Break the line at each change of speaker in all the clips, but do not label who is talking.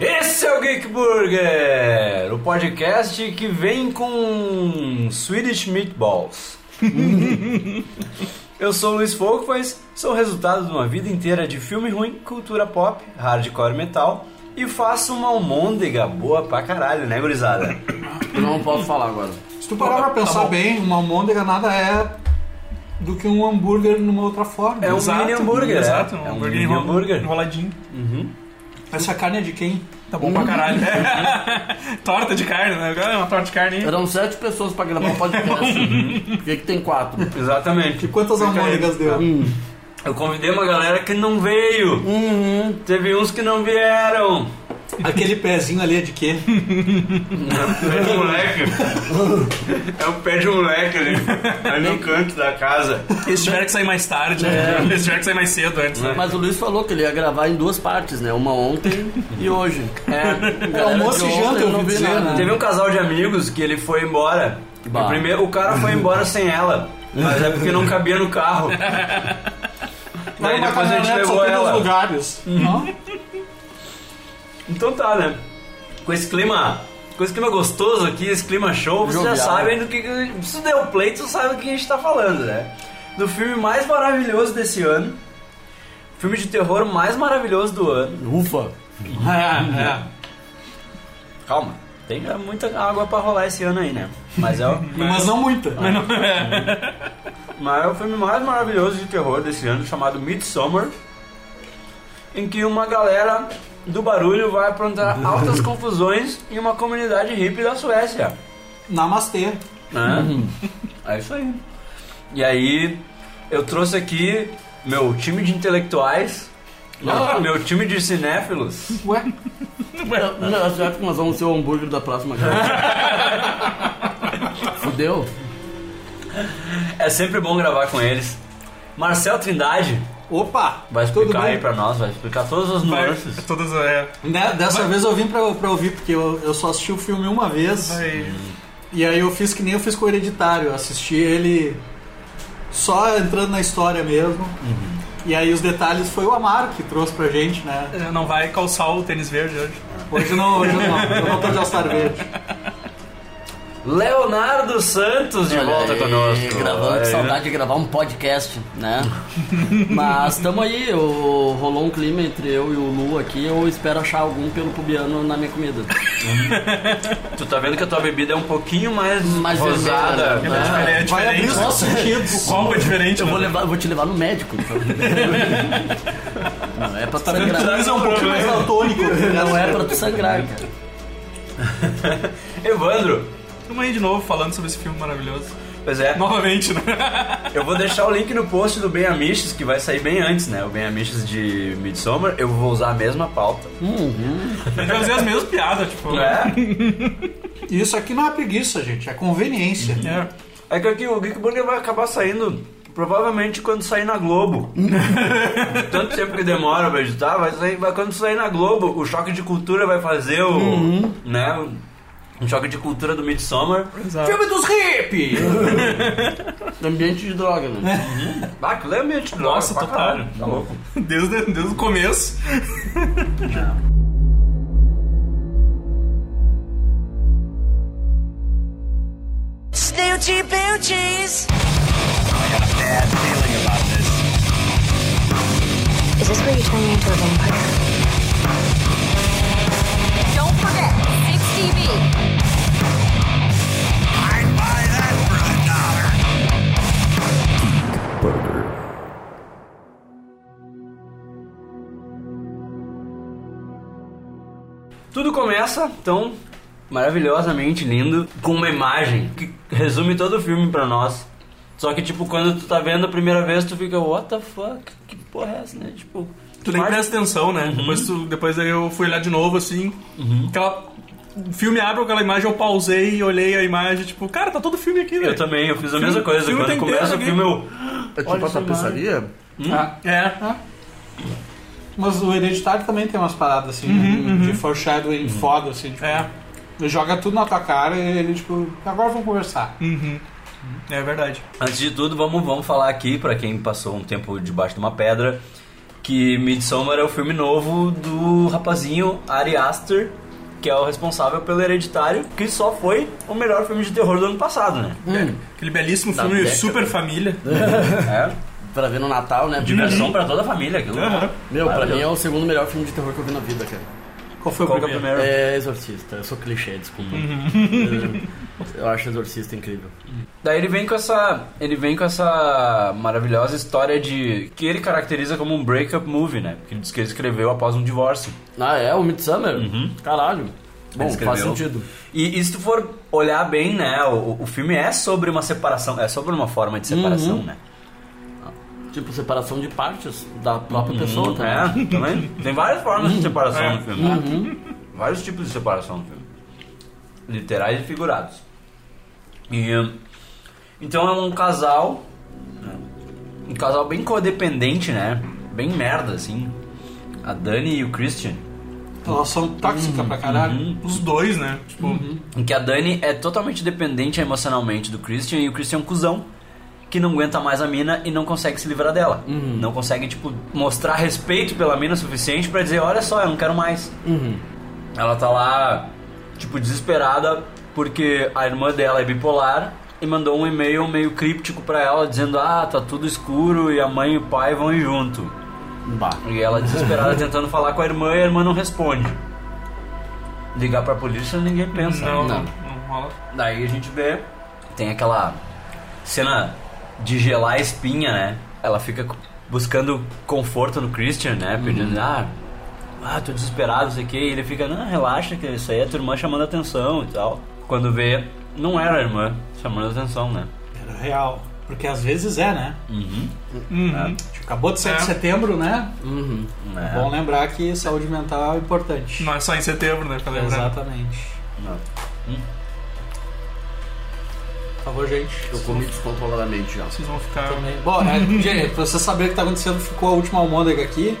Esse é o Geek Burger, o podcast que vem com Swedish Meatballs. Eu sou o Luiz Folkmans, sou resultado de uma vida inteira de filme ruim, cultura pop, hardcore metal e faço uma almôndega boa pra caralho, né, gurizada?
Eu não posso falar agora. Tá
Se tu parar pra pensar bem, uma almôndega nada é do que um hambúrguer numa outra forma.
É um
Exato.
mini hambúrguer.
Exato,
é,
um
é um
hambúrguer
mini
enro-
hambúrguer.
enroladinho.
Uhum.
Essa carne é de quem?
Tá bom pra caralho. torta de carne, né? Agora Uma torta de carne. aí.
Eram sete pessoas pra gravar um podcast.
Uhum.
Por que, que tem quatro?
Exatamente.
E quantas almôndegas deu?
Eu convidei uma galera que não veio.
Uhum.
Teve uns que não vieram.
Aquele pezinho ali é de quê?
Pé de um moleque. É o pé de moleque ali. Ali no canto da casa.
Eles tiveram que sair mais tarde, né? Eles tiveram que sair mais cedo antes, né?
Mas o Luiz falou que ele ia gravar em duas partes, né? Uma ontem e hoje. É,
almoço e janta, eu
não
ouvi
vi
dizer,
nada.
né?
Teve um casal de amigos que ele foi embora. E
Bah.
primeiro, o cara foi embora sem ela. Mas é porque não cabia no carro. Daí
Era uma
depois a gente
caminhonete, é só
levou
tem dois
ela.
lugares. Não?
Então tá, né? Com esse clima. Com esse clima gostoso aqui, esse clima show, vocês já
Jovial.
sabem do que. que- Se der o play, tu sabe do que a gente tá falando, né? Do filme mais maravilhoso desse ano. Filme de terror mais maravilhoso do ano.
Ufa.
Calma, tem muita água pra rolar esse ano aí, né? Mas é o,
Mas não muita.
mas é o filme mais maravilhoso de terror desse ano, chamado Midsommar. Em que uma galera do barulho vai aprontar altas confusões em uma comunidade hippie da Suécia.
Namastê.
né?
Uhum.
É isso aí. E aí, eu trouxe aqui meu time de intelectuais, meu,
Ah!
meu time de cinéfilos.
Ué?
Não, não, já que nós vamos ser o hambúrguer da próxima gravação. Fudeu?
É sempre bom gravar com eles. Marcel Trindade
Opa!
vai
Tudo
explicar
bem?
aí pra nós, vai explicar todas as
Vai,
nuances.
todas é,
Né, Dessa vez eu vim pra, pra ouvir, porque eu, eu só assisti o filme uma vez.
vai-
E aí eu fiz que nem eu fiz com o Hereditário, eu assisti ele só entrando na história mesmo. E aí os detalhes foi o Amaro que trouxe pra gente, né?
é, Não vai calçar o tênis verde hoje.
Hoje não, hoje não, eu não tô de All-Star Verde.
Leonardo Santos de
Olha
volta
aí,
conosco.
Gravando,
Olha
que
aí. né?
saudade de gravar um podcast, né? Mas tamo aí, o- rolou um clima entre eu e o Lu aqui, eu espero achar algum pelo pubiano na minha comida.
Tu tá vendo que a tua bebida é um pouquinho mais,
Mais
rosada.
vermelha, né?
né?
É diferente.
Vai abrir os seus
nossa.
sentidos.
O copo é diferente,
Eu
né?
vou, levar, vou te levar no médico. então. Não é pra tu sangrar.
Mas é um pouquinho mais autônico.
Não é pra tu sangrar, cara.
Evandro,
Tamo aí de novo falando sobre esse filme maravilhoso.
pois é.
Novamente, né?
Eu vou deixar o link no post do Ben Amiches, que vai sair bem antes, né? O Ben Amiches de Midsommar. Eu vou usar a mesma pauta.
Hum.
A gente vai fazer as mesmas piadas, tipo.
É,
Isso aqui não é preguiça, gente, é conveniência.
É.
é que aqui o Geek Burger vai acabar saindo provavelmente quando sair na Globo. Tanto tempo que demora pra editar, vai sair, vai, quando sair na Globo, o Choque de Cultura vai fazer o.
Uhum.
né? o- O Choque de Cultura do Midsommar.
Exato.
Filme dos
É.
hip!
Ambiente de droga, né?
Ah, que lembrete,
Nossa,
pra
total.
caralho, Tá louco.
Desde, desde o começo.
Snoochie Boochies.
Is this where you turn me into a vampire?
Don't forget, 6TV.
Tudo começa, então, maravilhosamente lindo, com uma imagem que resume todo o filme pra nós. Só que, tipo, quando tu tá vendo a primeira vez, tu fica, what the fuck? Que porra é essa, né? Tipo,
Tu nem
Mas-
presta atenção, né? Depois, tu, depois aí eu fui olhar de novo, assim. Aquela, o filme abre aquela imagem, eu pausei e olhei a imagem, tipo, cara, tá todo o filme aqui, velho.
Eu também, eu fiz a
Filme-
mesma coisa.
filme
Quando
tem
começa o
tempo, né?
filme, eu.
É
tipo a tapeçaria?
Ah,
É.
Mas o Hereditário também tem umas paradas assim, né, de foreshadowing foda, assim, tipo,
Uhum, É.
joga tudo na tua cara e ele, tipo, agora vamos conversar.
Uhum. É verdade.
Antes de tudo, vamos, vamos falar aqui, pra quem passou um tempo debaixo de uma pedra, que Midsommar é o filme novo do rapazinho Ari Aster, que é o responsável pelo Hereditário, que só foi o melhor filme de terror do ano passado, né?
Hum. É, Aquele belíssimo
Da
filme
década.
Super Família.
É.
Pra ver no Natal, né?
Diversão pra toda a família, aquilo.
Aham.
Meu, pra mim é
Maravilhoso.
o segundo melhor filme de terror que eu vi na vida, cara.
Qual foi o
Qual que é o
primeiro?
primeiro?
É Exorcista. Eu sou clichê, desculpa. Eu- Eu acho Exorcista incrível.
Daí ele vem com essa. Ele vem com essa maravilhosa história de. que ele caracteriza como um breakup movie, né? Que ele diz que ele escreveu após um divórcio.
Ah, é? O Midsummer?
Uhum.
Caralho. Bom, faz
escreveu.
sentido.
E, e se tu for olhar bem, né? O, o filme é sobre uma separação, é sobre uma forma de separação, né?
Tipo, separação de partes da própria
Uhum,
pessoa, tá?
É, também. Tem várias formas de separação no filme. né? Vários tipos de separação no filme. Literais e figurados. E, então é um casal. né? Um casal bem codependente, né? Bem merda, assim. A Dani e o Christian.
Elas são tóxicas pra caralho.
Os dois, né? Tipo,
Em que a Dani é totalmente dependente emocionalmente do Christian e o Christian é um cuzão que não aguenta mais a mina e não consegue se livrar dela. Não consegue, tipo, mostrar respeito pela mina o suficiente pra dizer, olha só, eu não quero mais. Ela tá lá, tipo, desesperada porque a irmã dela é bipolar e mandou um e-mail meio críptico pra ela dizendo, ah, tá tudo escuro e a mãe e o pai vão ir junto.
é.
Bah.
E ela desesperada tentando falar com a irmã e a irmã não responde. Ligar pra polícia ninguém pensa. né?
não,
Não.
não. rola.
Daí a gente vê, tem aquela cena de gelar a espinha, né? Ela fica co- buscando conforto no Christian, né? Pedindo, ah, ah, tô desesperado, sei o que. E ele fica, não, relaxa, que isso aí é tua irmã chamando atenção e tal. Quando vê, não era a irmã chamando atenção, né?
Era real. Porque às vezes é, né? Tipo,
Uhum.
Acabou de 7
É.
de setembro, né?
Uhum.
Né?
Bom lembrar que saúde mental é importante.
Não é só em setembro, né? Pra lembrar.
Exatamente.
Não.
Por favor, gente.
Eu comi descontroladamente já.
Vocês vão ficar.
Também. Bom, é, gente, pra você saber o que tá acontecendo, ficou a última almôndega aqui.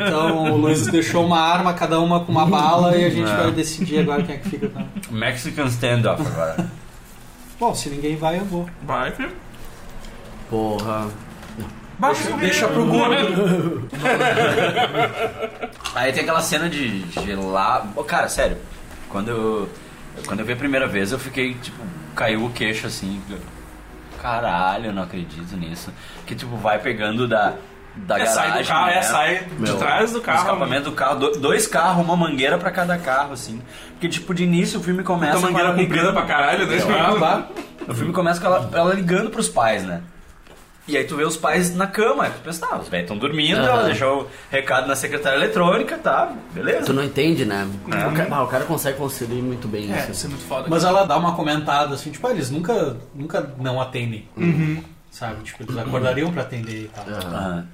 Então o Luiz deixou uma arma, cada uma com uma bala, e a gente
É.
vai decidir agora quem é que fica. Tá?
Mexican standoff agora.
Bom, se ninguém vai, eu vou.
Vai, filho.
Porra.
Baixa
deixa pro
gordo.
Aí tem aquela cena de gelar. Ô, Cara, sério, quando eu, quando eu vi a primeira vez, eu fiquei, tipo, caiu o queixo assim. Caralho, eu não acredito nisso. Que, tipo, vai pegando da, da
É,
garagem.
sai do carro,
né?
é, sai de
Meu,
trás do
Do
carro.
escapamento do carro, do- dois carros, uma mangueira pra cada carro, assim. Porque, tipo, de início o filme começa.
Puta
com
mangueira
ela
comprida
ligando-
pra caralho, né?
Bah. O filme começa com ela, ela ligando pros pais, né? E aí tu vê os pais na cama, aí tu pensa, tá, os velhos estão dormindo,
Aham.
ela deixou o recado na secretária eletrônica, tá,
Tu
beleza.
não entende, né? O, cara, ah, o cara consegue conciliar muito bem isso.
é muito foda.
Mas ela dá uma comentada assim, tipo, ah, eles nunca, nunca não atendem.
Uhum.
Sabe? Tipo, eles acordariam pra atender e tal.
Aham.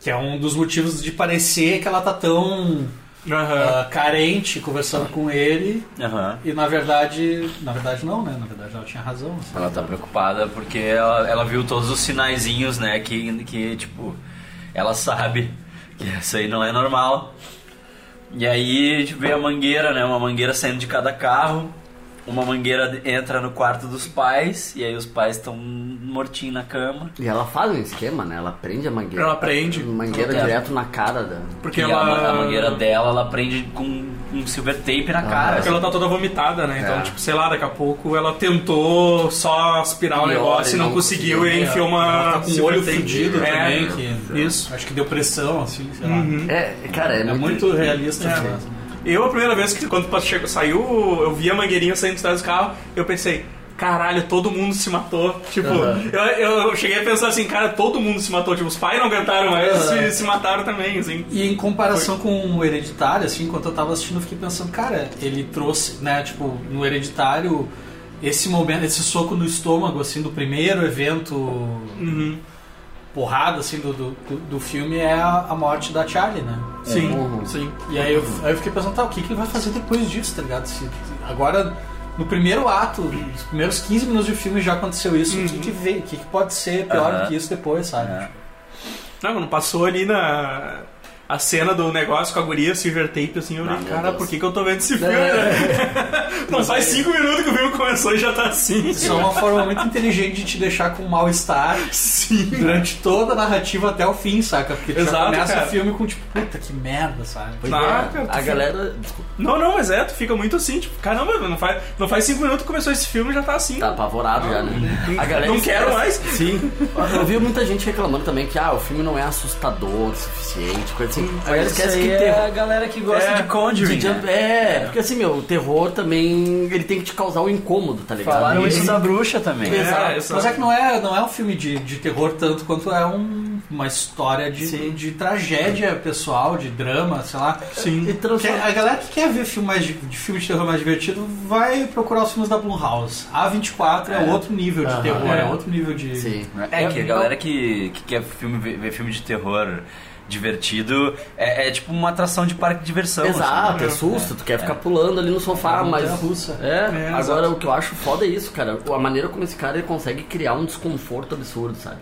Que é um dos motivos de parecer que ela tá tão
Aham.
ah, carente conversando com ele.
Aham.
E na verdade. Na verdade não, né? Na verdade ela tinha razão. assim.
Ela tá preocupada porque ela, ela viu todos os sinaizinhos, né, que, que, tipo, ela sabe que isso aí não é normal. E aí a gente vê a mangueira, né, uma mangueira saindo de cada carro, uma mangueira entra no quarto dos pais, e aí os pais estão mortinhos na cama.
E ela faz um esquema, né? Ela prende a mangueira.
Ela prende.
Mangueira
É.
direto na cara da.
Porque
E a
ela.
ma- a, mangueira dela, ela prende com um silver tape na cara.
Porque ela tá toda vomitada, né? Então,
É.
tipo, sei lá, daqui a pouco ela tentou só aspirar o
Pior,
negócio e não,
não
conseguiu,
conseguiu.
e enfiou uma.
Ela tá com o olho
silver tape.
fudido
é,
também. Que,
Isso.
Acho que deu pressão, assim, sei lá.
É, cara, é,
É muito realista.
É.
né?
Eu, a primeira vez que quando chegou, saiu, eu vi a mangueirinha saindo de trás do carro, eu pensei, caralho, todo mundo se matou. Tipo,
Aham.
eu, eu cheguei a pensar assim, cara, todo mundo se matou. Tipo, os pais não aguentaram mais,
Aham.
se, se mataram também, assim.
E em comparação com o Hereditário, assim, enquanto eu tava assistindo, eu fiquei pensando, cara, ele trouxe, né, tipo, no Hereditário, esse momento, esse soco no estômago, assim, do primeiro evento
Uhum.
porrada, assim, do, do, do- do filme é a, a morte da Charlie, né?
Sim,
Uhum.
sim.
E aí eu, aí eu fiquei pensando, tá, o que, que ele vai fazer depois disso, tá ligado? Se- agora, no primeiro ato, nos primeiros 15 minutos de filme já aconteceu isso, o que que vem, o que, que pode ser pior
Aham.
É.
do que isso depois, sabe?
É.
Não, quando passou ali na. a cena do negócio com a guria silver tape, assim, eu olhei,
Ah, meu
cara,
Deus.
por que, que eu tô vendo esse filme? né? Não faz cinco minutos que o filme começou e já tá assim.
Isso é uma forma muito inteligente de te deixar com mal-estar
Sim.
durante toda a narrativa até o fim, saca? Porque tu já
Exato,
começa
cara.
o filme com tipo, puta que merda, sabe?
Pois
Ah,
é,
cara, tu
a
fica-
galera. tipo, desculpa,
Não, não, mas é, tu fica muito assim, tipo, caramba, não faz, não faz cinco minutos que começou esse filme e já tá assim.
Tá apavorado já, né? A galera
não quero mais.
Sim. Eu vi muita gente reclamando também que ah, o filme não é assustador o suficiente, coisa assim. A galera esquece que terror.
é a galera que gosta
É,
de Conjuring.
de jump-
né?
é, porque assim, meu, o terror também ele tem que te causar um incômodo, tá ligado?
Falaram
Ele-
isso da bruxa também.
É.
É,
Exato.
essa-
Mas é que não é, não é um filme de, de terror tanto quanto é um- uma história de, de tragédia pessoal, de drama, sei lá.
Sim.
ele
Quer-
transforma-
a galera que quer ver filme, mais, de de filme de terror mais divertido vai procurar os filmes da Blumhouse. A24 é, outro nível de terror, é. outro nível de.
Sim.
É que a galera que, que quer filme, ver, ver filme de terror divertido é, é tipo uma atração de parque de diversão. assim,
Exato,
né?
é susto, tu quer ficar pulando ali no sofá, mas.
russa.
É,
É,
agora
exato.
o que eu acho foda é isso, cara. A maneira como esse cara ele consegue criar um desconforto absurdo, sabe?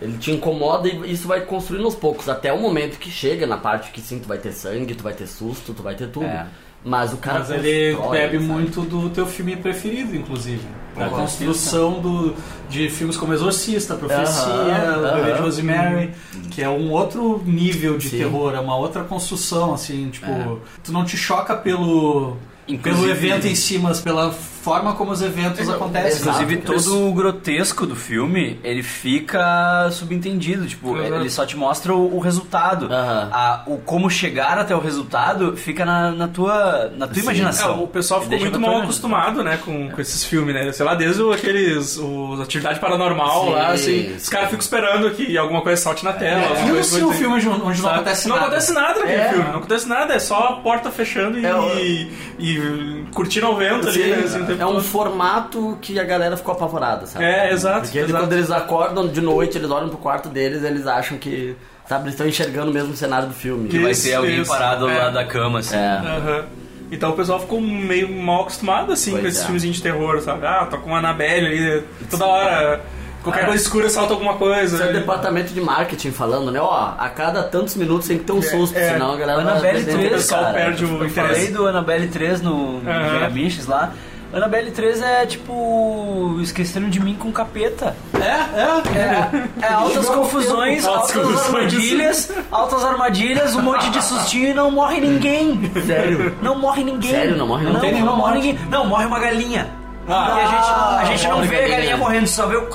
Ele te incomoda e isso vai construindo aos poucos, até o momento que chega na parte que sim, tu vai ter sangue, tu vai ter susto, tu vai ter tudo.
É.
Mas o cara.
Mas ele
constrói,
bebe
sabe?
muito do teu filme preferido, inclusive. Da
Exorcista.
construção do, de filmes como Exorcista, Profecia,
Aham,
O Bebê de
aham.
Rosemary, que é um outro nível de
Sim.
terror, é uma outra construção, assim, tipo, tu não te choca pelo, pelo
Inclusive-
evento em si, mas pela forma como os eventos acontecem.
Inclusive,
Exato.
todo o grotesco do filme, ele fica subentendido. Tipo,
Exato.
ele só te mostra o, o resultado.
Aham.
A- o como chegar até o resultado fica na, na tua, na tua
É,
imaginação.
o pessoal ficou
Deixa
muito
na tua
mal
imaginação.
acostumado, né, com, com esses filmes, né? Sei lá, desde o- aqueles. Os atividade paranormal
Sim, É.
lá, assim.
sim.
Os caras ficam esperando que alguma coisa salte na tela. alguma
Viu
coisa,
se um
assim.
filme onde onde não
Sabe?
acontece
não
nada?
acontece nada naquele
É.
filme, não acontece nada, é só a porta fechando e,
É, o-
e, e curtindo ao vento ali, né? assim, o tempo
é um
todo.
formato que a galera ficou apavorada, sabe?
É, exato,
Porque ele-
exato.
quando eles acordam de noite, eles olham pro quarto deles eles acham que. Sabe, eles estão enxergando mesmo o cenário do filme.
Que-
Vai
Isso,
ter alguém
isso.
parado
É.
lá da cama, assim.
É.
Aham. Então o pessoal ficou meio mal acostumado, assim,
Pois
com esses
é.
filmezinhos de terror, sabe? Ah, tá com uma Annabelle ali, toda hora. Qualquer coisa escura salta alguma coisa. né?
Isso é o departamento de marketing falando, né? Ó, a cada tantos minutos tem que ter um susto,
é.
senão a galera
Annabelle
vai perder-
O
3,
pessoal
cara.
perde o
eu
interesse. É.
falei do Annabelle 3 no no
Aham.
Gigamiches lá. Annabelle 3 é tipo. Esqueceram de mim com capeta. É, é. É, altas confusões,
Altas
altas
confusões.
armadilhas, altas armadilhas, um monte de sustinho e não morre ninguém.
Sério?
Não morre ninguém.
Sério, não morre- não tem
não morre ninguém. Não, morre uma galinha. e a gente, a gente não
morre
vê a galinha
galinha.
morrendo, só vê o.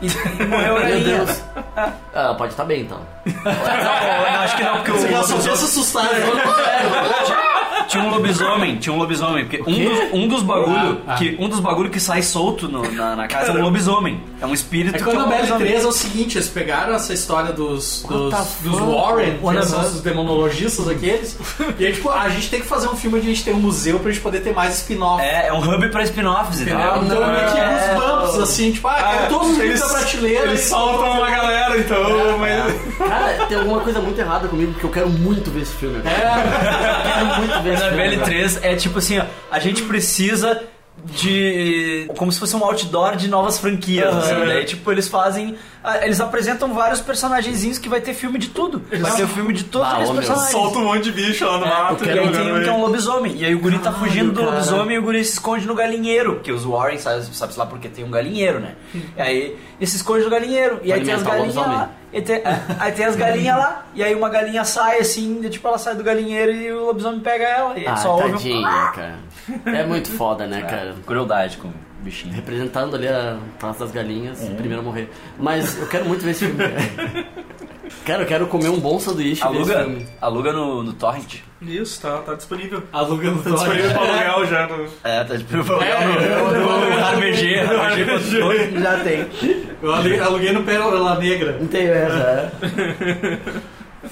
E morreu a
Meu
galinha.
Deus. Ah, pode estar bem então.
Não, eu acho que não, porque o.
Eu só fosse assustado.
Tinha um lobisomem, tinha um lobisomem, porque um dos, um dos bagulho que um dos bagulho que sai solto no- na, na casa é um lobisomem. É um espírito
É que
que
o
é um
Annabelle
lobisomem.
3 é o seguinte, eles pegaram essa história dos, dos,
the
dos
fuck?
Warren,
O
que são
Annabelle-
os demonologistas aqueles, e aí, tipo, a gente tem que fazer um filme onde a gente tem um museu pra gente poder ter mais spin-off.
É, é um hub pra spin-offs, entendeu?
Entendeu? Então
não,
é meio que
é.
uns bumps, assim, tipo, ah,
Ah,
é,
caiu todos os livros da prateleira.
Eles
e-
soltam uma galera, então. mas...
Cara, tem alguma coisa muito errada comigo, porque eu quero muito ver esse filme. É. Eu quero muito ver esse filme.
Annabelle
cara.
3 é tipo assim, ó, a gente precisa de como se fosse um outdoor de novas franquias, assim, daí tipo eles fazem, ah, eles apresentam vários personagenzinhos que vai ter filme de tudo. Vai ter filme de todos
Ah,
aqueles
ô, meu,
personagens.
Solta um monte de bicho lá no mato.
E aí tem um que é um lobisomem. E aí o guri tá
Caralho,
fugindo do
cara.
lobisomem e o guri se esconde no galinheiro. Que os Warren sabe, sabe lá porque tem um galinheiro, né? E aí ele se esconde no galinheiro. E aí tem as
alimentar o
galinhas
lobisomem.
lá. E tem- é, aí tem as galinhas lá. E aí uma galinha sai assim, e, tipo ela sai do galinheiro e o lobisomem pega ela. E
É
Ah,
só ouve um...
tadinha, cara. É muito foda, né, cara?
Crueldade com o bichinho.
Representando ali a Praça das Galinhas,
É.
primeiro a morrer. Mas eu quero muito ver esse filme. Cara, cara eu quero comer um bom sanduíche e ver esse
Aluga,
filme.
aluga no, no torrent.
Isso, tá, tá disponível.
Aluga no
Tá disponível pra aluguel já. No...
É, tá de no RBG. RBG já tem.
Eu aluguei- aluguei no Pérola Negra.
Não tem essa.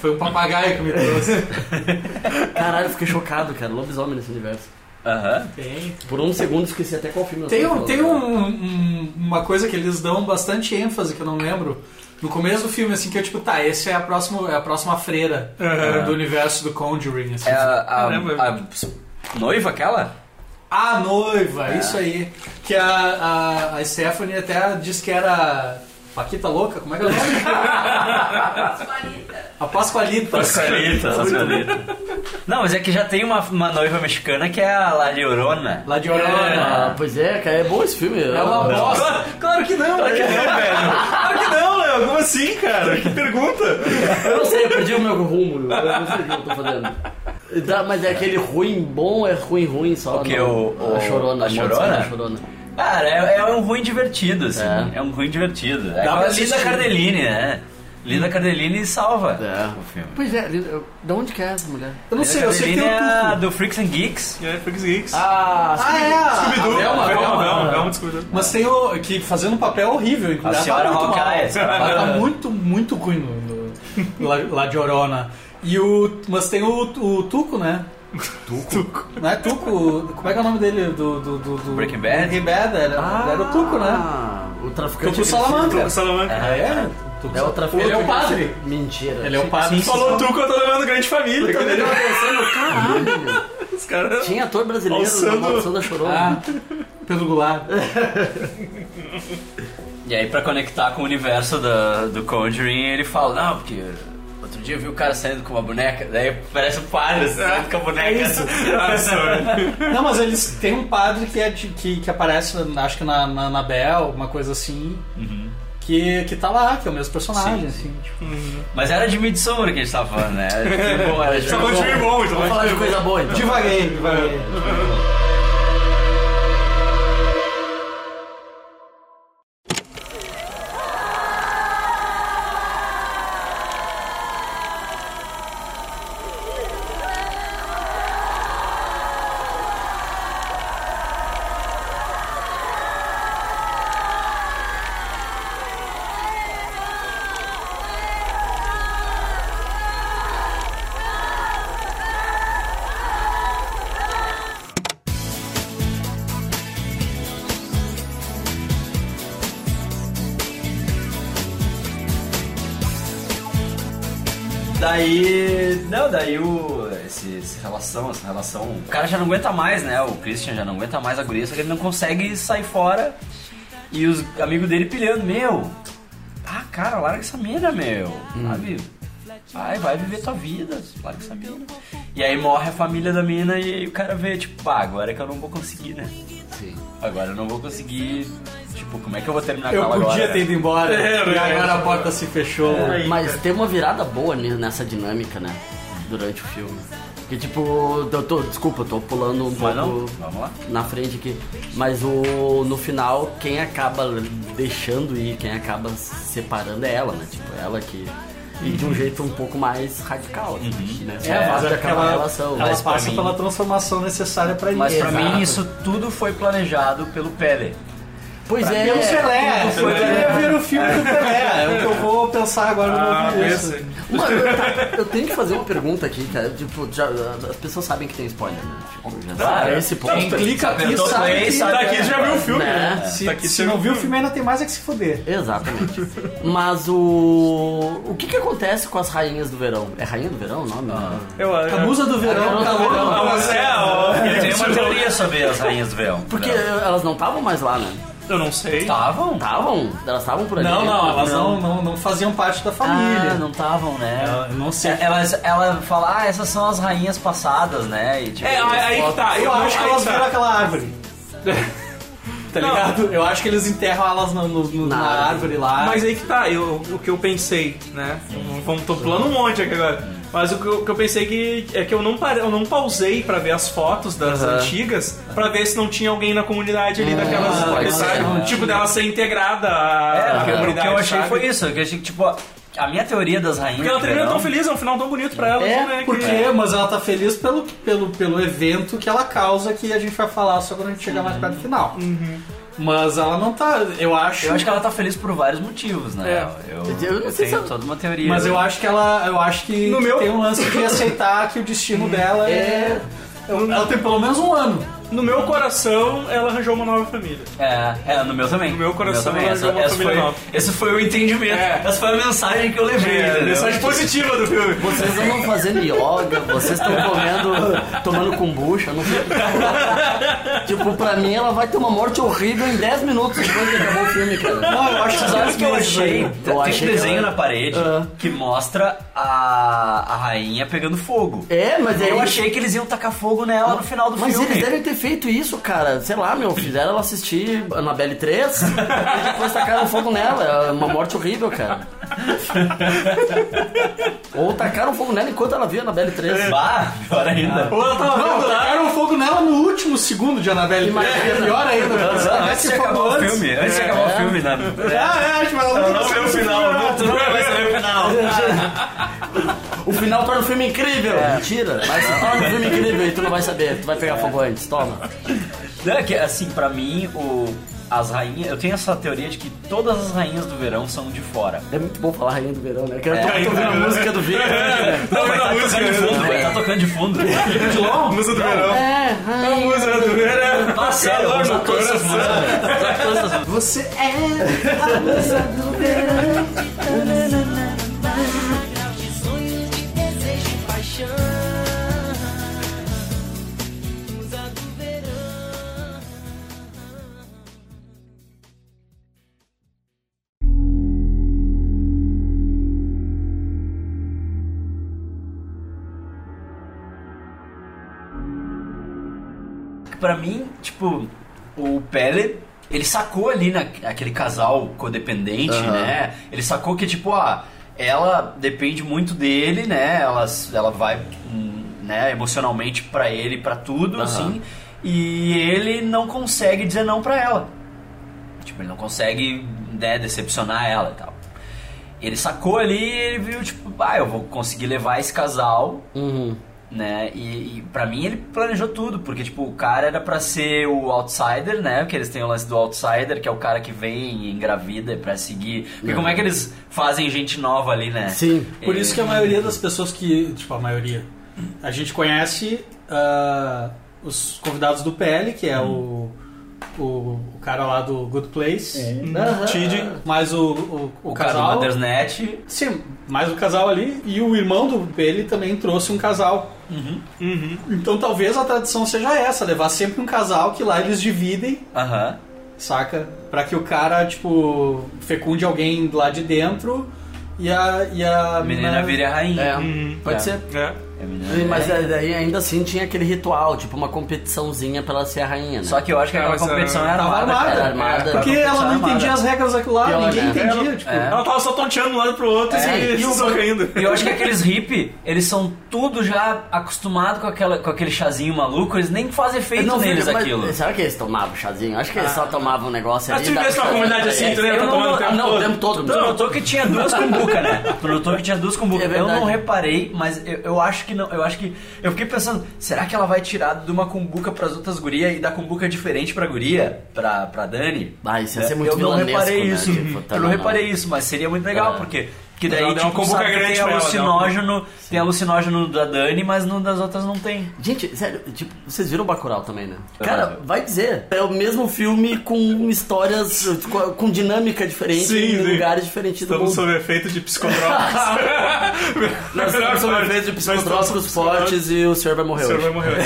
Foi um papagaio que me trouxe.
é. Caralho, eu fiquei chocado, cara. Lobisomem nesse universo.
Aham.
Tem.
Por um segundo esqueci até qual é. filme eu
Tem,
tava
um,
falando.
tem um- um- uma coisa que eles dão bastante ênfase, que eu não lembro. No começo do filme, assim, que eu tipo, tá, esse é a próxima, é a próxima freira
É,
do universo do Conjuring, assim.
É a- a-
Caramba.
a noiva aquela?
A noiva,
É.
isso aí. Que a, a, a Stephanie até disse que era Paquita Louca, como é que ela é? A Pascoalita.
Pascoalita, Pascoalita. Não, mas é que já tem uma, uma noiva mexicana que é a La Llorona.
Lá de Orona.
Ah, pois é, cara, é bom esse filme.
É uma bosta.
Claro, claro que
né?
não, claro que não, velho. Claro que não,
né?
Léo. Como assim, cara? Que pergunta?
Eu não sei, eu perdi o meu rumo. Eu não sei o que eu tô fazendo. Tá, mas é aquele ruim bom, é ruim, ruim só.
O quê?
não.
O- o-
a chorona.
a
Mozart,
Chorona?
a chorona.
Cara, é, é um ruim divertido, assim.
É.
É, um ruim divertido. É
pra
com a
assistir.
Linda Cardellini, né? Linda Cardellini salva
É.
o filme.
Pois é, de onde que é essa mulher?
Eu não sei, eu sei que
Cardellini
tem
é a
um
do Freaks and Geeks.
É, Freaks Geeks.
Ah,
Ah, é. a-
Scooby-Doo.
a Velma, Velma.
Velma, Velma, Scooby-Doo.
Mas tem o. que fazendo um papel horrível, inclusive.
A
Ela
senhora é.
tá muito mal.
Hawkeye.
Ela tá muito, muito ruim no, no- lá, lá de Orona. E o. Mas tem o, o Tuco, né? Tuco? Não é Tuco? Como é que é o nome dele? Do. do, do, do-
Breaking Bad?
Breaking Bad, era, era o Tuco, né?
Ah, O traficante.
Tuco
agressivo.
Salamanca.
Salamanca.
Ah, é?
É o traficante.
Ele é o padre.
agressivo. Mentira.
Ele é o padre.
Sim,
que
Falou tu que eu tô levando grande família. que
Eu
legal.
tava pensando, caralho.
Os caras.
Tinha ator brasileiro
Alçando-
na Maldição da Chorona.
Ah, Pedro Goulart.
E aí, pra conectar com o universo do, do Conjuring, ele fala, não, porque outro dia eu vi o cara saindo com uma boneca, daí parece um padre saindo com a boneca.
Ah, sorry.
Não, mas eles tem um padre que, é de- que, que aparece, acho que na, na Anabel, uma coisa assim. Que, que tá lá, que é o mesmo personagem, assim. Tipo,
Mas era de Midsommar que a gente tava falando, né? Era de filme bom, era de
Só
filme bom.
continue bom,
Vamos
então.
falar de coisa boa então.
devaguei, devaguei.
Daí. Não, daí o. Esse, essa relação, essa relação. O cara já não aguenta mais, né? O Christian já não aguenta mais a guria, só que ele não consegue sair fora. E os amigos dele pilhando, meu. Ah, cara, larga essa mina, meu. Sabe? Vai, vai viver tua vida, larga essa mina. E aí morre a família da mina e aí o cara vê, tipo, pá, agora é que eu não vou conseguir, né?
Sim.
Agora eu não vou conseguir. Tipo, como é que eu vou terminar
Eu
com ela
podia
agora?
ter ido embora, e
verdade.
agora a porta se fechou.
Mas tem uma virada boa ni- nessa dinâmica, né? Durante o filme. Que tipo, eu tô, desculpa, eu tô pulando um
Mas não?
pouco
Vamos lá.
na frente aqui. Mas o, no final, quem acaba deixando ir, quem acaba se separando é ela, né? Tipo, ela que. E de um jeito um pouco mais radical, né?
Uhum. É, mas
Rápido
é
acaba
aquela-
a relação. né?
Ela assim,
Mas pra
passa
mim-
pela transformação necessária pra
Mas
isso.
pra mim
Exato.
isso tudo foi planejado pelo Pele.
Pois é,
Pelo Pelé, eu queria ver o filme do Pelé, é o que eu vou pensar agora
Ah,
no meu
esse.
vídeo.
Mano, eu, tá- eu tenho que fazer uma pergunta aqui, cara. Tipo, já- as pessoas sabem que tem spoiler, né? Tipo, já sabe
é.
esse ponto.
Quem clica aqui
Apertou
sabe
play,
que... É.
sabe
Tá aqui, já viu o filme.
Né?
né?
Se,
Tá aqui,
se
já
não viu o
filme.
filme ainda tem mais é que se foder.
Exatamente. Mas o. O que que acontece com as rainhas do verão? É rainha do verão o nome?
Ah,
Eu
A
acho.
musa do verão,
Ah,
calor,
não,
Ah, mas é, ó.
Eu tenho uma teoria sobre as rainhas do véu.
Porque
Não. Tá.
elas não estavam mais lá, né?
Eu não sei.
estavam?
Estavam? Elas estavam por ali.
Não, não, elas não, não, não faziam parte da família.
Ah, não estavam, né?
Eu não sei.
Elas, ela fala, ah, essas são as rainhas passadas, né? E, tipo,
É, aí que tá.
Eu, acho que elas
tá.
viram aquela árvore. tá ligado? Eu acho que eles enterram elas no- no- no- na,
Na
árvore
Ah.
lá.
Mas aí que tá, eu, o que eu pensei, né? Vamos, tô pulando um monte aqui agora. Mas o que eu, o que eu pensei que, é que eu não, pare- eu não pausei pra ver as fotos das antigas pra ver se não tinha alguém na comunidade
Ah,
ali daquelas.
pode
daqueles,
ser,
sabe?
né?
tipo, dela ser integrada à,
É,
à
o que- o que
comunidade.
eu achei
sabe?
foi isso. Que eu achei que, tipo, a minha teoria das rainhas
Porque ela
do
termina
verão-
tão feliz, é um final tão bonito pra ela. né,
É,
que-
porque, mas ela tá feliz pelo, pelo, pelo evento que ela causa, que a gente vai falar só quando a gente chegar mais perto do final. Mas ela não tá, eu acho.
Eu acho que ela tá feliz por vários motivos, né?
É.
Eu,
Eu não sei se
tenho
eu-
toda uma teoria.
Mas eu acho que ela. Eu acho que
No
que
meu-
tem um lance de aceitar que o destino dela é. Ela tem pelo menos um ano
No meu coração, ela arranjou uma nova família.
É, é, no meu também.
No meu coração,
também.
ela
Essa,
é uma
essa
família
foi,
nova.
esse foi o entendimento.
É.
Essa foi a mensagem que eu levei.
É,
entendeu?
mensagem positiva do filme.
Vocês andam fazendo yoga, vocês estão comendo, tomando kombucha, não sei o que. Tipo, pra mim ela vai ter uma morte horrível em 10 minutos depois que acabou o filme, cara.
Não, eu acho que sabe o que eu achei?
é Eu
Tem
achei
um
que
desenho
ela-
na parede
Ah.
que mostra a, a rainha pegando fogo.
É, mas aí
Eu achei que eles iam tacar fogo nela no final do
Mas
filme.
eles devem ter feito isso, cara. Sei lá, meu, fizeram ela assistir Annabelle 3 e depois tacaram fogo nela. É uma morte horrível, cara. Ou tacaram fogo nela enquanto ela via Annabelle 3.
Bah, pior ainda.
Ou ela tava
Não,
vendo lá.
tacaram fogo nela no último segundo de Annabelle.
Imagina.
É, pior ainda.
Antes de acabar o filme. Antes de acabar o filme, né?
Ah, é, acho que ela não
o final. Não, tu nunca vai saber o final.
O final torna o filme incrível. É, Mentira. Mas se torna o filme incrível e tu não vai saber. Tu vai pegar fogo antes. Toma.
Não, é que, assim, pra mim, o, as rainhas... Eu tenho essa teoria de que todas as rainhas do verão são de fora.
É muito bom falar Rainha do Verão, né? Cara, eu tô,
É.
tô ouvindo a música do Vitor. né?
Não, vai tá tocando de fundo, vai tá tocando de fundo.
Musa do verão.
É, Rainha.
Musa do verão.
Ah, sério, vamos usar todas essas músicas. Vamos usar todas essas músicas.
Você é.
Pra mim, tipo, o Pele, ele sacou ali na, aquele casal codependente,
Aham.
né? Ele sacou que, tipo, ah, ela depende muito dele, né? Ela, ela vai, hum, né, emocionalmente pra ele, pra tudo,
Aham.
assim. E ele não consegue dizer não pra ela. Tipo, ele não consegue, né, decepcionar ela e tal. Ele sacou ali e ele viu, tipo, ah, eu vou conseguir levar esse casal
Uhum.
né? E, e para mim ele planejou tudo, porque tipo, o cara era pra ser o outsider, né? Porque eles têm o lance do outsider, que é o cara que vem e engravida pra seguir. Porque como é que eles fazem gente nova ali, né?
Sim.
É,
Por isso que a maioria das pessoas que. Tipo, a maioria. A gente conhece ah, os convidados do PL, que é
Hum.
o, o. o cara lá do Good Place. né?
Tid.
Mais o, o, o
É. o cara do
casal.
Mothernet
Sim, mais o casal ali. E o irmão do PL também trouxe um casal.
Uhum.
Então talvez a tradição seja essa, levar sempre um casal que lá eles dividem,
Aham.
saca? Pra que o cara, tipo, fecunde alguém lá de dentro e a. E a
A menina vira a rainha.
É,
Uhum.
pode
É.
ser.
É.
É, a menina
Sim,
vira a
Mas
rainha.
é, daí ainda assim tinha aquele ritual, tipo uma competiçãozinha pra ela ser a rainha, né?
Só que eu acho que
É,
aquela
mas, é,
competição era
Tava
armada.
armada.
cara.
Era armada.
Porque
Tava
ela não
armada.
entendia as regras daquilo lá,
Pior,
ninguém
né?
entendia, tipo.
É.
Ela tava só tonteando de um lado pro outro
É,
e
e o-
se sorrindo.
E eu acho que aqueles hippie, eles são tudo já acostumados com, aquela, com aquele chazinho maluco, eles nem fazem efeito
Não,
neles
filho, mas
aquilo.
Será que eles tomavam chazinho? Acho que eles só tomavam um negócio
Mas
ali.
tu
dava
tivesse uma
pra-
comunidade assim, tu não ia
Eu
tá
não-
tomando o tempo
não,
todo.
o tempo todo.
Tu notou que tinha duas cumbuca, né? Tu notou que tinha duas cumbuca.
É
eu
verdade.
não reparei, mas eu, eu acho que não. Eu acho que. Eu fiquei pensando, será que ela vai tirar de uma cumbuca pras outras gurias e da cumbuca diferente pra guria? Pra, pra Dani? É,
Ah, isso ia ser muito
Eu não
vilanesco,
reparei
né?
isso.
Tipo, tá
eu não
bom,
reparei isso, mas seria muito legal,
É.
porque. Que
Ela
daí
deu uma
tipo,
cumbuca
sabe que
grande
tem
pra ela, deu uma
alucinógeno, tem alucinógeno da Dani, mas não, das outras não tem.
Gente, sério, tipo, vocês viram o Bacurau também, né?
É
Eu
Cara,
não vi.
vai dizer. É o mesmo filme com histórias, com- com dinâmica diferente,
Sim,
em
sim.
lugares diferentes do mundo.
Estamos sob efeito de psicotrópicos.
Nós estamos sobre efeitos de psicotrópicos fortes e o senhor vai morrer
O senhor
hoje.
vai morrer.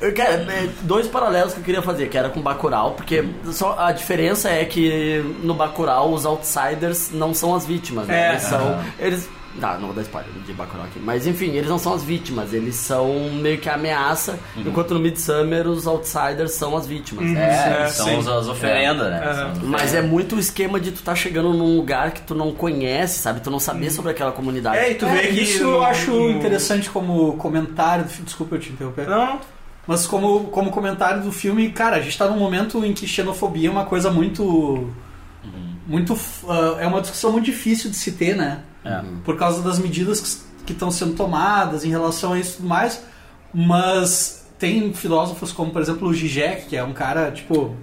Eu quero- é, dois paralelos que eu queria fazer, que era com Bacurau, porque só a diferença é que no Bacurau os outsiders não são as vítimas, né?
É.
Eles são. Eles. Tá, não vou dar spoiler de Bacurau aqui. Mas enfim, eles não são as vítimas, eles são meio que a ameaça, enquanto no Midsummer os outsiders são as vítimas.
É,
né?
É,
então
sim.
são os- as oferendas, né?
É.
São as
Mas é muito o esquema de tu tá chegando num lugar que tu não conhece, sabe? Tu não saber sobre aquela comunidade.
Uhum. É, e tu vê
É,
que.
isso
no-
eu acho
no-
interessante como comentário. do filme. Desculpa eu te interromper.
Não,
Mas como, como comentário do filme, cara, a gente tá num momento em que xenofobia é uma coisa muito.
Uhum.
Muito. ah, é uma discussão muito difícil de se ter, né? Por causa das medidas que s- que estão sendo tomadas em relação a isso e tudo mais. Mas tem filósofos como, por exemplo, o Zizek, que é um cara, tipo.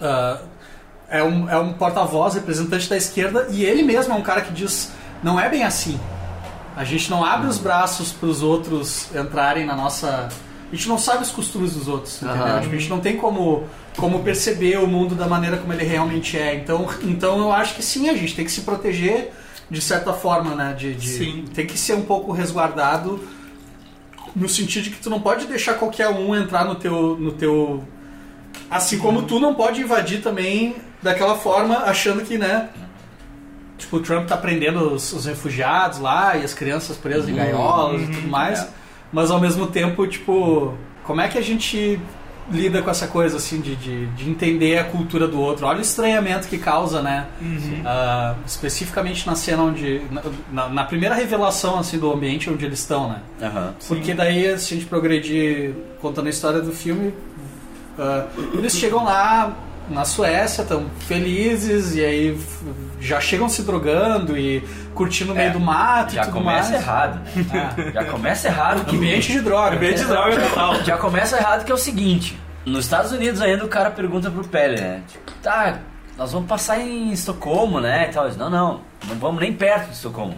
ah, é um, é um porta-voz, representante da esquerda, e ele mesmo é um cara que diz: não é bem assim. A gente não abre os braços para os outros entrarem na nossa A gente não sabe os costumes dos outros, entendeu?
Aham.
Tipo, a gente não tem como, como perceber o mundo da maneira como ele realmente é. Então, então eu acho que sim, a gente tem que se proteger de certa forma, né? De, de-
Sim.
Tem que ser um pouco resguardado no sentido de que tu não pode deixar qualquer um entrar no teu, no teu Assim como tu não pode invadir também daquela forma, achando que, né? Tipo, o Trump tá prendendo os, os refugiados lá e as crianças presas em gaiolas e tudo mais. Mas ao mesmo tempo, tipo, como é que a gente lida com essa coisa, assim, de, de, de entender a cultura do outro? Olha o estranhamento que causa, né? Ah, especificamente na cena onde. Na, na- na primeira revelação, assim, do ambiente onde eles estão, né?
Aham.
É.
Porque daí, se a gente progredir contando a história do filme, ah, eles chegam lá na Suécia, estão felizes, e aí f- já chegam se drogando e curtindo no meio
É,
do mato e
Já
tudo
começa
mais.
errado. né?
Ah.
Já começa errado. Que
Ambiente de droga.
Ambiente de
é
droga total.
Já começa errado que é o seguinte. Nos Estados Unidos ainda o cara pergunta pro Pele, né? Tipo, tá, nós vamos passar em Estocolmo, né? E tal. Ele diz, Não, não. Não vamos nem perto de Estocolmo.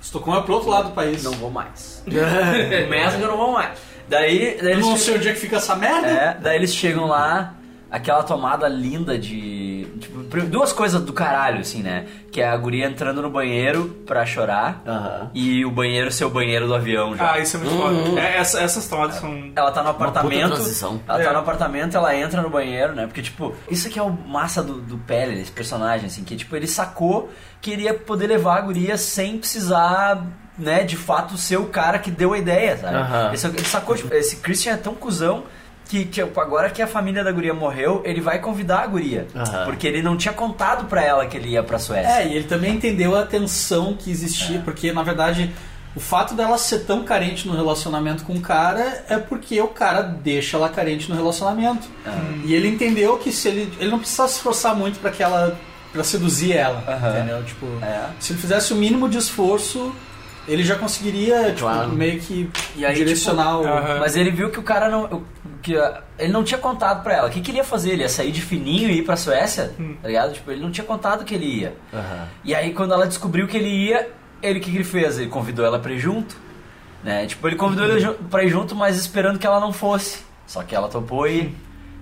Estocolmo é pro outro lado do país.
Não vou mais. Começa que eu não vou mais. Daí, daí
Eu não
eles
sei onde é que fica essa merda.
É, daí eles chegam lá, aquela tomada linda de. Tipo, pr- duas coisas do caralho, assim, né? Que é a guria entrando no banheiro pra chorar
Aham.
e o banheiro ser o banheiro do avião já.
Ah, isso é muito foda. É, essa- essas tomadas são.
Ela tá no
puta
apartamento.
transição.
Ela tá
É.
no apartamento, ela entra no banheiro, né? Porque, tipo, isso aqui é o massa do, do Pele, esse personagem, assim, que, tipo, ele sacou que ele ia poder levar a guria sem precisar, né, de fato ser o cara que deu a ideia, sabe?
Aham.
Esse, ele sacou, tipo, esse Christian é tão cuzão. Que, que tipo, agora que a família da guria morreu, ele vai convidar a guria.
Aham.
Porque ele não tinha contado pra ela que ele ia pra Suécia.
É, e ele também entendeu a tensão que
É.
existia, porque na verdade o fato dela ser tão carente no relacionamento com o cara é porque o cara deixa ela carente no relacionamento. E ele entendeu que se ele, ele não precisava se esforçar muito pra que ela para seduzir ela,
Aham.
entendeu? Tipo,
É.
se ele fizesse o mínimo de esforço, ele já conseguiria, tipo,
Claro.
meio que
E aí, tipo,
direcionar o
aham.
Mas ele viu que o cara não. o- Que a- ele não tinha contado pra ela. O que, que ele ia fazer? Ele ia sair de fininho e ir pra Suécia?
Hum.
Tá ligado? Tipo, ele não tinha contado que ele ia.
Aham.
E aí, quando ela descobriu que ele ia, ele o que, que ele fez? Ele convidou ela pra ir junto. Né? Tipo, ele convidou
Uhum.
ele ju- pra ir junto, mas esperando que ela não fosse. Só que ela topou e.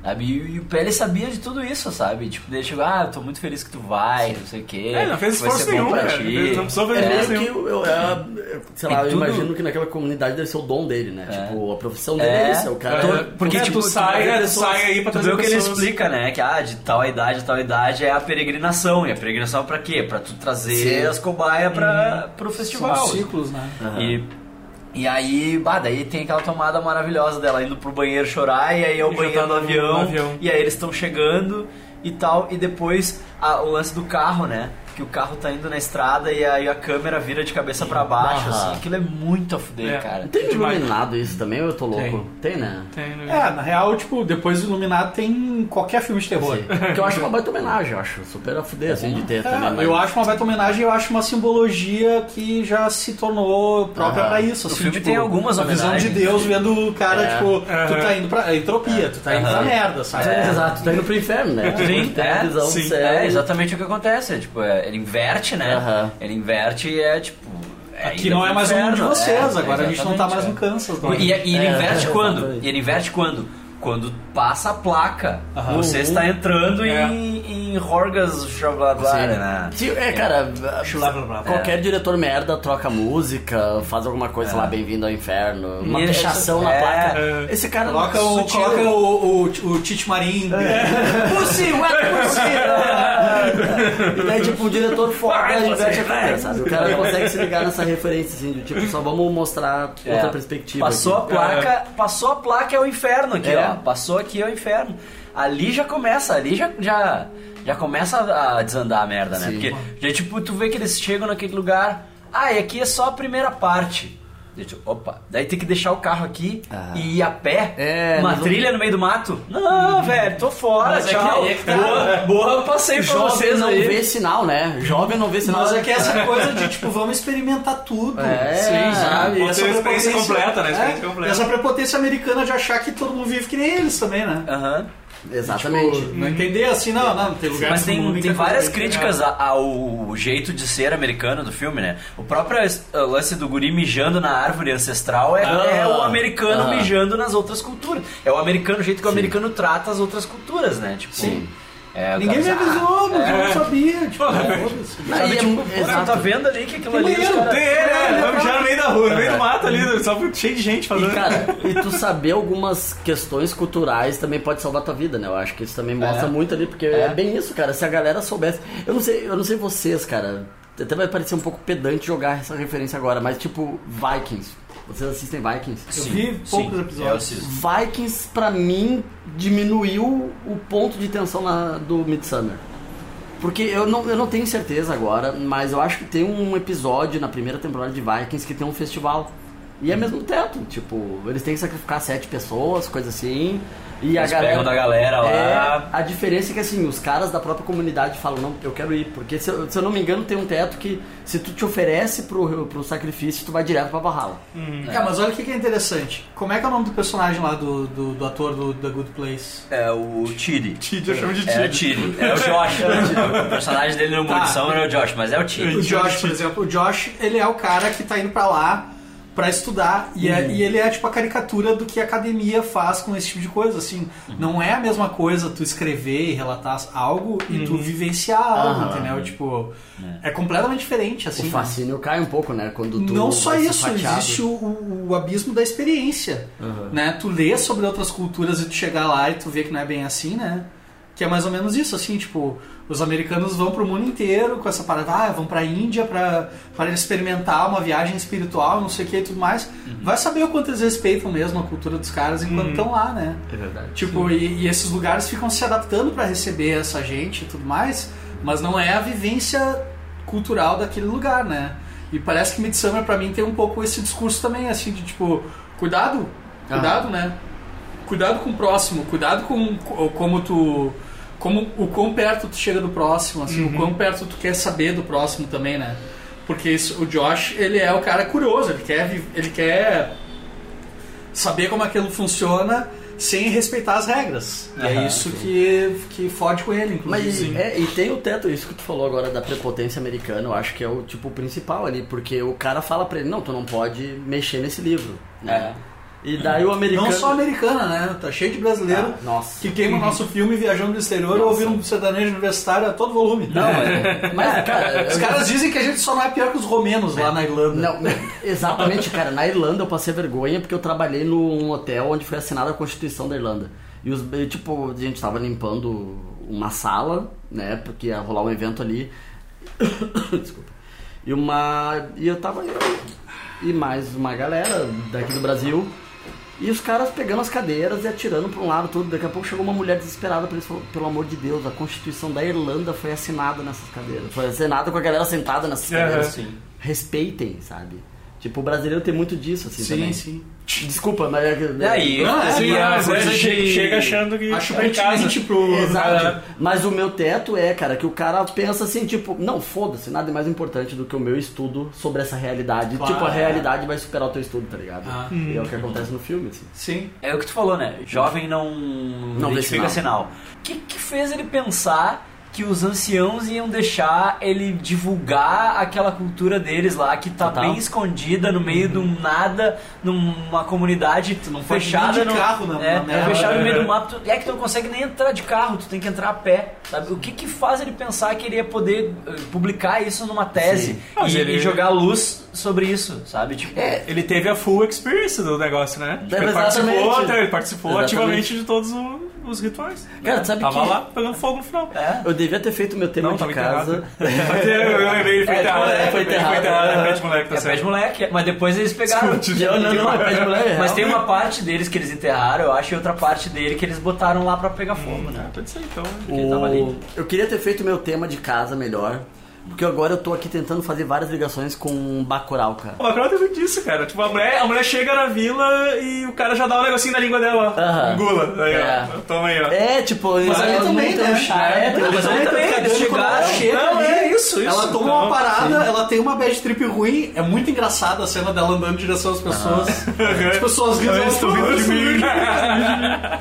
Sabe? E, e o Pele sabia de tudo isso, sabe? Tipo, daí ele chegou, ah, eu tô muito feliz que tu vai, não sei o quê.
É, não fez
vai ser
esforço
bom
nenhum,
pra
cara.
ti."
Ele Não precisou fazer
É,
esforço
que eu,
nenhum.
eu- é, sei lá,
assim, E
eu
tudo-
imagino que naquela comunidade deve ser o dom dele, né?
É.
Tipo, a profissão dele é,
É.
isso, é o cara.
Tô-
É,
porque,
É,
tipo,
tu sai,
tu-
é, tu
pessoas-
sai aí pra
Tu
trazer
vê o que ele
pessoas.
explica, né? Que ah, de tal idade, a tal idade é a peregrinação. E a peregrinação é pra quê? Pra tu trazer
Sim.
as cobaias pra, pro
são
festival.
os ciclos, né?
Uhum. E, e aí, bah, daí tem aquela tomada maravilhosa dela indo pro banheiro chorar, e aí é o
E já
banheiro
tá
do
no
avião,
avião.
e aí eles estão chegando e tal, e depois a- o lance do carro, né? Que o carro tá indo na estrada e aí a câmera vira de cabeça pra baixo,
Barra.
assim. Aquilo é muito a fuder,
É.
cara.
Tem
Demais.
iluminado isso também ou eu tô louco? Tem, né?
Tem, né?
É, na real, tipo, depois do Iluminado tem qualquer filme de terror.
Assim, Porque eu acho uma baita homenagem, eu acho. Super a fuder, assim, de ter também.
É,
mas-
eu acho uma baita homenagem, eu acho uma simbologia que já se tornou própria
Aham.
pra isso.
O
assim,
filme
tipo,
tem algumas
a visão de
homenagens.
Deus vendo o cara,
É.
tipo, tu
Aham.
tá indo pra é entropia, tu tá indo pra
Aham.
merda, sabe?
É, Exato, tá indo pro inferno, né?
Sim,
tem a
é,
visão assim.
sim.
do céu.
É exatamente o que acontece. é, tipo, é, ele inverte, né?
Aham.
Ele inverte e é tipo. É
Aqui
ainda
não é
pro
mais um
inferno,
de vocês,
é,
agora a gente não tá mais
exatamente,
no Kansas.
é.
Não.
E, e ele
É,
inverte quando?
exatamente.
E ele inverte quando? Quando passa a placa.
Aham.
Uhum.
Você está entrando
É.
em, em Horgas
Sim.
Chavladara, né?
Sim, é, cara,
É.
qualquer diretor merda troca música, faz alguma coisa lá, bem-vindo ao inferno, uma
Isso,
pichação na
é.
placa. Esse cara
Coloca o,
sutil.
coloca o, o, o Tite Marim.
Pussy,
é
wet pussy! e daí, tipo, o diretor foda,
Vai,
inverte
você,
a
vai.
cara, sabe? O cara consegue se ligar nessa referência, assim, de tipo, só vamos mostrar
É.
outra perspectiva.
Passou
aqui.
a placa, passou a placa é o inferno aqui,
É.
ó. Passou aqui é o inferno. Ali já começa, ali já já, já começa a a desandar a merda, né?
Sim.
Porque já tipo tu vê que eles chegam naquele lugar, ah, e aqui é só a primeira parte. Daí tu, Opa, daí tem que deixar o carro aqui e ir a pé.
Ah. É,
uma
mas eu-
trilha no meio do mato. Não, velho, tô fora,
Mas é que-
tchau.
é que tá-
boa, boa passeio pra
Jovem
vocês
não
aí.
vê sinal, né? Jovem não vê sinal.
Mas é que essa coisa de, tipo, vamos experimentar tudo.
É,
sabe?
Ou tem a experiência
prepotência-
completa, né? Experiência
é,
completa.
Essa prepotência americana de achar que todo mundo vive que nem eles também, né?
Aham.
Exatamente.
Não entender assim, não, não, tem lugar
Mas
no mundo
tem,
que
tem
tá
várias
fazendo
críticas a- ao jeito de ser americano do filme, né? O próprio uh, lance do guri mijando na árvore ancestral é,
Ah,
é o americano
ah.
mijando nas outras culturas. É o americano, o jeito que o americano trata as outras culturas, né? Tipo, Sim.
É. Ninguém me avisou, né? não, eu não sabia. Tipo, foda-se.
Aí é mu-
Você
exato.
tá vendo ali que aquilo ali... os
banheiro,
caras-
Tem, né? Vai mijar no meio da rua, no meio do mato ali, só cheio de gente
E,
fazendo.
cara, e tu saber algumas questões culturais também pode salvar tua vida, né? Eu acho que isso também mostra muito ali, porque é. bem isso, cara. Se a galera soubesse. Eu não sei, eu não sei vocês, cara. Até vai parecer um pouco pedante jogar essa referência agora, mas tipo, Vikings. Vocês assistem Vikings?
Eu vi poucos episódios.
É, eu assisto.
Vikings, pra mim, diminuiu o ponto de tensão na- do Midsummer. Porque eu não, eu não tenho certeza agora, mas eu acho que tem um episódio na primeira temporada de Vikings que tem um festival. E é mesmo teto, tipo, eles têm que sacrificar sete pessoas, coisa assim. E a
Eles
galera.
pegam da galera lá.
É, a diferença é que assim, os caras da própria comunidade falam, não, eu quero ir, porque se eu, se eu não me engano, tem um teto que se tu te oferece pro, pro sacrifício, tu vai direto pra Valhalla.
É, mas olha o que que é interessante. Como é que é o nome do personagem lá, do, do, do ator do The Good Place?
É o Tilly.
Tide, eu chamo de
É o
Tide.
Tilly. É o Josh. o personagem dele no Munição
Tá.
é o Josh, mas é o
O
Tilly.
Josh, por exemplo, o Josh, ele é o cara que tá indo pra lá pra estudar e, é- e ele é tipo a caricatura do que a academia faz com esse tipo de coisa, assim. Não é a mesma coisa tu escrever e relatar algo e tu vivenciar algo, entendeu? Tipo, é. completamente diferente, assim.
O fascínio cai um pouco, né? Quando tu
Não só
vai ser
isso,
fatiado.
existe um o, o- o abismo da experiência, né? Tu lê sobre outras culturas e tu chegar lá e tu vê que não é bem assim, né? Que é mais ou menos isso, assim, tipo, os americanos vão pro mundo inteiro com essa parada, ah, vão pra Índia pra, para experimentar uma viagem espiritual, não sei o que e tudo mais.
Uhum.
Vai saber o quanto eles respeitam mesmo a cultura dos caras enquanto estão lá, né?
É verdade.
Tipo, e, e esses lugares ficam se adaptando pra receber essa gente e tudo mais, mas não é a vivência cultural daquele lugar, né? E parece que Midsummer pra mim tem um pouco esse discurso também, assim, de tipo, cuidado, cuidado, né? Cuidado com o próximo, cuidado com co- como tu. Como, o quão perto tu chega do próximo, assim, o quão perto tu quer saber do próximo também, né? Porque isso- o Josh, ele é o cara curioso, ele quer, vi- ele quer saber como aquilo funciona sem respeitar as regras. E é
Aham,
isso que, que fode com ele,
Mas
inclusive.
é, e tem o teto, isso que tu falou agora da prepotência americana, eu acho que é o tipo principal ali, porque o cara fala pra ele, não, tu não pode mexer nesse livro, né? E daí o americano.
É. Não só americana, né? Tá cheio de brasileiro
Ah, nossa.
que queima o nosso filme viajando no exterior ou ouvindo um sertanejo universitário a todo volume.
Não, é- mas, cara,
Os
eu-
caras dizem que a gente só não é pior que os romenos lá na Irlanda.
Não, exatamente, cara. Na Irlanda eu passei vergonha porque eu trabalhei num hotel onde foi assinada a Constituição da Irlanda. E os, e, tipo, a gente tava limpando uma sala, né? Porque ia rolar um evento ali. Desculpa. E uma. E eu tava. eu E mais uma galera daqui do Brasil. E os caras pegando as cadeiras e atirando pra um lado tudo. Daqui a pouco chegou uma mulher desesperada pra eles falou, pelo amor de Deus, a Constituição da Irlanda foi assinada nessas cadeiras. Foi assinada com a galera sentada nessas cadeiras
Sim.
respeitem, sabe? Tipo, o brasileiro tem muito disso, assim,
Sim,
também.
sim.
Desculpa, mas... é que-
E aí?
Não, é,
e
sim,
a
Mas é,
coisa
che-
de-
chega achando que
Acho
tá em casa.
pertinente pro.
Exato. Mas o meu teto é, cara, que o cara pensa assim, tipo, não, foda-se, nada é mais importante do que o meu estudo sobre essa realidade.
Claro,
tipo, a
é.
realidade vai superar o teu estudo, tá ligado?
Ah.
E é o que acontece no filme, assim.
Sim.
É o que tu falou, né? Jovem não,
Não vê
identifica sinal. O que, que fez ele pensar que os anciãos iam deixar ele divulgar aquela cultura deles lá, que tá
Total.
bem escondida no meio de um nada, numa comunidade
pode
fechada
nem de
no,
carro na-
é,
na merda.
fechada no meio do mapa. Tu, é que tu não consegue nem entrar de carro, tu tem que entrar a pé. Sabe? O que, que faz ele pensar que ele ia poder eh, publicar isso numa tese
Mas
e,
ele- É.
e jogar luz sobre isso, sabe? Tipo,
Ele teve a full experience do negócio, né? Tipo, ele
Exatamente.
participou, até- ele participou
Exatamente.
ativamente de todos o- os rituais.
Cara, sabe
Tava
que-
lá pegando fogo no final.
é.
Eu devia ter feito meu tema
Não,
de
tava né?
casa.
Mas eu- eu lembrei, ele foi
É,
enterrado.
foi-
né?
foi
Ele
enterrado.
enterrado, é pé de moleque, tá
É pé de
certo.
moleque, mas depois eles pegaram.
Eu não, não, é pé de mulher, é
Mas
real.
tem uma parte deles que eles enterraram, eu acho, e outra parte dele que eles botaram
Hum,
lá pra pegar fogo, né?
Pode ser, então.
ele tava ali.
Eu queria ter feito meu tema de casa melhor. Porque agora eu tô aqui tentando fazer várias ligações com um Bacurau, cara.
O Acrota muito disso, cara. Tipo, a mulher, a mulher chega na vila e o cara já dá um negocinho na língua dela.
Aham.
Engula. Aí,
É.
ó. Toma aí, ó.
É, tipo... Mas
ali também, né?
É, tem
Mas
mas
ali
aí
também,
também.
eles chegaram-
Não,
né?"
é isso, isso.
Ela toma uma parada, ela tem uma bad trip ruim. É muito engraçada a cena dela andando em direção às pessoas. As pessoas rindo.
Então Eles
elas
estão rindo de mim.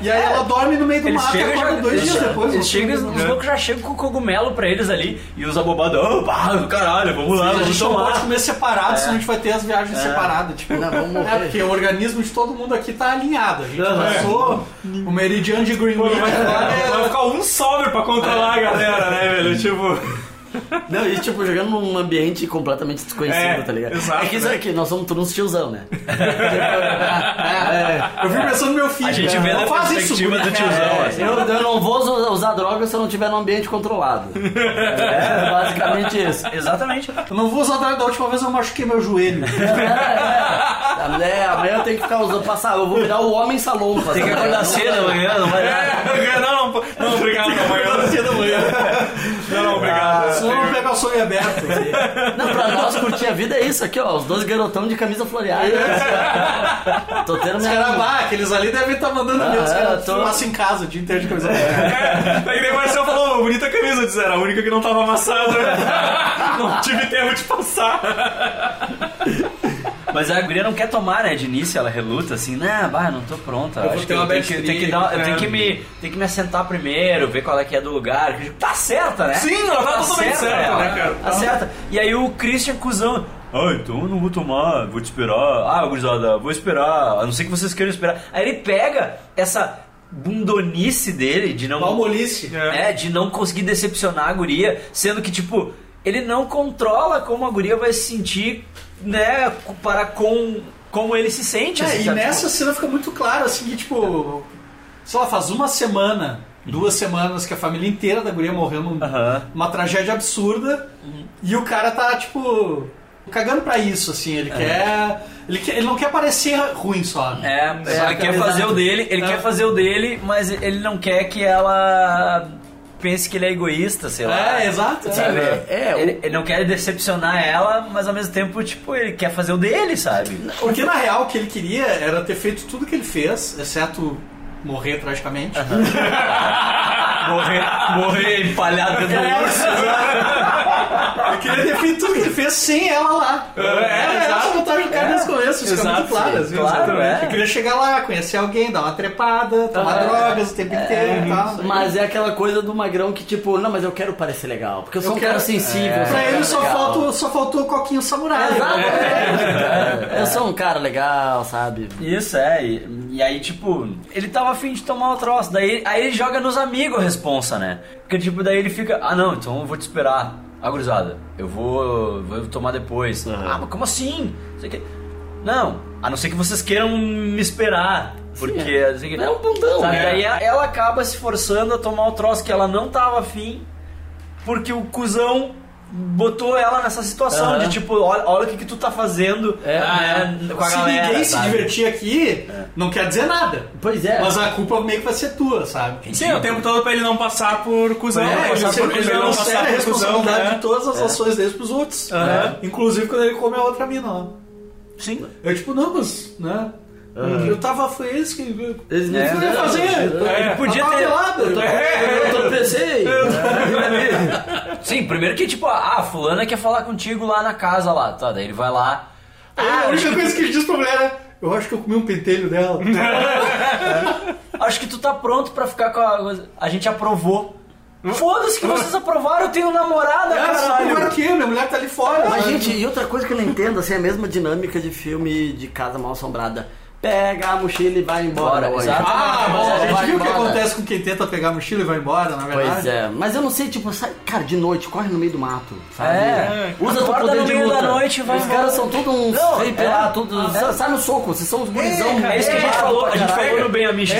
E aí ela dorme no meio do mato e
chegam
acorda dois dias depois.
tá.
Eles chegam, os
É.
loucos já chegam com cogumelo pra eles ali e os abobados, opa, caralho, vamos lá,
a
vamos
gente não pode
tomar.
comer separado, senão a gente vai ter as viagens separadas. Tipo,
Não, vamos morrer.
É, porque o organismo de todo mundo aqui tá alinhado. A gente passou o meridiano de Greenwich.
Vai
lá,
ficar,
é,
né?
vai ficar um sóbrio pra controlar a galera, né, velho? Tipo.
Não, e tipo, jogando num ambiente completamente desconhecido,
É,
tá ligado?
exato,
é que isso
né?
aqui, nós somos todos uns tiozão, né?
Eu fico pensando no meu filho.
A gente
cara.
vê
Não
na
faz
perspectiva
isso,
do tiozão, assim.
Eu, eu não vou usar, usar droga se eu não tiver num ambiente controlado. É basicamente isso.
Exatamente.
Eu não vou usar droga, da última vez eu machuquei meu joelho.
É, amanhã eu tenho que ficar usando, passar, eu vou virar o homem salão.
Tem que acordar cedo amanhã, não vai dar.
É, não, não, não, obrigado, amanhã. Não, não,
Ah,
Senão eu não
obrigado.
pega o sonho aberto.
Não, pra nós curtir a vida é isso aqui, ó. Os dois garotão de camisa floreada. Tô tendo
Os caras,
minha.
ah, aqueles ali devem estar mandando
Ah,
mesmo. Os
eu
caras
tô-
fumaçam em casa o dia inteiro de coisa.
É, Aí o Marcel falou, "Ô, bonita camisa, eu disse, era a única que não tava amassada. Não tive tempo de passar.
Mas a guria não quer tomar, né? De início ela reluta assim, né? Bah, não tô pronta. Eu
vou
acho
ter
que eu
uma
tenho
bad
que,
trip,
tenho que dar, eu
né?
tenho que me, tenho que me assentar primeiro, ver qual é que é do lugar. que- Tá certa, né?
Sim, ela tá totalmente certa,
ela,
né, cara?
Tá certa. E aí o Christian cuzão. Ah, então eu não vou tomar, vou te esperar. Ah, gurizada, vou esperar, a não ser que vocês queiram esperar. Aí ele pega essa bundonice dele de não
Palmolice.
é, de não conseguir decepcionar a guria, sendo que, tipo, ele não controla como a guria vai se sentir, né, para com como ele se sente.
É,
assim,
e
sabe?
nessa cena fica muito claro, assim, que tipo. Sei lá, faz uma semana, duas semanas que a família inteira da guria morreu num-
Aham.
numa tragédia absurda e o cara tá, tipo, cagando pra isso, assim.
É.
Ele, quer, ele quer- Ele não quer parecer ruim só. né?
É, ele quer fazer o dele, ele
É.
quer fazer o dele, mas ele não quer que ela pense que ele é egoísta, sei lá.
É, exato.
Sabe?
É.
É, o-
ele, ele não quer decepcionar ela, mas ao mesmo tempo, tipo, ele quer fazer o dele, sabe?
Porque na real É. o que ele queria era ter feito tudo que ele fez, exceto morrer tragicamente.
Morrer, morrer empalhado dentro do urso.
Eu queria ter feito tudo que ele fez sem ela lá.
É,
É, era essa a vontade do cara desde o começo, isso fica
exato,
muito claro.
sim,
assim,
claro,
exatamente.
é.
Eu queria chegar lá, conhecer alguém, dar uma trepada, tomar drogas o tempo inteiro e tal.
Uhum.
Mas é aquela coisa do magrão que, tipo, não, mas eu quero parecer legal, porque eu sou
Eu
um cara
quero-
sensível.
É.
eu sou um
Pra
cara
ele só
legal.
faltou, só faltou o coquinho samurai.
Exato,
né?
é. Eu sou um cara legal, sabe?
Isso, é. E, e aí, tipo, ele tava afim de tomar o troço. Daí aí ele joga nos amigos a responsa, né? Porque, tipo, daí ele fica, ah, não, então eu vou te esperar. Ah, gurizada, eu vou, vou tomar depois. Ah, mas como assim? Não, sei o quê. não, a não ser que vocês queiram me esperar. Porque
é.
não sei o quê.
É um bundão,
Sabe?
né?
Daí a- ela acaba se forçando a tomar o troço que ela não tava afim. Porque o cuzão botou ela nessa situação
Aham.
de tipo, olha, olha o que, que tu tá fazendo
É.
né, com a
Se
galera.
ninguém se
sabe?
divertir aqui, não quer dizer nada.
Pois é.
Mas a culpa meio que vai ser tua, sabe?
Sim, o tempo todo pra ele não passar por cuzão.
É,
passar
isso é
por
porque ele
cuzão,
transfere
passar
a
por cuzão.
responsabilidade
né?
de todas as ações deles pros outros. né? Inclusive quando ele come a outra mina lá.
Sim.
Eu tipo, não, mas, né? Eu tava, foi esse que. Eles
não
não
fizeram.
ia fazer. É,
Ele podia
Tava
ter-
pelado. É,
Eu tropecei.
Sim, primeiro que tipo, ah, fulana quer falar contigo lá na casa lá. Tá, daí ele vai lá.
A
Ah, acho,
única coisa que ele disse pra mulher é: Eu acho que eu comi um pentelho dela.
acho que tu tá pronto pra ficar com a. A gente aprovou. Foda-se que vocês aprovaram, eu tenho namorada,
Agora
caralho.
que minha mulher tá ali fora.
Mas, gente, e outra coisa que eu não entendo, assim, é a mesma dinâmica de filme de Casa Mal Assombrada. Pega a mochila e vai embora.
Bora,
hoje.
exato.
Ah, mas a gente
vai
viu o que
embora.
acontece com quem tenta pegar a mochila e vai embora, na verdade.
Pois é, mas eu não sei, tipo, sai, cara, de noite, corre no meio do mato, sabe?
É.
usa teu
Acorda
poder
no
de
meio
luta.
da noite e vai
Os
embora.
caras são todos uns
Não,
rape
é.
lá, todos.
É.
Sai no soco, vocês são uns gurizão.
É isso que a gente falou, a gente
Caralho.
falou no bem amigo.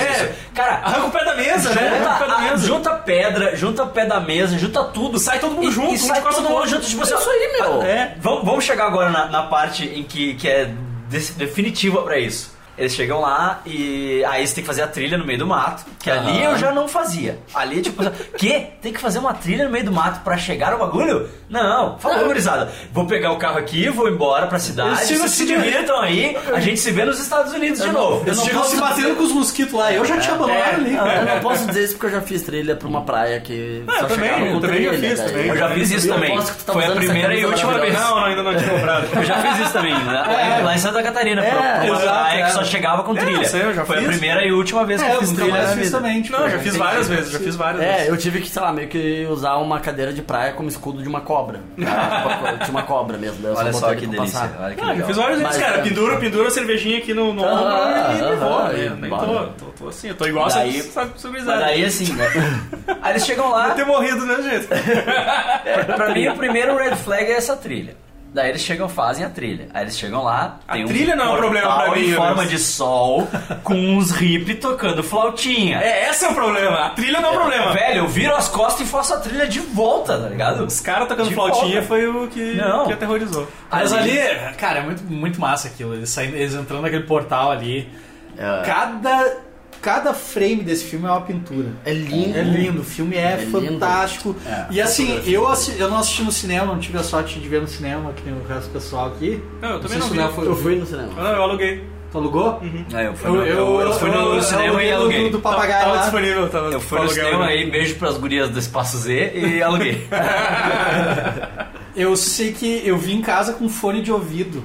Cara,
Arranca o pé da mesa, né?
junta,
Arranca o pé da
a-
mesa.
junta pedra, junta pé da mesa, junta tudo.
Sai todo mundo
E-
junto,
e
um
sai
de costas
todo
pro
mundo
outro.
junto. Tipo, assim,
Isso aí, meu.
É, vamos, vamos chegar agora na, na parte em que, que é dec- definitiva pra isso. Eles chegam lá e aí você tem que fazer a trilha no meio do mato, que ali eu já não fazia. Ali, tipo, que? Tem que fazer uma trilha no meio do mato pra chegar ao bagulho? Não, falou, gurizada. Vou pegar o carro aqui, vou embora pra cidade,
Eles tiram
vocês se
esse-
divirtam Então, aí, a gente se vê nos Estados Unidos de novo.
Eles chegam se batendo com os mosquitos lá. Eu já tinha abandonado ali, cara.
Eu não posso dizer isso porque eu já fiz trilha pra uma praia que
É,
só
também,
chegava com
eu também já
trilha,
fiz
daí-
também.
Eu já fiz isso
Eu
também.
aposto que tu tá
Foi a
usando essa
primeira e
camisa
última vez.
maravilhosa.
Não, não, ainda não tinha comprado.
Eu já fiz isso também, né? lá em Santa Catarina,
É,
pra- pra uma
exato,
praia
é.
que só chegava com trilha.
eu sei, eu já
Foi
fiz.
a primeira e última vez que
É,
eu
eu
fiz
nunca
trilha na
mais
minha
fiz
vida.
também. tipo,
Não, eu já fiz várias vezes, já fiz várias vezes.
É, eu tive que, sei lá, meio que usar uma cadeira de praia como escudo de uma cobra. Eu tinha uma cobra mesmo, daí eu
Olha
só
só
botei
que
ele pra
delícia.
passar.
Olha que
Ah, já
legal.
fiz várias vezes,
Mas,
cara.
é.
Pendura, pendura a cervejinha aqui no, no ombro
Ah,
e me vou,
ah,
né?
e
Nem
bora.
tô, tô, tô assim, eu tô igual
Daí-
essa sabe, sabe,
Mas daí assim, né? Aí eles chegam lá.
ter morrido do mesmo jeito.
Pra mim, o primeiro red flag é essa trilha. Daí eles chegam, fazem a trilha. Aí eles chegam lá,
A
tem um
trilha não é um
portal
problema pra mim,
em forma
Yuri.
de sol com uns hip tocando flautinha.
É, esse é o problema. A trilha não é o problema.
Velho, eu viro as costas e faço a trilha de volta, tá ligado?
Os caras tocando
De
flautinha
volta.
foi o que,
Não.
que aterrorizou.
Mas ali,
Ali-
cara, é muito, muito massa aquilo. Eles, saindo, eles entrando naquele portal ali.
É.
É.
Cada, cada frame desse filme é uma pintura.
É lindo.
É lindo, o filme é,
É lindo.
fantástico.
É,
e assim, eu, assi- eu não assisti no cinema, não tive a sorte de ver no cinema, que nem o resto do pessoal aqui.
Não, eu
sei
também não
se
vi.
o Léo foi-
Eu fui no cinema.
Não, eu aluguei.
Tu alugou?
É, eu fui no, eu- eu fui no
eu- eu
cinema
aluguei
e
do-
aluguei. Tá,
Do, papagaio
tava
lá.
disponível, tava
Eu fui no
aluguel,
cinema
né?
aí, beijo pras gurias do Espaço Z e aluguei.
Tá, Eu sei que eu vi em casa com fone de ouvido.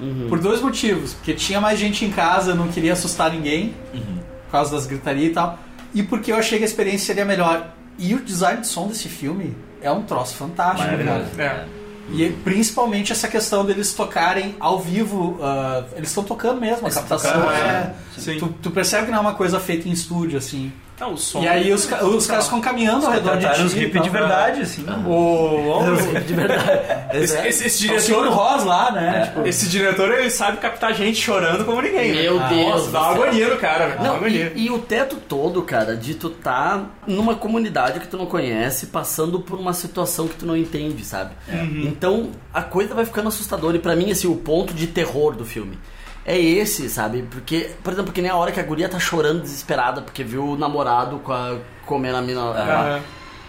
Uhum.
Por dois motivos. Porque tinha mais gente em casa, eu não queria assustar ninguém. Por causa das gritarias e tal. E porque eu achei que a experiência seria melhor. E o design de som desse filme é um troço fantástico, cara.
É.
E principalmente essa questão deles tocarem ao vivo. ah, eles estão tocando mesmo, a captação
tocando,
é.
Sim.
Tu, tu percebe que não é uma coisa feita em estúdio, assim.
Não, Tá, o som.
e aí os, ca- os caras ficam caminhando ao redor de ti. tá
Trataram os
e
hippies
tal.
de verdade, assim.
O-
De verdade.
Esse, esse- esse
É o senhor
diretor.
Ross lá, né? Tipo,
Esse diretor, ele sabe captar gente chorando como ninguém. né?
Meu Deus
Nossa,
do
dá uma
céu.
agonia no cara, velho. Dá uma
Não,
agonia.
e, e o teto todo, cara, de tu tá numa comunidade que tu não conhece, passando por uma situação que tu não entende, sabe?
É. Uhum.
Então a coisa vai ficando assustadora. E pra mim, assim, o ponto de terror do filme é esse, sabe? Porque, por exemplo, que nem a hora que a guria tá chorando desesperada porque viu o namorado com a, comendo a mina. lá.
Aham.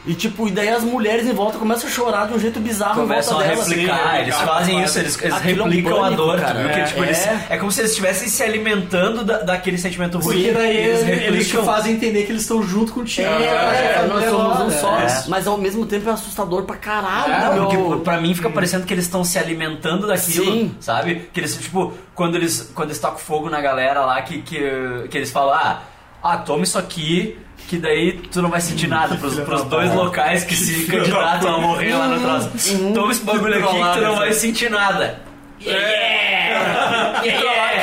E tipo, e daí as mulheres em volta começam a chorar de um jeito bizarro
Começam
em
a
volta dela.
replicar,
Sim,
eles
cara,
fazem
claro.
isso, eles, eles
Aquilo é um
replicam a
pânico,
dor,
cara.
cara.
É,
É, tipo, eles-
é.
é como se eles estivessem se alimentando da- daquele sentimento ruim.
Porque daí
e
eles, eles te
replicam.
fazem entender que eles estão junto contigo.
É,
É,
nós
é,
somos um
é.
só,
É.
mas ao mesmo tempo é assustador pra caralho.
Ah,
meu.
não, porque pra mim fica parecendo que eles estão se alimentando daquilo,
Sim.
sabe? Que eles, tipo, quando eles, quando eles tocam fogo na galera lá, que, que, que eles falam, ah, ah, toma isso aqui, que daí tu não vai sentir nada pros, pros dois locais que se candidatam a morrer lá no troço.
Hum.
Toma esse bagulho aqui que tu não vai sentir nada. Yeah! Yeah!
Que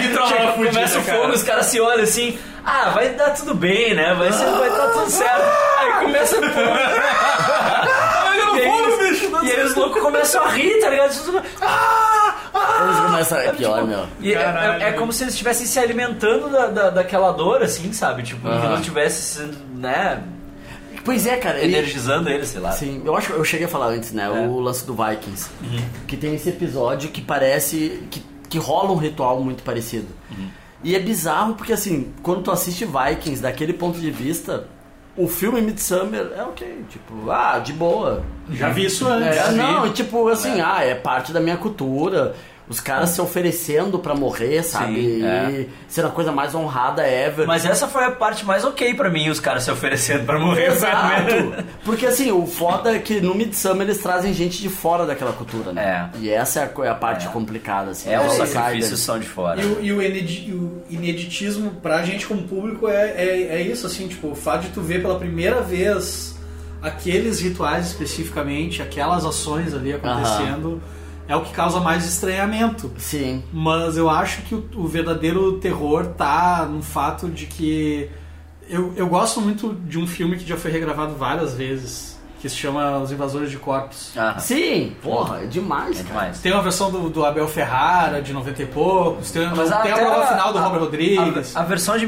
trollada
Chega,
fudida,
Começa o
cara.
fogo, os caras se olham assim, ah, vai dar tudo bem, né? Vai, ser, vai dar tudo certo. Aí começa o fogo. E eles- E aí os loucos começam a rir, tá ligado? Eles- Ah! ah!
Eles começam- é pior, meu.
E é-
Caralho.
é, é como se eles estivessem se alimentando da, da- daquela dor, assim, sabe? Tipo, que não estivesse sendo, né?
Pois é, cara. ele-
Energizando eles, sei lá.
Sim, eu acho eu cheguei a falar antes, né?
É.
O lance do Vikings.
Uhum.
Que tem esse episódio que parece. que, que rola um ritual muito parecido.
Uhum.
E é bizarro porque, assim, quando tu assiste Vikings daquele ponto de vista, o filme Midsummer é ok. Tipo, ah, de boa.
Já vi isso antes.
É, não, e tipo assim, ah, é parte da minha cultura. Os caras se oferecendo pra morrer, sabe?
Uhum. Sim, é.
E sendo a coisa mais honrada ever.
Mas essa foi a parte mais ok pra mim, os caras se oferecendo pra morrer.
Exato! Porque assim, o foda é que no Midsummer eles trazem gente de fora daquela cultura, né? E essa é a, co- é a parte complicada, assim.
É,
os
os
outsiders.
sacrifícios são de fora.
E o, e o inedi- o ineditismo pra gente como público é, é, é isso, assim, tipo, o fato de tu ver pela primeira vez aqueles rituais especificamente, aquelas ações ali acontecendo, é o que causa mais estranhamento.
Sim.
Mas eu acho que o, o verdadeiro terror tá no fato de que. Eu, eu gosto muito de um filme que já foi regravado várias vezes, que se chama Os Invasores de Corpos.
Ah,
Sim, porra, é demais,
é
cara.
demais.
Tem uma versão do, do Abel Ferrara, de 90 e poucos, tem, tem a
até
prova final do
a-
Robert Rodrigues.
A, a versão de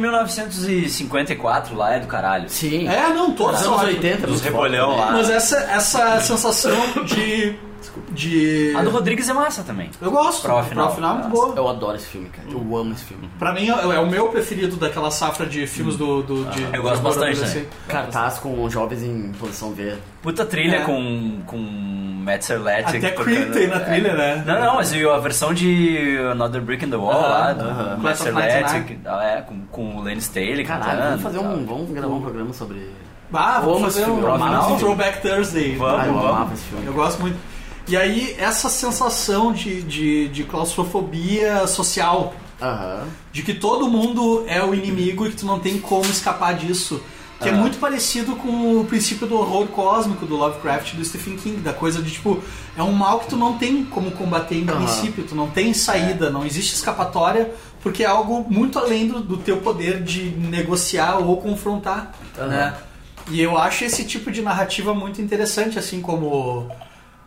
1954 lá é do caralho.
Sim.
é, não, todas
Dos
são
anos
ótimas.
80,
Dos
muito
rebolhão
foda, né?
lá.
Mas essa, essa sensação de
desculpa.
de.
A do Rodrigues é massa também.
Eu gosto.
Pro
Pro
Final.
final, é muito boa.
Eu adoro esse filme, cara. Eu amo esse filme.
Pra mim é, é o meu preferido daquela safra de filmes do. do de,
Ah, eu gosto
do
bastante,
Assim.
né?
Cartaz com jovens em posição V.
Puta trilha
É.
com, com Matt Serletic.
Até
tocando- É.
Creep tem na trilha, né?
Não, não, mas viu a versão de Another Brick in the Wall
Aham,
lá, do
aham.
Matt
Class of
Serletic, ah, é, com, com o Lane Staley
Caralho,
cantando
vamos fazer
e tal.
um. Vamos gravar um programa sobre.
Ah,
Eu amo
vamos
esse
fazer um,
filme, eu amava
um
esse filme.
Throwback Thursday.
Vamos,
Ah, eu
vamos.
amava esse filme.
Eu gosto muito. E aí, essa sensação de, de, de claustrofobia social,
Aham.
de que todo mundo é o inimigo e que tu não tem como escapar disso. Que é muito parecido com o princípio do horror cósmico do Lovecraft e do Stephen King, da coisa de tipo, é um mal que tu não tem como combater em
Aham.
princípio, tu não tem saída, não existe escapatória, porque é algo muito além do, do teu poder de negociar ou confrontar. Né? E eu acho esse tipo de narrativa muito interessante, assim como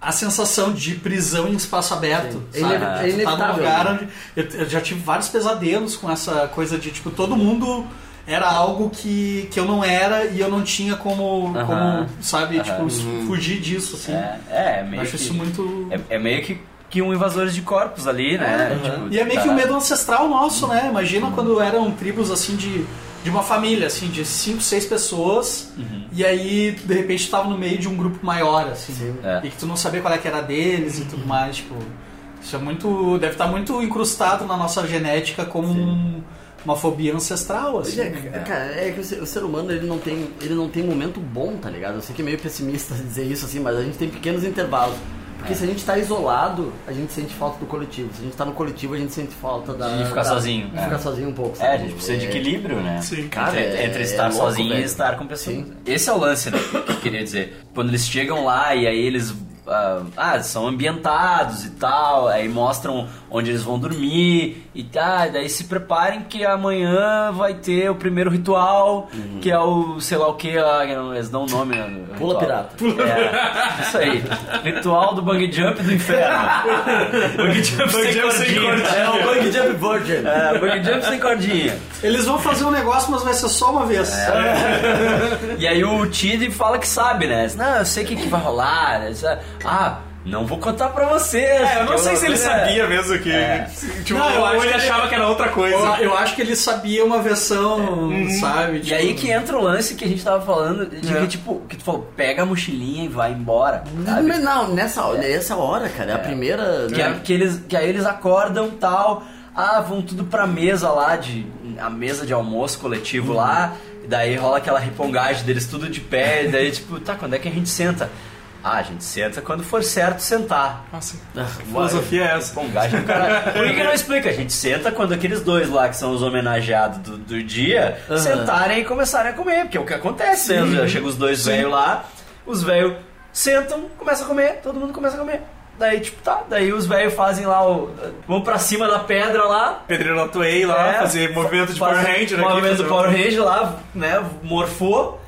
a sensação de prisão em espaço aberto.
É
sabe?
ine- é
Tu tá num
inevitável,
lugar
né?
onde. Eu, eu já tive vários pesadelos com essa coisa de, tipo, todo mundo era algo que, que eu não era e eu não tinha como,
Aham.
como sabe, tipo, s-
Uhum.
fugir disso, assim.
É, é
eu
meio
acho
que...
isso muito.
É, é meio que, que um invasores de corpos ali, né? Tipo,
E é meio que
tá-
o medo ancestral nosso, né? Imagina quando eram tribos assim de, de uma família, assim, de cinco, seis pessoas, e aí de repente tava no meio de um grupo maior, assim.
É.
E que tu não sabia qual é que era deles e
Uhum.
tudo mais, tipo. Isso é muito. Deve estar muito incrustado na nossa genética como um- uma fobia ancestral, assim.
É, Cara, é que o ser, o ser humano ele não, tem, ele não tem momento bom, tá ligado? Eu sei que é meio pessimista dizer isso assim, mas a gente tem pequenos intervalos.
É.
Porque se a gente tá isolado, a gente sente falta do coletivo. Se a gente tá no coletivo, a gente sente falta da.
De ficar
da-
sozinho,
De
é.
ficar sozinho um pouco.
É,
sabe?
a gente precisa de equilíbrio, né?
Sim.
Cara,
entre,
é-
entre
é
estar
louco,
sozinho e
velho.
estar com pessoas.
Sim.
Esse é o lance, né? Que eu queria dizer. Quando eles chegam lá e aí eles. ah, ah, são ambientados e tal, aí mostram onde eles vão dormir e tá, daí se preparem que amanhã vai ter o primeiro ritual, que é o sei lá o que, eles dão o nome, né? no
Pula
ritual.
pirata.
É, isso aí. Ritual do bungee jump do inferno. bungee jump sem cordinha.
É o Bug Jump Virgin.
É, bungee jump sem cordinha.
Eles vão fazer um negócio, mas vai ser só uma vez.
E aí o Tid fala que sabe, né? Não, eu sei o que, que vai rolar. né? Ah, não vou contar pra vocês.
É, eu não sei se ele
é.
sabia mesmo que. Tipo,
Não, eu
ou
acho
ele
que ele-
achava que era outra coisa.
Eu, eu acho que ele sabia uma versão, sabe?
É. Uhum.
Tipo,
E aí que entra o lance que a gente tava falando, de
É.
que tipo, que tu falou, pega a mochilinha e vai embora.
Uhum.
sabe?
Não, Não, nessa, hora- nessa hora, cara, é a primeira.
Que, é- que eles, que aí eles acordam tal, ah, vão tudo pra mesa lá, de, a mesa de almoço coletivo lá, e daí rola aquela ripongagem deles tudo de pé, e daí tipo, tá, quando é que a gente senta? Ah, a gente senta quando for certo sentar.
Nossa, que
Uai,
filosofia é essa?
Ripongagem do caralho. Por que, que não explica? A gente senta quando aqueles dois lá que são os homenageados do, do dia sentarem e começarem a comer, porque é o que acontece mesmo. Já Chega os dois velhos lá, os velhos sentam, começam a comer, todo mundo começa a comer. Daí, tipo, tá, daí os velhos fazem lá o. Vão pra cima da pedra lá.
Pedreiro Atuei lá,
é,
fazer movimento de
faz-
Power Ranger aqui.
Movimento
fazer
do
um-
Power Ranger lá, né? Morfou.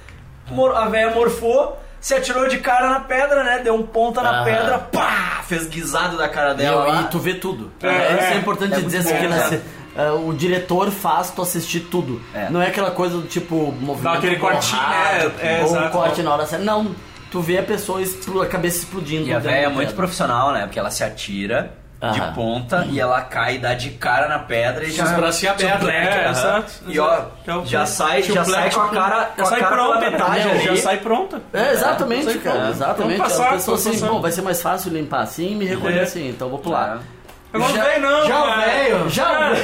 mor- a velha morfou, se atirou de cara na pedra, né? Deu um ponta na
Aham.
pedra, pá! Fez guisado da cara
E,
dela. lá.
e tu vê tudo.
É,
isso é
é.
importante
É
dizer
muito
assim, que
bom,
na-
né?
é, o diretor faz tu assistir tudo.
É.
Não é aquela coisa do tipo movimento.
Dá aquele
borrado,
cortinho, né? É,
ou um
exato.
corte na hora certa. Não, tu vê a pessoa expl- a cabeça explodindo.
E a
dentro
véia é
da
muito
pedra.
profissional, né? Porque ela se atira de
Aham.
ponta e ela cai e dá de cara na pedra e já.
os bracinhos abertos,
Black,
né?
aham.
Exato,
E ó,
exato. Que é o-
já sai,
Tio
já
Black
sai com a
com-
cara. com
Já
a
sai
cara pela
pronta,
metade
né? Já
ali.
sai pronta.
É, exatamente,
Não sei,
cara.
cara.
Exatamente.
Vamos passar,
As pessoas
vamos
assim,
passar.
bom, vai ser mais fácil limpar assim e me recolher
É.
assim, então vou pular.
Eu não sei, não.
Já o
cara.
velho.
Já
Cara,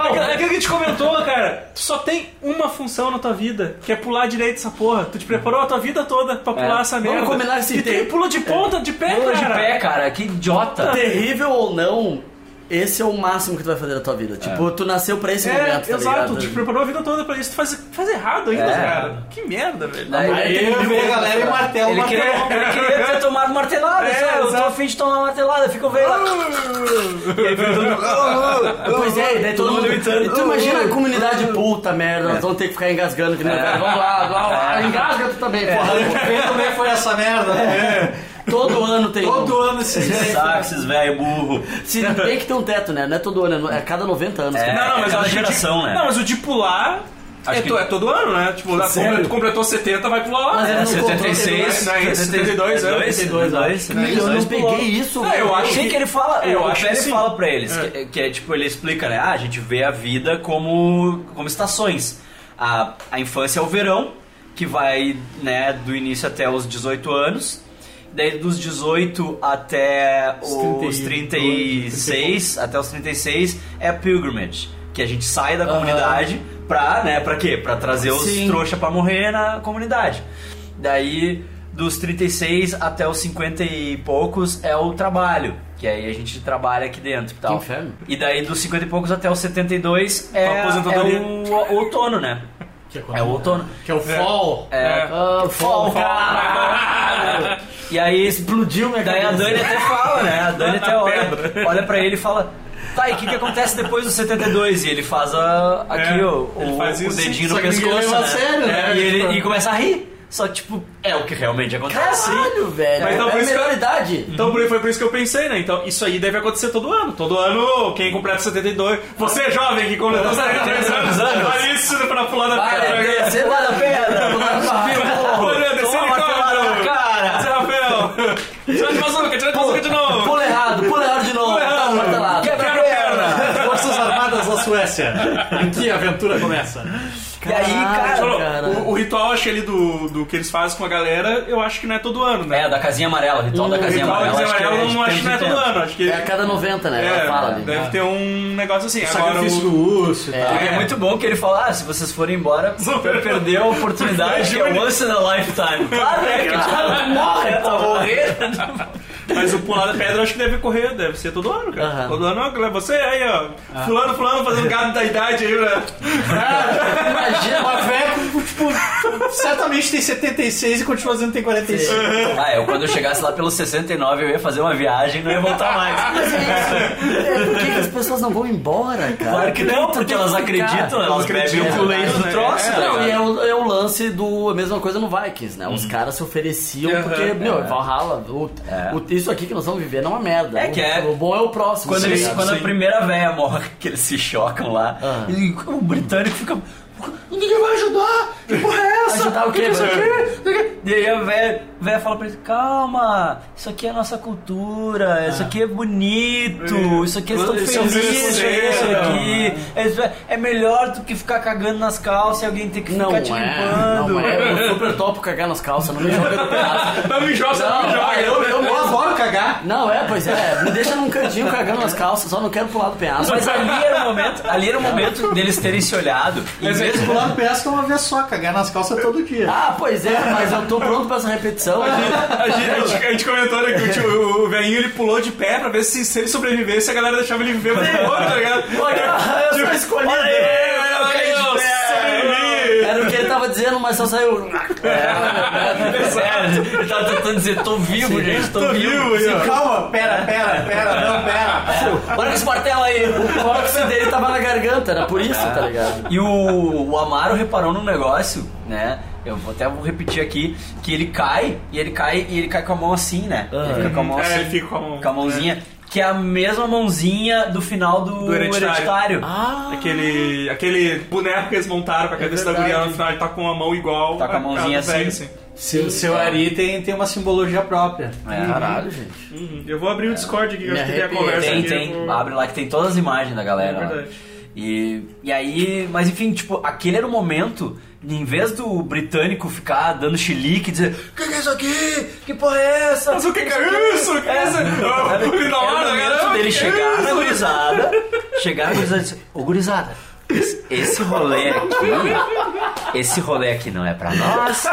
aquela- aquilo que a gente comentou, cara, tu só tem uma função na tua vida, que é pular direito essa porra. Tu te preparou a tua vida toda pra pular essa merda.
combinar esse
E tu
tempo.
pula de ponta, de pé,
Pula de
É, cara.
pé, cara, que
É.
idiota.
terrível ou não, esse é o máximo que tu vai fazer da tua vida. Tipo, tu nasceu pra esse momento,
É,
tá
exato,
ligado?
tu te preparou a vida toda pra isso. Tu faz, faz errado ainda,
É.
cara. Que merda, velho.
Daí-
Aí eu vi a galera e martelo,
Ele
martelo.
queria, ele queria ter tomado martelada,
É,
sabe? Eu tô
exato.
afim de tomar martelada, fica o velho lá. E aí fica todo mundo.
Pois é, daí todo mundo gritando. E tu imagina a comunidade puta, merda,
É.
nós vamos ter que ficar engasgando que nem o cara. Vamos lá, vamos lá, engasga tu também,
É.
porra. é
Quem também foi essa merda?
Todo ano tem.
Todo ano assim, né? esse
Saco, esses velho burro.
Se bem que tem um teto, né? Não é todo ano, é a cada 90 anos.
É,
cara.
Não, não, mas
cada
eu acho que-
geração, né?
Não, mas o de pular. É, to- é todo ano, né? Tipo, lá,
Sério?
tu completou 70, vai pular lá.
é
Mas ele
né?
não contou
76, né? Isso, 72 anos.
72 anos.
Eu não peguei isso,
É, né? eu
velho.
acho
Achei que ele fala,
É, eu
o
acho que
Pérez
sim.
fala pra eles,
É.
Que, que é tipo, ele explica, né? Ah, a gente vê a vida como, como estações. A, a infância é o verão, que vai, né, do início até os 18 anos. Daí dos 18 até os
32,
36, até os 36 é a pilgrimage, que a gente sai da comunidade pra, né, pra quê? Pra trazer os
Sim.
trouxa pra morrer na comunidade. Daí, dos 36 até os 50 e poucos é o trabalho, que aí a gente trabalha aqui dentro e tal.
Que inferno.
E daí, dos 50 e poucos até os 72 é,
Tá aposentadoria.
é o, o outono, né?
Que
É o outono.
Que é o fall.
É,
Ah,
Fall,
foca.
cara. E aí explodiu minha Daí a Dani até fala, né? A Dani até olha, olha pra ele e fala. Tá, e o que, que acontece depois dos 72? E ele faz a, aqui
É,
o,
ele
o-
faz
o
isso,
dedinho
sim,
no
só que ninguém
pescoço.
leva a
né?
sério, né?
É, E,
Tipo-
ele, e começa a rir. Só que, tipo, é o que realmente acontece.
Caralho, velho.
Mas então
é
por
a
isso que-
melhor idade.
Então por- foi por isso que eu pensei, né? Então isso aí deve acontecer todo ano. Todo ano, quem completa 72. Você, jovem, que completou 73 anos, olha isso pra pular da
Para,
pedra. né?
descer da pedra.
Olha, descer
Toma
de
martelada na
cobra.
cara.
Descer rapel. Tira de bazuca, tira de bazuca de novo.
Pula errado, pula errado de novo.
Pula errado.
Tá, bota lá.
Quebra a perna.
Forças Armadas da Suécia. Aqui a aventura começa.
E aí, cara.
Falou,
Cara.
O, o ritual, acho que ali do, do que eles fazem com a galera, eu acho que não é todo ano, né?
É, da casinha amarela, o ritual da
O
casinha
ritual da
amarela.
casinha
acho que
amarela,
é de
não acho que
tempos
não é
em
todo
tempos.
ano. Acho que
É a cada 90, né?
É,
Ela fala ali.
deve ter um negócio
É
assim. Agora
Sacrifício
o...
do urso e tal.
E é muito bom que ele fala, ah, se vocês forem embora,
Super.
perdeu a oportunidade que é once in a lifetime. Claro, né? Que cara morre, tá morrendo.
Mas o pular da pedra eu acho que deve correr, deve ser todo ano, cara.
Aham.
Todo ano, ó, você aí, ó.
Ah.
Fulano, fulano, fazendo gado da idade aí, né?
Imagina.
Mas velho, tipo, certamente tem 76 e continua dizendo que tem 45.
É.
Ah, eu quando eu chegasse lá pelos 69, eu ia fazer uma viagem e não ia voltar mais.
Mas é isso. É, Por que que as pessoas não vão embora, cara?
Claro que não, porque elas acreditam, elas bebem um o leite do troço. né?
Não, e é o, é o lance do. A mesma coisa no Vikings, né? Os caras se ofereciam porque, meu, Valhalla, o- o- isso aqui que nós vamos viver não é uma merda.
É
O-
que é.
O, bom é o próximo.
Quando,
tá
eles,
ligado?
quando a primeira véia morre, que eles se chocam lá,
Ah.
e o britânico fica. Ninguém vai ajudar! Que porra é essa?
Ajudar o quê,
que isso
mano?
aqui? E aí a véia, a véia fala pra ele: calma, isso aqui é a nossa cultura,
Ah.
isso aqui é bonito, isso aqui eles estão
Eles são
felizes, isso
felizes,
né?
aqui. eles- É melhor do que ficar cagando nas calças e alguém ter que
Não
ficar te
é,
limpando.
não é. Eu super topo cagar nas calças, não me joga no pedaço.
Não me joga, não, me
Não,
joga.
ah, eu, eu
Eu
mesmo.
adoro cagar.
Não, é, pois é. Me deixa num cantinho cagando nas calças, só não quero pular do penhasco.
Mas
Mas
ali era o momento, ali era o momento deles terem se olhado. E
Mas é que pular no pesca é uma vez só, cagar nas calças todo dia.
Ah, pois é, mas eu tô pronto pra essa repetição.
A gente, a gente- a gente comentou né, que o, tio- o, o velhinho ele pulou de pé pra ver se, se ele sobrevivesse a galera deixava ele viver mais embora, tá ligado?
Olha,
Tipo,
eu sou escolhido.
Olha aí, olha aí, eu sobrevivi.
Era o que ele tava dizendo, mas só saiu.
É, ele tava tentando dizer, tô vivo, gente, tô,
Tô
vivo.
vivo aí, ó.
Calma, pera, pera, pera, não, pera.
Olha esse martelo aí.
O cóccix dele tava na garganta, era por isso, tá ligado?
E o, o Amaro reparou num negócio, né? Eu vou até vou repetir aqui, que ele cai, e ele cai, e ele cai com a mão assim, né?
Ah.
Ele fica com a mão
É,
assim,
ele fica com a mão. né?
mãozinha, que é a mesma mãozinha do final do,
Do Hereditário.
hereditário.
Ah,
É, Aquele, aquele boneco que eles montaram com a cabeça da
verdade.
guria no final, ele tá com a mão igual.
É Tá com a mãozinha
do velho,
assim.
Seu, seu Ari tem, tem uma simbologia própria.
É,
É.
caralho, gente.
Uhum. Eu vou abrir o Discord aqui, que eu
Me
acho que tem a
arrepiei.
conversa
Tem,
aqui. tipo,
tem.
eu vou-
Abre lá que tem todas as imagens da galera.
É
lá.
verdade.
E, e aí, mas enfim, tipo, aquele era o momento, em vez do britânico ficar dando chilique e dizer: Que que é isso aqui? Que porra é essa?
Mas o que que é isso? O que é isso?
Era
O que da
era o
hora,
momento
caramba,
dele
que
chegar na
isso?
gurizada, chegar na gurizada e dizer: Ô gurizada, esse- esse rolê aqui, esse rolê aqui não é pra nós.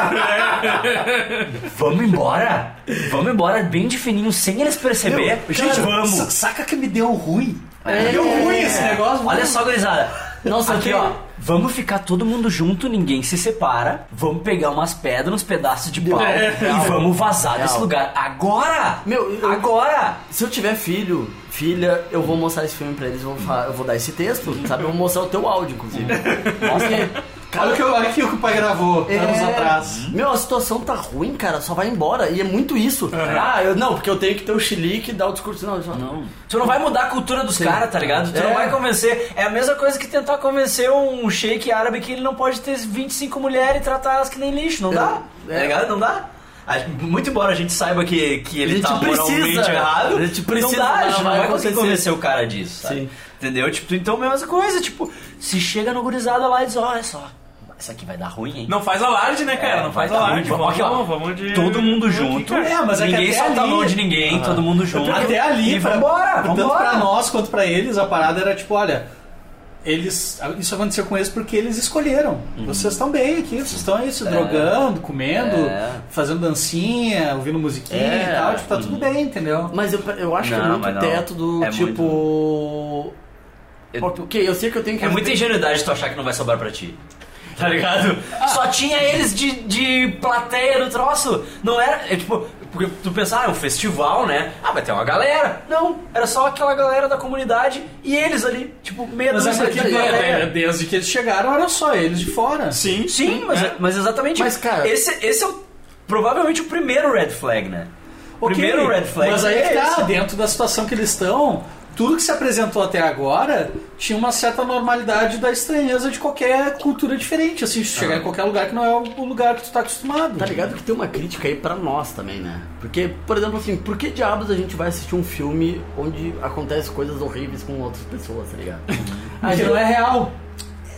Vamos embora, vamos embora bem de fininho, sem eles perceber.
Cara,
vamos.
sa- Saca que me deu ruim.
É.
Deu ruim esse negócio.
Olha só, gurizada.
Nossa,
aqui,
eu
ó.
tenho-
Vamos ficar todo mundo junto, ninguém se separa. Vamos pegar umas pedras, uns pedaços de pau e vamos vazar desse lugar agora!
Meu, eu-
agora!
Se eu tiver filho, filha, eu vou mostrar esse filme pra eles, eu vou, falar- eu vou dar esse texto, sabe? Eu vou mostrar o teu áudio, inclusive. Porque,
Olha o que, eu- olha aqui o que o pai gravou
É.
anos É. atrás.
Meu, a situação tá ruim, cara, só vai embora. E é muito isso. Ah, eu não, porque eu tenho que ter o chilique e dar o discurso. Não, não. não.
Tu não vai mudar a cultura dos caras, tá ligado? Tu
É.
não vai convencer. É a mesma coisa que tentar convencer um sheik árabe que ele não pode ter 25 mulheres e tratar elas que nem lixo. Não dá.
É.
Tá ligado? Não dá. A- Muito embora a gente saiba que, que
A
ele
gente
tá moralmente
precisa.
errado,
A gente precisa,
não dá, a
mas
gente
não
não
vai
vai conseguir
acontecer.
convencer o cara disso, sabe?
Sim.
Entendeu? Tipo, então, mesma coisa, tipo, se chega no gurizada lá e diz, olha só, isso aqui vai dar ruim, hein?
Não faz alarde, né, cara?
É,
não
vai
faz
dar
alarde.
ruim.
Vamos,
Aqui, ó,
vamos, vamos de...
Todo mundo
vamos
junto,
aqui, cara.
É, mas é que
ninguém
até
solta a
ali-
mão de ninguém, todo mundo junto.
Até ali,
e
pra-
vambora,
tanto
vambora.
pra nós quanto pra eles, a parada era tipo, olha, eles. Isso aconteceu com eles porque eles escolheram. Vocês estão bem aqui, vocês estão aí se drogando, comendo,
É.
fazendo dancinha, ouvindo musiquinha
É.
e tal. Tipo, tá tudo bem, entendeu?
Mas eu, eu acho que é
Não,
muito
mas não.
teto do
É
tipo. Porque eu sei que eu tenho que.
É muita ingenuidade tu achar que não vai sobrar pra ti. Tá ligado?
Ah.
Só tinha eles de, de plateia no troço. Não era. É tipo, porque tu pensar, ah, é um festival, né? Ah, vai ter uma galera. Não, era só aquela galera da comunidade e eles ali, tipo, meia
Mas é
dúzia
porque
de plateia.
né, desde que eles chegaram, era só eles de fora.
Sim, sim, mas,
É.
é, mas exatamente.
Mas, cara-
Esse, esse é o- provavelmente o primeiro red flag, né? O
Ok,
primeiro red flag.
Mas aí
é
que tá,
esse.
dentro da situação que eles estão, tudo que se apresentou até agora tinha uma certa normalidade da estranheza de qualquer cultura diferente. Assim, se
Ah.
chegar em qualquer lugar que não é o lugar que tu tá acostumado.
Tá ligado que tem uma crítica aí pra nós também, né? Porque, por exemplo, assim, por que diabos a gente vai assistir um filme onde acontece coisas horríveis com outras pessoas, tá ligado?
Porque não é real.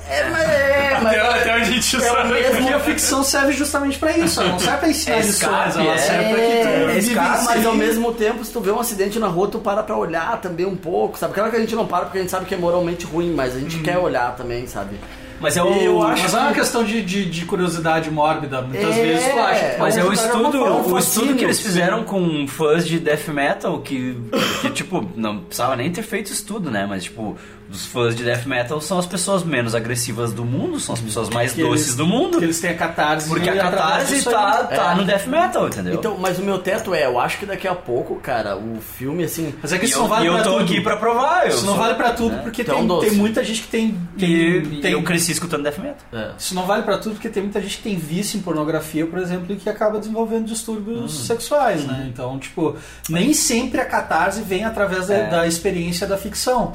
É, mas é, mas
Até, até a gente
é o
sabe.
Porque a
mesmo.
ficção serve justamente pra isso. Ela não serve pra ensinar lições, ela serve pra que tu
É,
vive
escasso,
em
mas
si.
ao mesmo tempo, se tu vê um acidente na rua, tu para pra olhar também um pouco, sabe? Claro que a gente não para porque a gente sabe que é moralmente ruim, mas a gente quer olhar também, sabe?
Mas é o.
Eu acho
Mas é uma questão de, de- de curiosidade mórbida. Muitas
É,
vezes tu acha que
Mas é o
Eles fizeram uma
estudo,
forma, um
o estudo
fascínio,
que eles
sim.
fizeram com fãs de death metal, que, que, tipo, não precisava nem ter feito estudo, né? Mas, tipo, os fãs de death metal são as pessoas menos agressivas do mundo, são as pessoas mais
Que
doces
eles-
do mundo.
que eles têm a catarse.
Porque a
e através
catarse
disso
tá,
aí- É.
tá no death metal, entendeu?
Então, mas o meu teto é, eu acho que daqui a pouco, cara, o filme, assim.
Mas é que
e
isso
eu,
não vale
e eu
pra
tô
tudo.
aqui pra provar. É, Eu
Isso
sou-
não
né? é
vale pra tudo, porque
Então,
um
tem,
doce.
tem muita gente que tem.
E,
tem
eu cresci escutando death metal.
É.
Isso não vale pra tudo, porque tem muita gente que tem vício em pornografia, por exemplo, e que acaba desenvolvendo
Uhum.
distúrbios sexuais, né? Então, tipo, nem sempre a catarse vem através da,
É.
da experiência da ficção.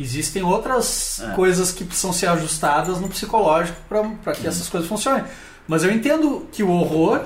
Existem outras
É.
coisas que precisam ser ajustadas no psicológico para que essas coisas funcionem. Mas eu entendo que o horror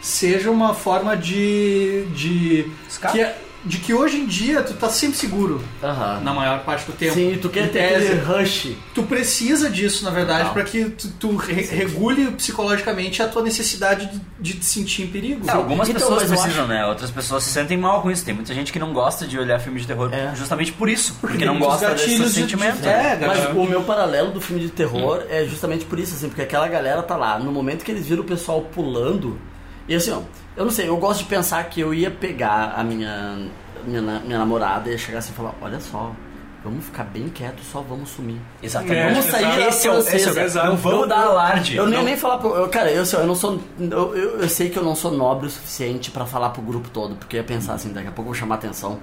seja uma forma de. de.
Escape.
Que, é- de que hoje em dia tu tá sempre seguro
Aham.
na maior parte do tempo.
Sim, tu quer
Em
ter
tese.
aquele rush.
Tu precisa disso, na verdade,
Não.
pra que tu, tu re- regule psicologicamente a tua necessidade de, de te sentir em perigo.
É, algumas
Então,
pessoas
mas eu
precisam, né? Outras pessoas se sentem mal com isso. Tem muita gente que não gosta de olhar filme de terror
É.
justamente por isso. Porque,
tem
não
muitos
gosta desse
gatilhos de-
sentimento.
de- é,
Mas
gatilho.
o meu paralelo do filme de terror é justamente por isso, assim, porque aquela galera tá lá. No momento que eles viram o pessoal pulando, e assim, ó, eu não sei, eu gosto de pensar que eu ia pegar a minha, minha, na- minha namorada e ia chegar assim e falar: olha só, vamos ficar bem quieto, só vamos sumir.
Exatamente.
É,
Vamos
exato.
sair da
Esse é o- esse é o-
francesa.
exato.
Não
Vamos dar alarde.
Eu nem,
Não.
nem falar pro. eu- cara, eu, sei, eu não sou. Eu, eu, eu sei que eu não sou nobre o suficiente pra falar pro grupo todo, porque eu ia pensar assim, daqui a pouco eu vou chamar atenção,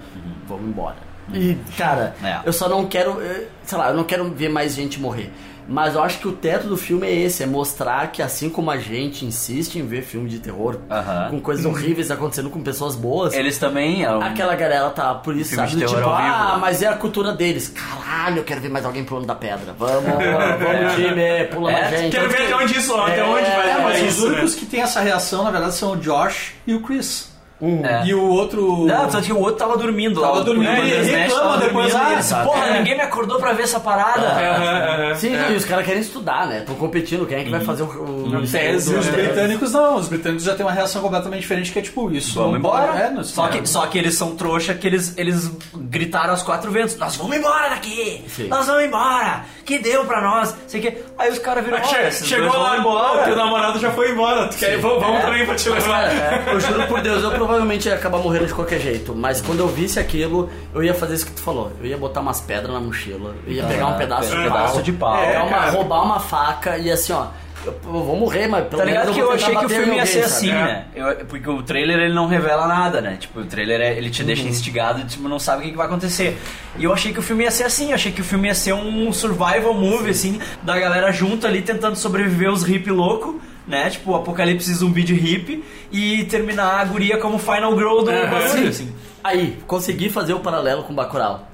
vamos embora. E, cara,
Uhum. É.
eu só não quero. eh, Sei lá, eu não quero ver mais gente morrer. Mas eu acho que o teto do filme é esse, é mostrar que assim como a gente insiste em ver filme de terror,
Aham.
com coisas horríveis acontecendo com pessoas boas,
Eles também. é um-
Aquela galera tá por isso,
Filme
sabe?
de
Do
terror
tipo,
ao vivo. né?"
ah, mas é a cultura deles. Caralho, eu quero ver mais alguém pulando da pedra. Vamos, vamos, vamos, time, pula na
É,
gente.
Quero ver até onde isso, ó, até
É,
onde vai
é,
levar
mas os
isso, né?
únicos que têm essa reação, na verdade, são o Josh e o Chris.
É.
E o outro.
Não, só que o outro tava dormindo É, lá.
Tava
o-
dormindo,
o
ele
Bandersnatch
reclama
tava
depois,
dormindo, É.
ah,
e ele disse,
é.
Porra, ninguém me acordou pra ver essa parada.
Aham, aham.
Sim, e os caras querem estudar, né? Estão competindo, quem é que vai fazer o... o
E
o-
né?
os britânicos não, os britânicos já têm uma reação completamente diferente, que é tipo, isso.
Vamos
não-
embora.
É, não, isso
só,
não é.
que, só que eles são trouxa que eles, eles gritaram aos quatro ventos: Nós vamos embora daqui!
Sim.
Nós vamos embora! Que deu pra nós? Sei que... Aí os caras viram:
Ah,
"Olha,
che-
esses
Chegou
dois vão
lá,
embora.
embora. teu namorado já foi embora. Tu quer, vamos vamos também pra te
Mas,
levar.
cara, é, eu juro por Deus, eu provavelmente ia acabar morrendo de qualquer jeito. Mas quando eu visse aquilo, eu ia fazer isso que tu falou. Eu ia botar umas pedras na mochila, eu ia pegar um pedaço,
um
de,
pedaço
pau,
de pau.
pegar
É,
uma-
cara.
roubar uma faca e assim, ó. eu vou morrer, mas pelo
Tá ligado
menos
que
eu
eu
vou
achei
tentar
que o
bater em
filme ia
alguém, tá
ser
sabe?
assim, né? Eu- porque o trailer ele não revela nada, né? Tipo, o trailer é- ele te deixa instigado e tipo, não sabe o que, que vai acontecer. E eu achei que o filme ia ser assim, eu achei que o filme ia ser um survival movie, assim, da galera junto ali tentando sobreviver os hippie louco. Né? Tipo, apocalipse zumbi de hippie e terminar a guria como final girl do bagulho, assim.
Aí, consegui fazer o paralelo com Bacurau.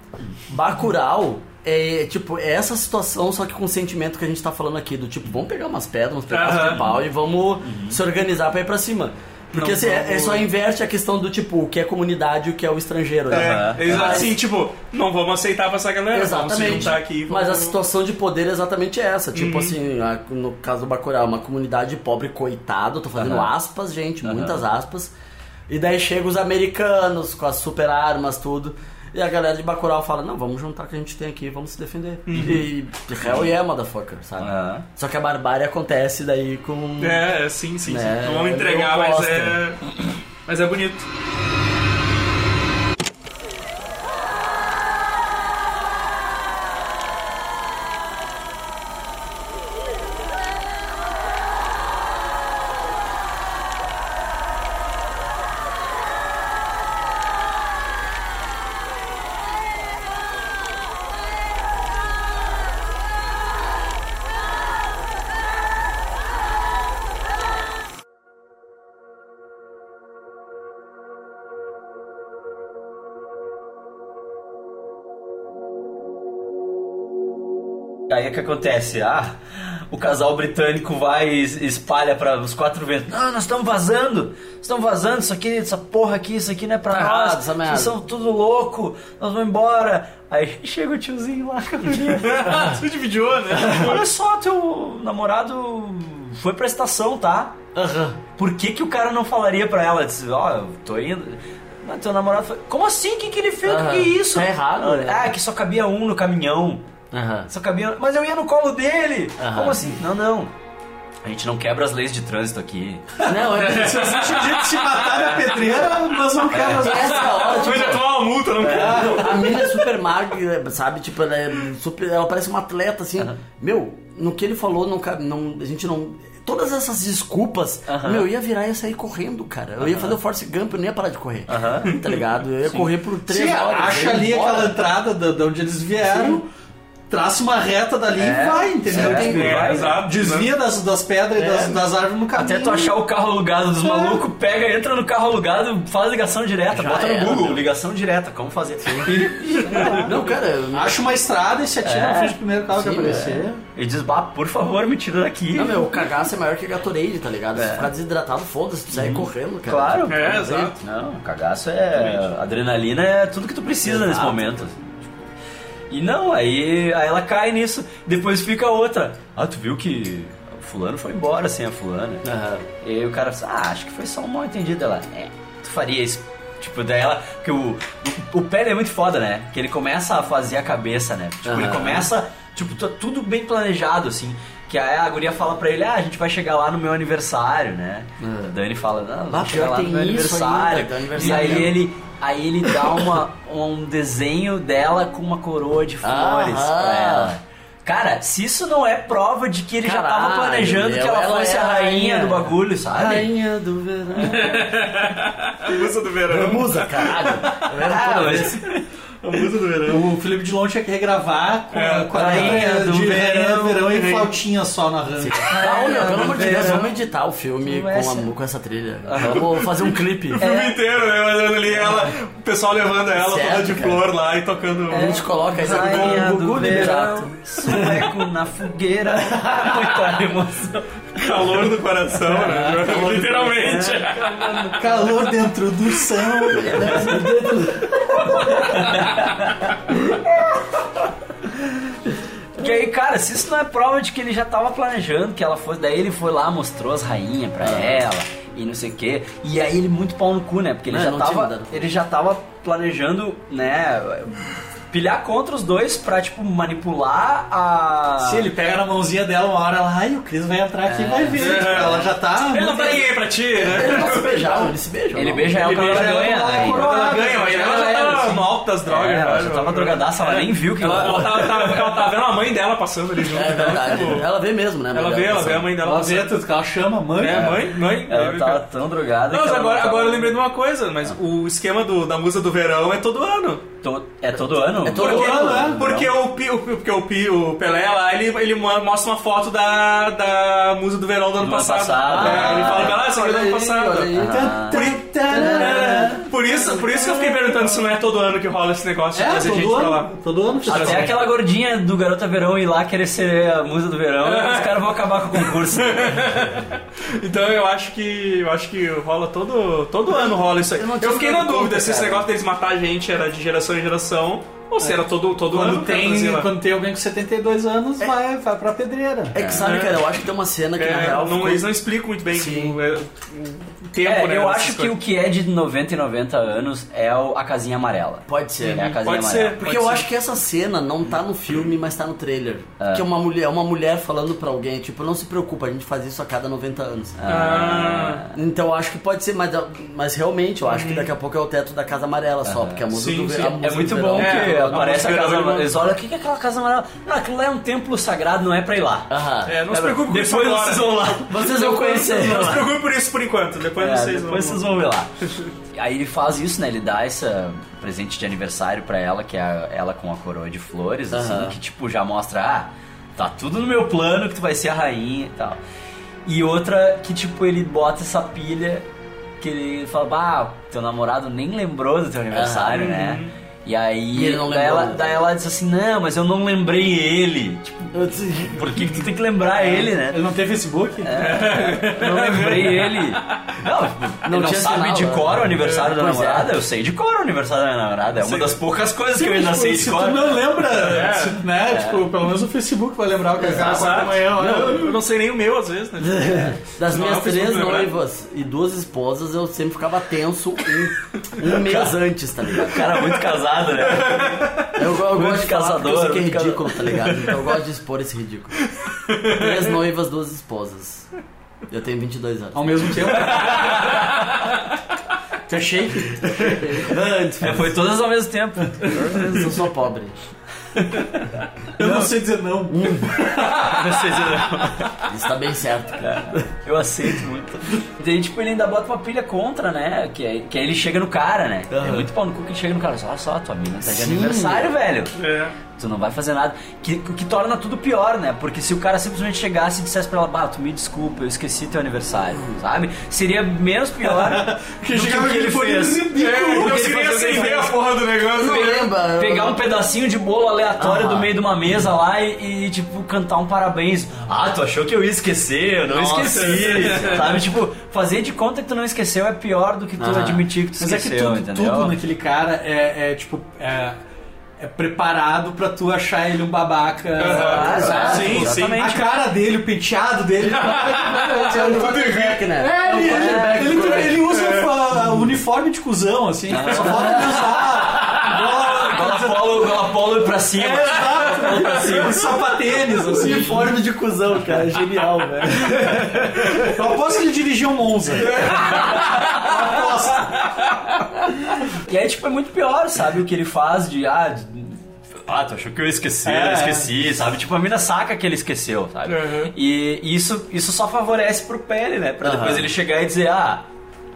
Bacurau é, tipo, é essa situação, só que com o sentimento que a gente tá falando aqui, do tipo, vamos pegar umas pedras, uns pedaços de pau e vamos se organizar pra ir pra cima. Porque assim, é, é só inverte a questão do tipo, o que é comunidade e o que é o estrangeiro, né?
É, eles
Mas-
assim, tipo, não vamos aceitar pra essa galera, É, vamos se
Exatamente.
juntar aqui. e Vamos... Uhum.
Mas a situação de poder é exatamente essa. Tipo assim, a- no caso do Bacurau, uma comunidade pobre coitada, tô fazendo
Aham.
aspas, gente,
Aham.
muitas aspas. E daí chegam os americanos com as super armas, tudo. E a galera de Bacurau fala, não, vamos juntar o que a gente tem aqui, vamos se defender.
Uhum.
E hell yeah, motherfucker, sabe?
Aham.
Só que a barbárie acontece daí com...
É, sim, sim, sim.
Né,
Não vamos
eu
entregar,
gosto.
mas é. Mas é bonito.
Aí o que acontece? Ah, o casal britânico vai e es- espalha para os quatro ventos. Não, nós estamos vazando. Nós Estamos vazando isso aqui, essa porra aqui, isso aqui não é pra
Tá errado,
nós.
essa merda."
Vocês são tudo louco. Nós vamos embora. Aí chega o tiozinho lá com a guria.
Você dividiu, né?
Olha só, teu namorado foi pra estação, tá?
Aham.
Por que, que o cara não falaria pra ela? Disse, ó, eu tô indo. Mas teu namorado foi. Como assim? O que, que ele fez? O que, que é
Aham.
isso?
Tá errado, né?
Ah, que só cabia um no caminhão.
Aham.
Só cabia. Mas eu ia no colo dele!
Aham.
Como assim? Não, não. A gente não quebra as leis de trânsito aqui.
Não, é...
Se a gente se matar na pedreira, nós vamos
É.
cair nas
Essa hora, tipo,
Mas já Ah, tomar uma multa, não quero.
A mina é super magra, sabe? Tipo, ela é super. Ela parece uma atleta, assim. Meu, no que ele falou, não, cabe- não, a gente não. Todas essas desculpas, meu, eu ia virar e ia sair correndo, cara. Eu ia fazer o Force Gump, eu não ia parar de correr. Tá ligado? Eu ia correr por três
Sim,
horas.
né?
eu
acha
ia
ali
embora.
aquela entrada da, da onde eles vieram, traça uma reta dali e vai, entendeu?
É,
Tipo,
é,
vai,
exato, né?
desvia das, das pedras e das, das árvores no caminho.
Até tu achar o carro alugado dos
É.
malucos, pega, entra no carro alugado, faz ligação direta, bota no
era,
Google, ligação direta, como fazer.
Não, cara. eu-
Acha uma estrada e se atira
É.
na frente do primeiro carro que
Sim,
aparecer.
e diz, bah, por favor, me tira daqui.
Não, meu, o cagaço é maior que a Gatorade, tá ligado? Se ficar desidratado, foda-se, tu sai correndo, cara.
Claro.
Tipo,
É,
não
exato.
tem-
Não, cagaço é. Adrenalina é tudo que tu precisa nesse
Exato.
momento. E não, aí, aí ela cai nisso, depois fica outra. Ah, tu viu que o fulano foi embora sem a fulana.
Aham.
E aí o cara disse, ah, acho que foi só um mal entendido. Ela, é, tu faria isso. Tipo, daí ela. Porque o, o, o Pele é muito foda, né? Que ele começa a fazer a cabeça, né? Tipo, ele
Aham.
começa. Tipo, tá tudo bem planejado, assim. Que aí a guria fala pra ele, ah, a gente vai chegar lá no meu aniversário, né? A Dani fala, não,
Ah,
vamos chegar
pior
lá
tem
no meu
isso
aniversário.
ainda, teu
E
aniversário.
aí ele. Aí ele dá uma, um desenho dela com uma coroa de flores pra
Aham.
ela. Cara, se isso não é prova de que ele já tava
Caralho,
planejando que
meu,
ela,
ela
fosse
é
a
a
rainha
rainha.
do bagulho, sabe?
Rainha do verão.
A musa do verão.
Musa, caralho. Eu era
Ah,
toda
mas-
vez.
A musa do verão.
O Felipe Dilon tinha que regravar com,
É,
com a
Rainha
letra
do
de Rainha do
Verão,
verão e
Rei.
flautinha só na RAM.
Não, meu, pelo amor de Deus,
verão.
vamos editar o filme com,
essa.
a- com essa trilha. Vamos fazer um clipe.
O filme inteiro, né? Olhando ali ela, o pessoal levando ela,
Certo,
toda de
cara.
flor lá e tocando.
A gente coloca aí sabe,
Rainha
com o
do
Gugu Liberato.
verão, sueco na fogueira. Muita emoção.
Calor do coração, né? Literalmente.
Calor dentro do céu.
É. Porque aí, cara, se isso não é prova de que ele já tava planejando que ela fosse. Daí ele foi lá, mostrou as rainhas pra ela e não sei o quê. E aí ele muito pau no cu, né? Porque ele,
Não,
já,
não tinha
tava,
mudado.
ele já tava planejando, né? Pilhar contra os dois pra, tipo, manipular a.
Se ele pega na mãozinha dela uma hora, ela, ai, o Cris vai entrar aqui e vai ver. Tipo, Ela já tá.
Ele não tá ninguém pra ti, né?
É. Eles não se beijavam, eles se beijam.
Ele
não?
beija ela
Ele
quando ela
beija ela
ganha.
quando ela
aí-
ganha, mas ela já tá no volta das drogas.
né? É, ela
cara.
já tava drogadaça, ela nem viu que
Ela, ela tava, tava- ela tava vendo a mãe dela passando ali junto.
É
né?
verdade.
Tipo,
Ela vê mesmo, né?
Ela vê, ela vê a mãe dela
Ela vê
passando.
tudo que ela chama, mãe.
É, mãe, mãe.
Ela
Aí,
tava
cara.
tão drogada.
Não,
que
mas
ela
agora,
tava-
agora eu lembrei de uma coisa, mas o esquema do- da musa do verão é todo ano.
To- É todo ano?
É todo
Porque,
ano, né?
porque o, Pi, o, Pi- porque o, Pi, o Pelé lá, ele, ele ma- mostra uma foto da, da musa do verão do ano
Do ano
passado.
passado,
É,
né?
ele fala, ah, essa aqui é do
Olha
ano
aí,
passado.
olha aí.
Tá, tá, tá.
É, Por isso, por isso que eu fiquei perguntando se não é todo ano que rola esse negócio de
É,
trazer gente
todo
pra lá.
ano. Todo ano. festival.
Até aquela gordinha do Garota Verão ir lá querer ser a musa do verão, os caras vão acabar com o concurso.
Então eu acho que. Eu acho que rola todo. Todo ano rola isso aí.
Eu não
Eu,
tinha
fiquei na
dado
dúvida
conta,
se esse
cara.
negócio deles matar a gente era de geração em geração. Ou se era todo, todo ano
Quando
que era trazer
tem, É.
lá.
quando tem alguém com 72 anos, vai, vai pra pedreira.
É que sabe, cara, eu acho que tem uma cena que na
É,
real.
não,
ficou-
eles não explicam muito bem
Sim.
o, é, o tempo,
É,
né?
eu
dessas
acho que
coisas.
o que é de 90 e 90 anos é o- a casinha amarela.
Hum, Pode ser.
É a casinha
Pode
amarela.
ser.
Porque eu acho que essa cena não tá no filme, mas tá no trailer. Que é uma mulher, uma mulher falando pra alguém, tipo, não se preocupa, a gente faz isso a cada 90 anos.
É. Ah,
Então eu acho que pode ser, mas, mas realmente eu
Uhum.
acho que daqui a pouco é o teto da Casa Amarela só, porque a música
Uhum. Sim,
do
sim.
ver- a música
É
do
muito
verão-
bom
É,
que
a
aparece a
música
casa
do
amarela.
verão.
Eles olham, o que que é aquela casa amarela? Não, aquilo lá é um templo sagrado, não é pra ir lá.
Aham.
é, não se preocupe com
Depois
isso agora.
vocês vão lá.
Vocês vão conhecer.
Não se preocupe por isso por enquanto, depois
É,
vocês
depois
vão.
vocês vão ver lá. Aí ele faz isso, né? Ele dá esse presente de aniversário pra ela, que é a- ela com a coroa de flores, assim,
Aham.
que tipo já mostra, ah, tá tudo no meu plano que tu vai ser a rainha e tal. E outra que tipo ele bota essa pilha que ele fala, ah, teu namorado nem lembrou do teu aniversário, né? E aí
Uhum. E ele não
daí ela,
lembrou.
daí ela diz assim, não, mas eu não lembrei ele. Tipo,
Eu disse-
por que, que tu tem que
É.
lembrar ele, né?
É Ele não tem Facebook? É
Eu lembrei ele. Não,
Não
não, não
tinha
sabe
sinal,
de
né?
cor o aniversário da
Pois é.
namorada? Eu sei de cor o aniversário da minha namorada. É uma das poucas coisas que eu ainda sei de
se tu
cor.
não lembra, se- né? Tipo, pelo menos o Facebook vai lembrar o que é às quatro da manhã. olha.
Não, eu não sei nem o meu às vezes, né?
Das
é
minhas
eu preciso
três
né,
lembrar.
noivas e duas esposas, eu sempre ficava tenso um, um mês antes, tá ligado?
Cara, muito casado, né?
Eu, go- eu
Muito
gosto de falar porque eu
casador,
sei que é
muito
ridículo, tá ligado? Então eu gosto de expor esse ridículo. Três noivas, duas esposas. Eu tenho 22 anos.
Ao mesmo tempo. Tu é shake?
Antes,
É, foi todas ao mesmo tempo.
eu sou pobre.
Eu não sei dizer não.
Isso tá bem certo, cara.
Eu aceito muito. Daí, tipo, ele ainda bota uma pilha contra, né? Que, aí- que aí ele chega no cara, né? É muito pau no cu que ele chega no cara. Olha só, tua mina tá de
Sim.
aniversário, velho.
É.
Tu não vai fazer nada. Que, o que torna tudo pior, né? Porque se o cara simplesmente chegasse e dissesse pra ela, bah, tu me desculpa, eu esqueci teu aniversário,
Uhum.
sabe? Seria menos pior do que o que ele fez.
É, eu
Ele
queria
fazia
acender
isso.
a porra do negócio.
Não
né?
lembra?
Pegar um pedacinho de bolo
Ah.
aleatório
Aham.
do meio de uma mesa lá e, e, tipo, cantar um parabéns. Ah, tu achou que eu ia esquecer? Eu não
Nossa.
esqueci. sabe? Tipo, fazer de conta que tu não esqueceu é pior do que tu
Aham.
admitir que tu
Mas é que
esqueceu,
tudo,
entendeu?
tudo naquele cara é, é, tipo. É, é preparado pra tu achar ele um babaca.
Aham.
Exato.
Sim, sim.
A
exatamente.
cara dele, o penteado dele.
Tudo né?
É,
Ele, ele- ele- ele usa o fa- o uniforme de cuzão, assim.
Ah.
Só falta ele usar bola,
Gola polo, gola polo pra cima.
É, exato. Sapatênis, assim. Uniforme de cuzão, cara. Genial, velho. Eu aposto que ele dirigiu um Monza. Eu aposto.
E aí, tipo, é muito pior, sabe? O que ele faz de. Ah, de- ah, tu achou que eu esqueci,
É.
eu esqueci, sabe? Tipo, a mina saca que ele esqueceu, sabe?
Uhum.
E e isso, isso só favorece pro Pele, né? Pra
Aham.
depois ele chegar e dizer: Ah,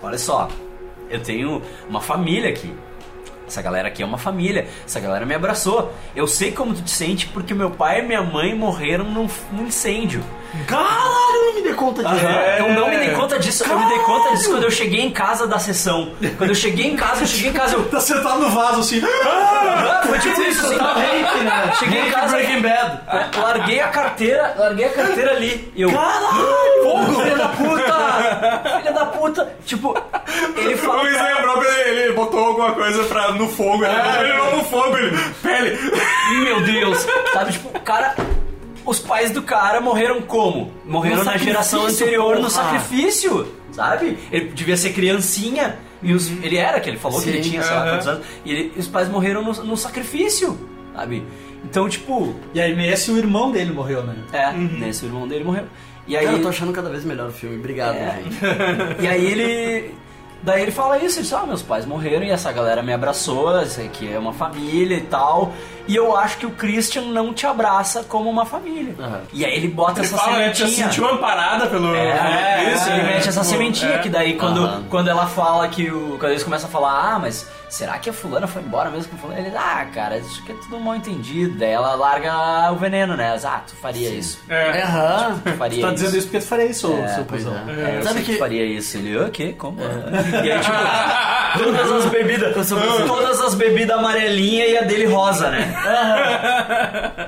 olha só, eu tenho uma família aqui. Essa galera aqui é uma família. Essa galera me abraçou. Eu sei como tu te sente porque meu pai e minha mãe morreram num, num incêndio.
Cara, eu não me dei conta disso.
É, Eu não me dei conta disso. Eu me dei conta disso quando eu cheguei em casa da sessão. Quando eu cheguei em casa, eu cheguei em casa, eu.
Tá sentado no vaso, assim.
Ah, Foi tipo isso, assim. Cheguei em casa.
Breaking Bad.
Larguei a carteira, larguei a carteira ali. E eu. Caralho! Fogo! Filha da puta! Filha da puta! Tipo, ele
O
fala.
Luiz
cara,
lembrou que ele ele botou alguma coisa pra, no fogo. né? Ele não no fogo, ele. Pele!
Meu Deus! Sabe, tipo, o cara. Os pais do cara morreram como? Morreram
No
na geração
sacrifício,
anterior no
porra.
sacrifício, sabe? Ele devia ser criancinha. E os- ele era, que ele falou que
Uhum. Sim.
ele tinha, sei lá,
Aham.
quantos anos. E ele- os pais morreram no, no sacrifício, sabe? Então, tipo,
E aí, nesse, o irmão dele morreu, né?
é, nesse irmão dele morreu. E aí,
Cara, eu tô achando cada vez melhor o filme. Obrigado,
É.
gente.
E aí ele. Daí ele fala isso, ele diz, ah, meus pais morreram e essa galera me abraçou, isso aqui é uma família e tal. E eu acho que o Christian não te abraça como uma família. E aí ele bota
Ele
essa
fala, né? Te
sementinha.
sentiu amparada pelo.
assim, É,
isso,
ele
né?
mete essa
Tipo,
sementinha
é.
que daí quando,
Aham.
quando ela fala que o. Quando eles começam a falar, ah, mas será que a fulana foi embora mesmo com fulano? Ele, ah, cara, isso aqui é tudo mal entendido. Daí ela larga o veneno, né? Ela diz, Ah, tu faria isso.
É.
Aham.
Tu faria
Tu tá
isso.
dizendo isso porque tu faria isso,
É,
seu
Pois
cuzão.
é.
É, eu
Sabe
sei que
que-
tu faria isso? Ele, o quê? Como? E aí, tipo, todas as bebidas. Todas as bebidas amarelinha e a dele rosa, né?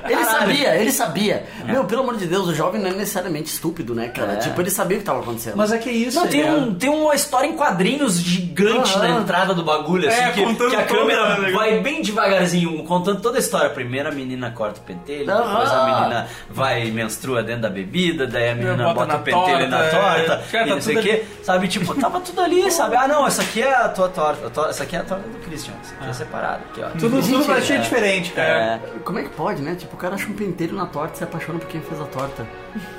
Ele sabia, ele sabia. Meu, pelo amor de Deus, o jovem não é necessariamente estúpido, né, cara?
É.
Tipo, ele sabia o que tava acontecendo.
Mas é que isso.
Então, Não, tem,
é-
um, tem uma história em quadrinhos gigante
Aham.
na entrada do bagulho, assim,
É,
que,
contando
que a
toda,
câmera
né,
vai bem devagarzinho, contando toda a história. Primeiro a menina corta o pentelho, depois a
Aham.
menina vai e menstrua dentro da bebida, daí a menina
Bota
bota,
na
o pentelho na
torta,
torta,
é. Cara,
e
tá
não sei o
tudo
quê. Sabe, tipo, tava tudo ali, sabe? Ah, não, essa aqui é a tua torta, a tua- essa aqui é a torta do Christian, essa aqui é separada. Aqui, ó.
Tudo, tudo
Gente,
pra ti é
é.
diferente, cara.
É.
Como é que pode, né? Tipo, o cara acha um penteiro na torta e se apaixona por quem fez a torta.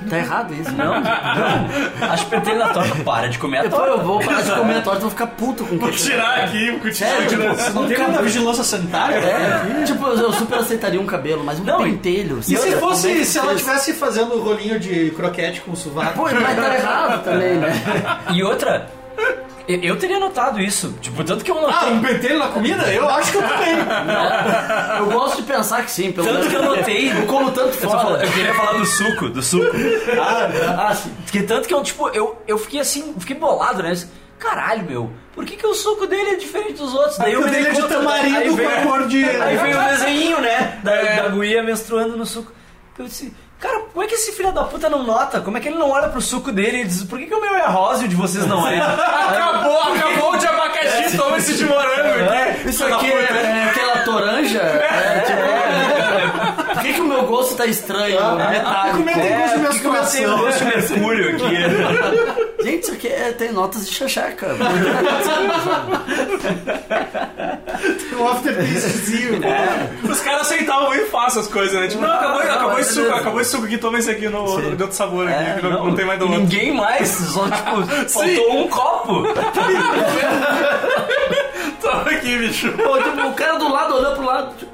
Tá errado isso,
Não, não. Acho que pentelho na torta, para de comer a
Depois
torta.
eu vou parar de comer a torta e vou ficar puto com quem
Vou tirar aqui o
Sério,
cutinho.
É.
tipo,
né?
Não tem nada da vigilância sanitária?
É, tipo, eu eu super aceitaria um cabelo, mas um
Não, e-
pentelho.
E se
sabe? Como é
fosse,
que
se ela
fez?
estivesse fazendo rolinho de croquete com sovaco?
Pô, mas tá errado também, né?
E outra, eu, eu teria notado isso. Tipo, tanto que eu notei.
Ah, um pentelho na comida? Eu acho que eu também.
Eu gosto de pensar que sim, pelo
Tanto
menos.
que eu notei.
Eu como tanto
Eu, tô falando-
fora.
eu queria falar do suco, do suco.
Ah, ah, sim.
Porque tanto que eu, tipo, eu, eu fiquei assim, fiquei bolado, né? Caralho, meu, por que, que o suco dele é diferente dos outros?
Porque
me
o
dei
dele é de
conta- aí
tamarindo
veio-
com cor de.
Aí veio o desenho, né? Da, da guria menstruando no suco. Então Eu disse, cara, como é que esse filho da puta não nota? Como é que ele não olha pro suco dele e diz, por que, que o meu é rosa e o de vocês não é?
Acabou, acabou de abacaxi, toma esse de morango aqui.
Isso aqui é aquela toranja? É, tipo, Por que, que o meu gosto tá estranho?
Ah, Como é que tem gosto de
por que que eu tenho
menstruação?
gosto de mercúrio aqui?
Gente, isso aqui é- tem notas de xaxaca.
Um aftertastezinho.
Os caras aceitavam muito fácil as coisas, né? Tipo, não, acabou,
não,
acabou
é
esse suco,
beleza.
acabou esse suco aqui, toma esse aqui, não, não deu outro sabor aqui,
É,
não, não tem mais do outro.
Ninguém mais, só tipo, faltou um copo.
Toma aqui, bicho.
Pô, tipo, o cara do lado olhou pro lado. tipo-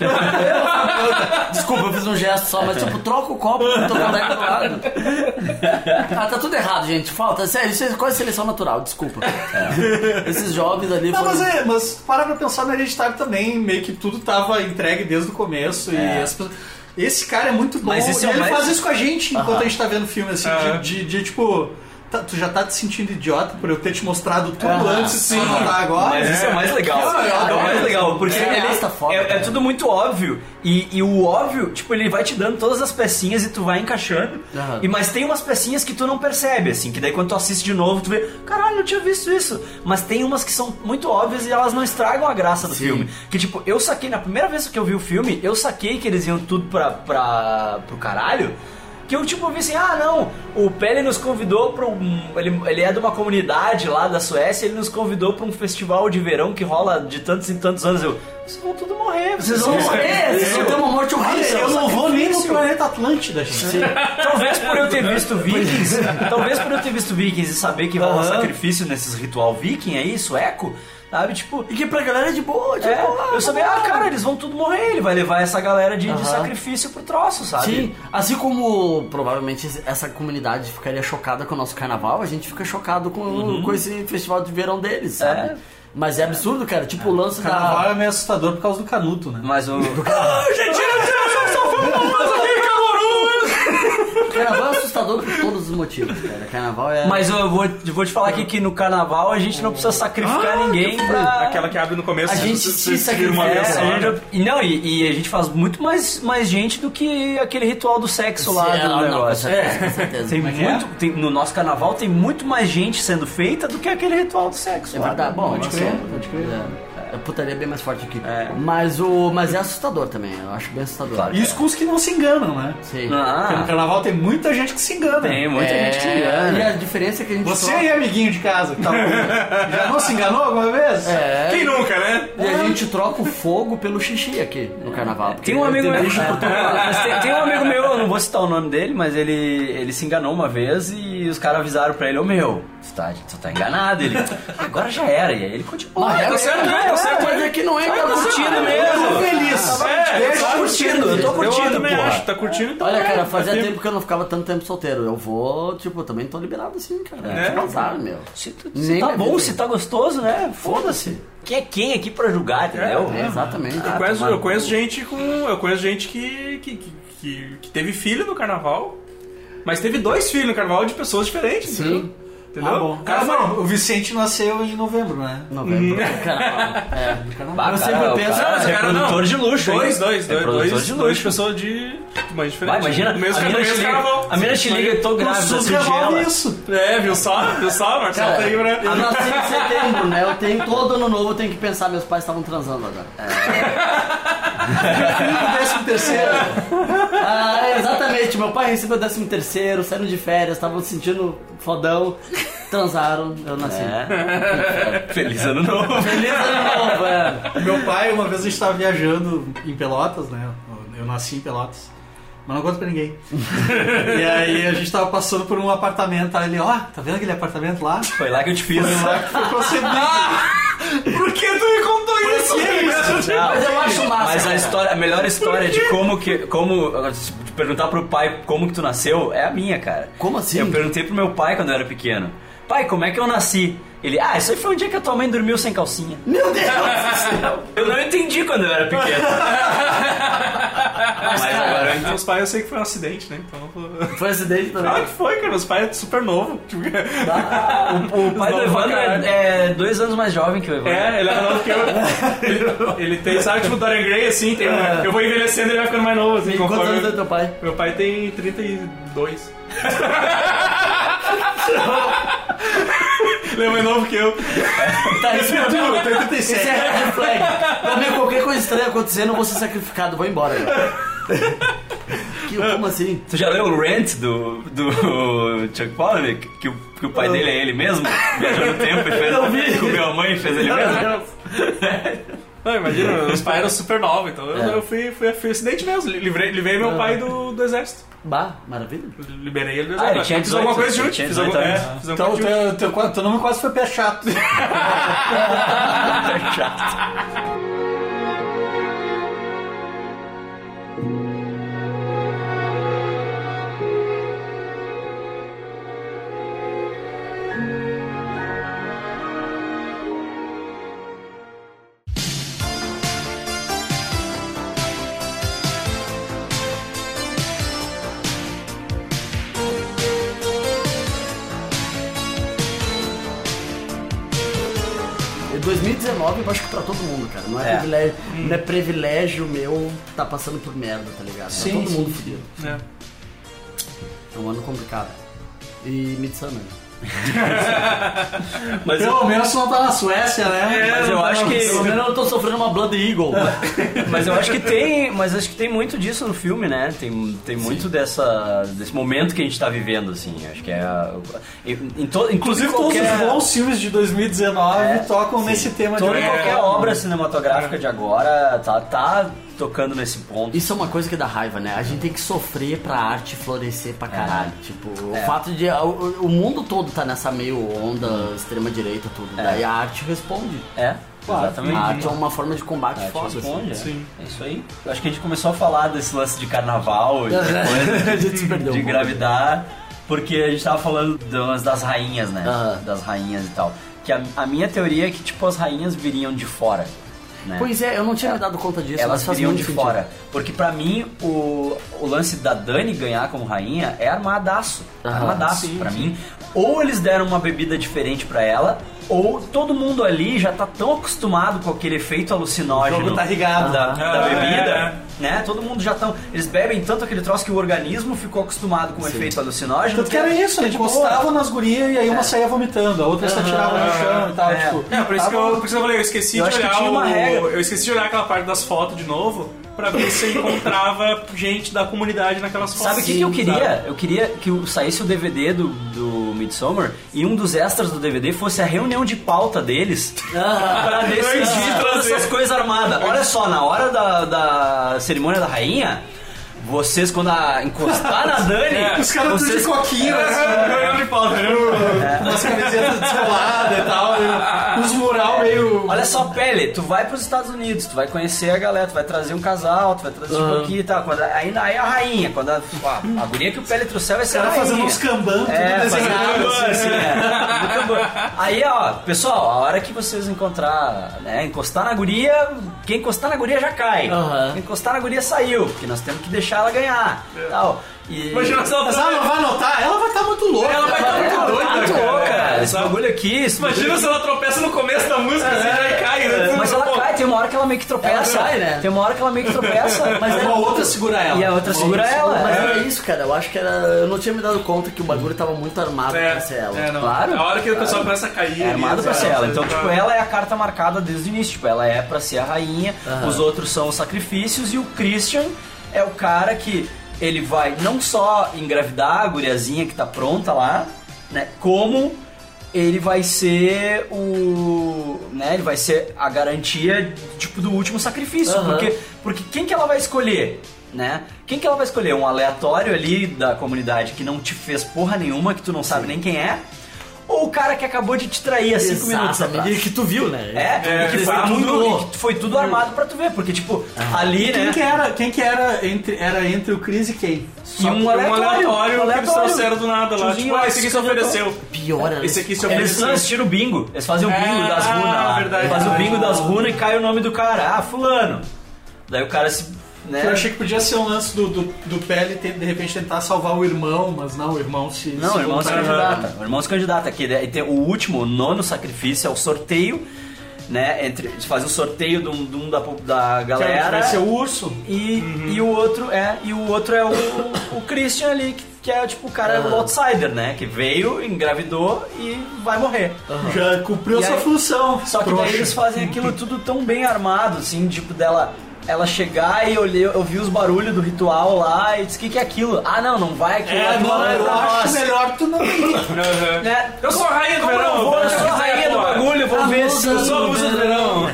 Desculpa, eu fiz um gesto só, mas tipo, troca o copo pro teu colega do lado. Ah, tá tudo errado, gente. Falta, sério, isso é quase seleção natural, desculpa. Esses jovens ali
Não,
foram...
mas, é, mas para pra pensar no Hereditário tá também, meio que tudo tava entregue desde o começo. E as pessoas- Esse cara é muito bom.
É. Mas esse
e
é o
ele
mais-
faz isso com a gente enquanto a gente tá vendo o filme, assim, de,
É.
de- de, tipo. tá- tu já tá te sentindo idiota por eu ter te mostrado tudo antes de
Sim.
notar agora.
Mas isso é o mais legal.
Ah,
é o
é.
mais legal, porque
É,
ele-
essa foto,
é, é
né?
tudo muito óbvio. E, e o óbvio, tipo, ele vai te dando todas as pecinhas e tu vai encaixando.
Aham.
E, mas tem umas pecinhas que tu não percebe, assim, que daí quando tu assiste de novo, tu vê, caralho, eu tinha visto isso. Mas tem umas que são muito óbvias e elas não estragam a graça do filme. Que tipo, eu saquei, na primeira vez que eu vi o filme, eu saquei que eles iam tudo pra, pra, pro caralho. Que eu tipo vi assim, ah não, o Pele nos convidou pra um. Ele, ele é de uma comunidade lá da Suécia, ele nos convidou pra um festival de verão que rola de tantos e tantos anos. Eu, vocês vão tudo morrer, vocês vão morrer, vocês vão
ter uma morte
Olha,
horrível.
eu não vou nem no
sacrifício.
planeta Atlântida, gente.
Talvez por eu ter visto Vikings, talvez por eu ter visto Vikings e saber que rola
Aham.
sacrifício nesses ritual viking aí, sueco, sabe? Tipo,
E que pra galera é de boa, de
é,
boa.
eu sabia, ah, cara, eles vão tudo morrer, ele vai levar essa galera de, de
Aham.
sacrifício pro troço, sabe?
Sim, assim como provavelmente essa comunidade ficaria chocada com o nosso carnaval, a gente fica chocado com, com esse festival de verão deles, sabe?
Uhum. É.
Mas é absurdo, cara. Tipo, o lance
O carnaval
da.
é meio assustador por causa do canuto, né?
Mas o.
Carnaval é assustador por todos os motivos, cara. Carnaval é.
Mas eu vou, eu vou te falar aqui que no carnaval a gente não precisa sacrificar
Ah,
ninguém pra.
Aquela que abre no começo.
A
né?
gente
Você-
se
você tira uma
É,
vez só,
a
né?
gente- e não, e, e a gente faz muito mais, mais gente do que aquele ritual do sexo lá
É,
do
não, com
negócio.
certeza, com certeza. é
Tem
Mas-
muito, tem- no nosso carnaval tem muito mais gente sendo feita do que aquele ritual do sexo.
É
lá.
verdade, bom,
Pode
pode
crer.
crer, pode crer. É. A putaria é bem mais forte aqui.
É.
Mas o. Mas é assustador também, eu acho bem assustador.
Claro.
E os cus que não se enganam, né?
Sim.
Porque no
Ah,
carnaval tem muita gente que se engana.
tem um muita
É,
gente que engana.
E a diferença é que a gente
Você
só-
aí, amiguinho de casa, que tá ouvindo, já não se enganou alguma vez?
É.
Quem nunca, né?
E a gente troca o fogo pelo xixi aqui no carnaval. porque é
Tem um amigo meu.
bicho por todo lado.
Mas tem, tem um amigo meu, eu não vou citar o nome dele, mas ele, ele se enganou uma vez e e os caras avisaram pra ele, ô meu, você tá, você tá enganado. Ele, agora já era. E aí ele continuou.
Ah,
Tá
é,
certo, né? Tá certo.
mas é que não é que tá curtindo
mesmo.
tá
Feliz.
É,
Deixa curtindo, eu tô
eu
curtindo,
também
porra.
acho. Tá curtindo, então
Olha,
vai.
cara, fazia tempo que eu não ficava tanto tempo solteiro. Eu vou, tipo, eu também tô liberado assim, cara.
É?
É. Azar, meu.
Se, tu-
Nem
se tá
me
bom,
avisei.
se tá gostoso, né? Foda-se. Quem é quem aqui pra julgar, entendeu?
É, exatamente.
Eu conheço, eu conheço gente com. Eu conheço gente que. que, que, que- que teve filho no carnaval, mas teve dois filhos no carnaval de pessoas diferentes.
Sim.
Entendeu?
Tá bom.
O cara
Ah,
foi-
não, o Vicente nasceu em novembro, né?
Novembro. Cara,
Bah,
Eu sempre
o
penso,
Não, "Ah, mas o
é
cara
produtor
não.
de luxo, hein?
Dois, dois,
É
dois,
produtor
dois,
de
dois
luxo.
pessoas de mães
Vai,
diferentes.
imagina,
Mesmo
a
cara-
mina te
mesmo
liga,
carnaval.
a mina te liga, eu tô
O
grávida,
SUS
assim,
resolve
ela.
isso.
É, viu só? Viu só? Marcelo tá aí
eu
pra.
nasci em setembro, né? Eu tenho todo ano novo, eu tenho que pensar, meus pais estavam transando agora. É.
O décimo terceiro.
Ah, exatamente. Meu pai recebeu o 13 terceiro, saindo de férias, estavam se sentindo fodão, transaram, eu nasci.
Feliz ano novo.
Feliz ano novo, é.
Meu pai, uma vez a gente tava viajando em Pelotas, né? Eu nasci em Pelotas. Mas não conto pra ninguém. e aí a gente tava passando por um apartamento. Aí ele, ó, tá vendo aquele apartamento lá?
Foi lá que eu te fiz. né?
Foi lá que foi concedido.
Por que tu me contou isso?
que é isso?
Não,
Mas eu acho massa,
Mas a
cara.
história, a melhor história de como que. Como. agora, se tu Perguntar pro pai como que tu nasceu é a minha, cara.
Como assim?
Eu perguntei pro meu pai quando eu era pequeno. Pai, como é que eu nasci? Ele, ah, isso aí foi um dia que a tua mãe dormiu sem calcinha.
Meu Deus!
Eu não entendi quando eu era pequeno. Mas agora eu entendi.
Meus pais eu sei que foi um acidente, né? Então.
Foi acidente também.
Ah, que foi, cara. Meus pais é super novo. Tipo,
né?
O pai do
Não,
Evandro
caralho.
é, é dois anos mais jovem que o Evandro.
É, ele é mais novo que eu. Ele, ele tem, sabe, tipo o Dorian Gray, assim, tem,
É.
eu vou envelhecendo e ele vai ficando mais novo, assim,
Quantos
conforme...
anos tem teu pai?
Meu pai tem 32. ele é mais novo que eu.
Tá, isso é
Eu tenho 37.
Esse é red flag. Pra mim, qualquer coisa estranha acontecendo, eu vou ser sacrificado, vou embora. cara. Que, como assim?
Tu já leu o Rant do, do Chuck Palahniuk? Que, o- que o pai dele é ele mesmo? Viajou no tempo e fez. Comeu a mãe e fez ele mesmo?
Não,
É.
imagina, meus pais eram super novos, então eu,
É.
eu fui, fui, fui acidente mesmo. Livrei, livrei
É.
meu pai do, do exército.
Bah, maravilha.
Liberei ele do
Ah,
exército.
ele tinha
fiz alguma
18,
coisa
ele
junto.
tinha
Fiz alguma
18
coisa.
anos.
Fiz alguma
Então,
coisa junto.
teu, teu, teu nome quase foi pé chato.
Em 2019 eu acho que pra todo mundo, cara. Não é,
É.
privilégio. Não é privilégio meu tá passando por merda, tá ligado? Tá
Sim,
todo
sim,
mundo fudido.
É.
É um ano complicado. E Midsummer.
Mas eu,
Pelo menos tu não tá na Suécia, né?
mas eu acho
Pelo
que.
menos eu tô sofrendo uma Blood Eagle.
Mas eu acho que tem. Mas acho que tem muito disso no filme, né? Tem, tem muito dessa, desse momento que a gente tá vivendo, assim. Acho que é. a- Em, em to-
Inclusive,
Então,
qualquer-
todos os bons filmes de 2019
É,
tocam nesse tema
Toda
de É.
e qualquer obra cinematográfica de agora tá, tá tocando nesse ponto.
Isso é uma coisa que dá raiva, né? A gente tem que sofrer pra arte florescer pra caralho.
É.
Tipo, o fato de. O, o mundo todo tá nessa meio onda extrema-direita, tudo. Daí a arte responde.
É, exatamente.
Ah,
A arte é uma forma de combate
Ah, te
foda. assim.
responde, é. É isso aí. Eu acho que a gente começou a falar desse lance de carnaval e de
A
coisa
gente se perdeu.
de
um pouco.
engravidar, porque a gente tava falando das, das rainhas, né?
Aham.
Das rainhas e tal. Que a, a minha teoria é que, tipo, as rainhas viriam de fora. Né?
Pois é, eu não tinha me dado conta disso.
Elas
mas faz
viriam de
muito sentido.
fora. Porque pra mim, o, o lance da Dani ganhar como rainha é armadaço.
Aham.
armadaço pra mim. Ou eles deram uma bebida diferente pra ela, ou todo mundo ali já tá tão acostumado com aquele efeito alucinógeno.
O jogo tá ligado.
Da, da
Ah,
bebida.
é.
Né? Todo mundo já tão. Eles bebem tanto aquele troço que o organismo ficou acostumado com o efeito alucinógeno.
É, Tanto que era isso, eles
De boa.
encostavam nas gurias e aí uma saía vomitando, a outra se atirava no chão e tal,
É.
tipo...
É, por isso, que eu,
tava-
por isso que eu falei, eu esqueci
Eu
de
acho que
olhar
tinha uma
o-
regra.
Eu esqueci de olhar aquela parte das fotos de novo pra ver se eu encontrava gente da comunidade naquelas fotos.
Sabe o que, que eu queria? Eu queria que o- saísse o DVD do, do Midsommar e um dos extras do DVD fosse a reunião de pauta deles
Ah.
pra decidir
Antes de
todas
trazer.
essas coisas armadas. Olha só, na hora da, da cerimônia da rainha. Vocês, quando a encostar na Dani,
Os caras tudo de
vocês É,
coquinho,
Ganhando de pau, né?
umas camisetas descoladas e tal, uns mural meio...
Olha só, Pele, tu vai pros Estados Unidos, tu vai conhecer a galera, tu vai trazer um casal, tu vai trazer tipo aqui e tal. Quando, aí, aí a rainha, quando a, a, a guria que o Pele trouxer vai ser a
Ela
rainha.
fazendo uns cambam, tudo
É,
desenhado.
fazendo assim,
assim.
é. Muito bom. Aí, ó, pessoal, a hora que vocês encontrar, né, encostar na guria, quem encostar na guria já cai.
Aham.
Quem encostar na guria saiu, porque nós temos que deixar ela ganhar. Tal. E...
É. Imagina só
Mas ela "Ah, não vai notar? Ela vai estar muito louca.
Ela vai estar
É,
muito doida,
muito
cara. Tá.
louca, cara. Esse bagulho aqui, esse
Imagina se ela tropeça no começo da música, assim, já cai, né?
É. Mas ela cai, tem uma hora que ela meio que tropeça.
Ela sai, né?
Tem uma hora que ela meio que tropeça, mas
Mas
é
uma outra segura ela.
E a outra segura ela.
Mas
é.
era isso, cara. Eu acho que era. Eu não tinha me dado conta que o bagulho tava muito armado pra ser ela.
é, não.
Claro.
A hora que o pessoal começa a cair.
É armado
ali,
pra ser
sabe?
ela. Então, tipo,
Pra-
ela é a carta marcada desde o início. Tipo, ela é pra ser a rainha, os outros são os sacrifícios, e o Christian é o cara que ele vai não só engravidar a guriazinha que tá pronta lá, né? Como ele vai ser o. né? Ele vai ser a garantia, tipo, do último sacrifício.
Aham.
Porque, porque quem que ela vai escolher? Né? Quem que ela vai escolher? Um aleatório ali da comunidade que não te fez porra nenhuma, que tu não sabe nem quem é? Ou o cara que acabou de te trair há É cinco minutos
Exatamente.
atrás?
E que tu viu, né?
É,
É,
e que foi
tá
tudo,
tudo-
e que foi tudo armado pra tu ver, porque tipo, ali,
Quem
né?
que era, quem que era, entre, era entre o Chris e quem?
E um aleatório, um
que eles
aleatório.
trouxeram do nada lá.
Tiozinho
Tipo, ah, esse aqui se ofereceu.
Pior ainda.
Esse aqui
é?
se
Eles
ofereceu.
tiram o bingo, eles fazem o
É,
bingo das runas lá.
verdade.
Eles fazem o bingo
Ah.
das runas e cai o nome do cara, ah, fulano. Daí o cara se. Né?
Eu achei que podia ser um lance do, do, do Pele ter- de repente tentar salvar o irmão, mas não, o irmão se.
Não,
se
o irmão se
voltar.
candidata. O irmão se candidata aqui. né? E tem o último, o nono sacrifício é o sorteio, né? Entre, de fazer o sorteio de um, de um da, da
Que é,
galera.
Vai ser o Uhum. urso.
E, e o outro é e o outro é o, o- o Christian ali que, que é tipo o
Ah.
cara o outsider né que veio engravidou e vai morrer
Já cumpriu
E
sua
aí-
função.
só que daí
trouxa.
eles fazem aquilo tudo tão bem armado assim tipo dela ela chegar e olhei, eu vi os barulhos do ritual lá e disse o que, que é aquilo ah não não vai aquilo
É,
aquilo
não,
lá é
eu
pra
acho
nós."
melhor tu não ir.
Aham.
Né?
Eu sou a rainha do
Como
verão, né?
eu vou, eu
se
sou a
quiser,
rainha do
porra.
bagulho vou
A
ver
musa
se eu
do
sou a musa do verão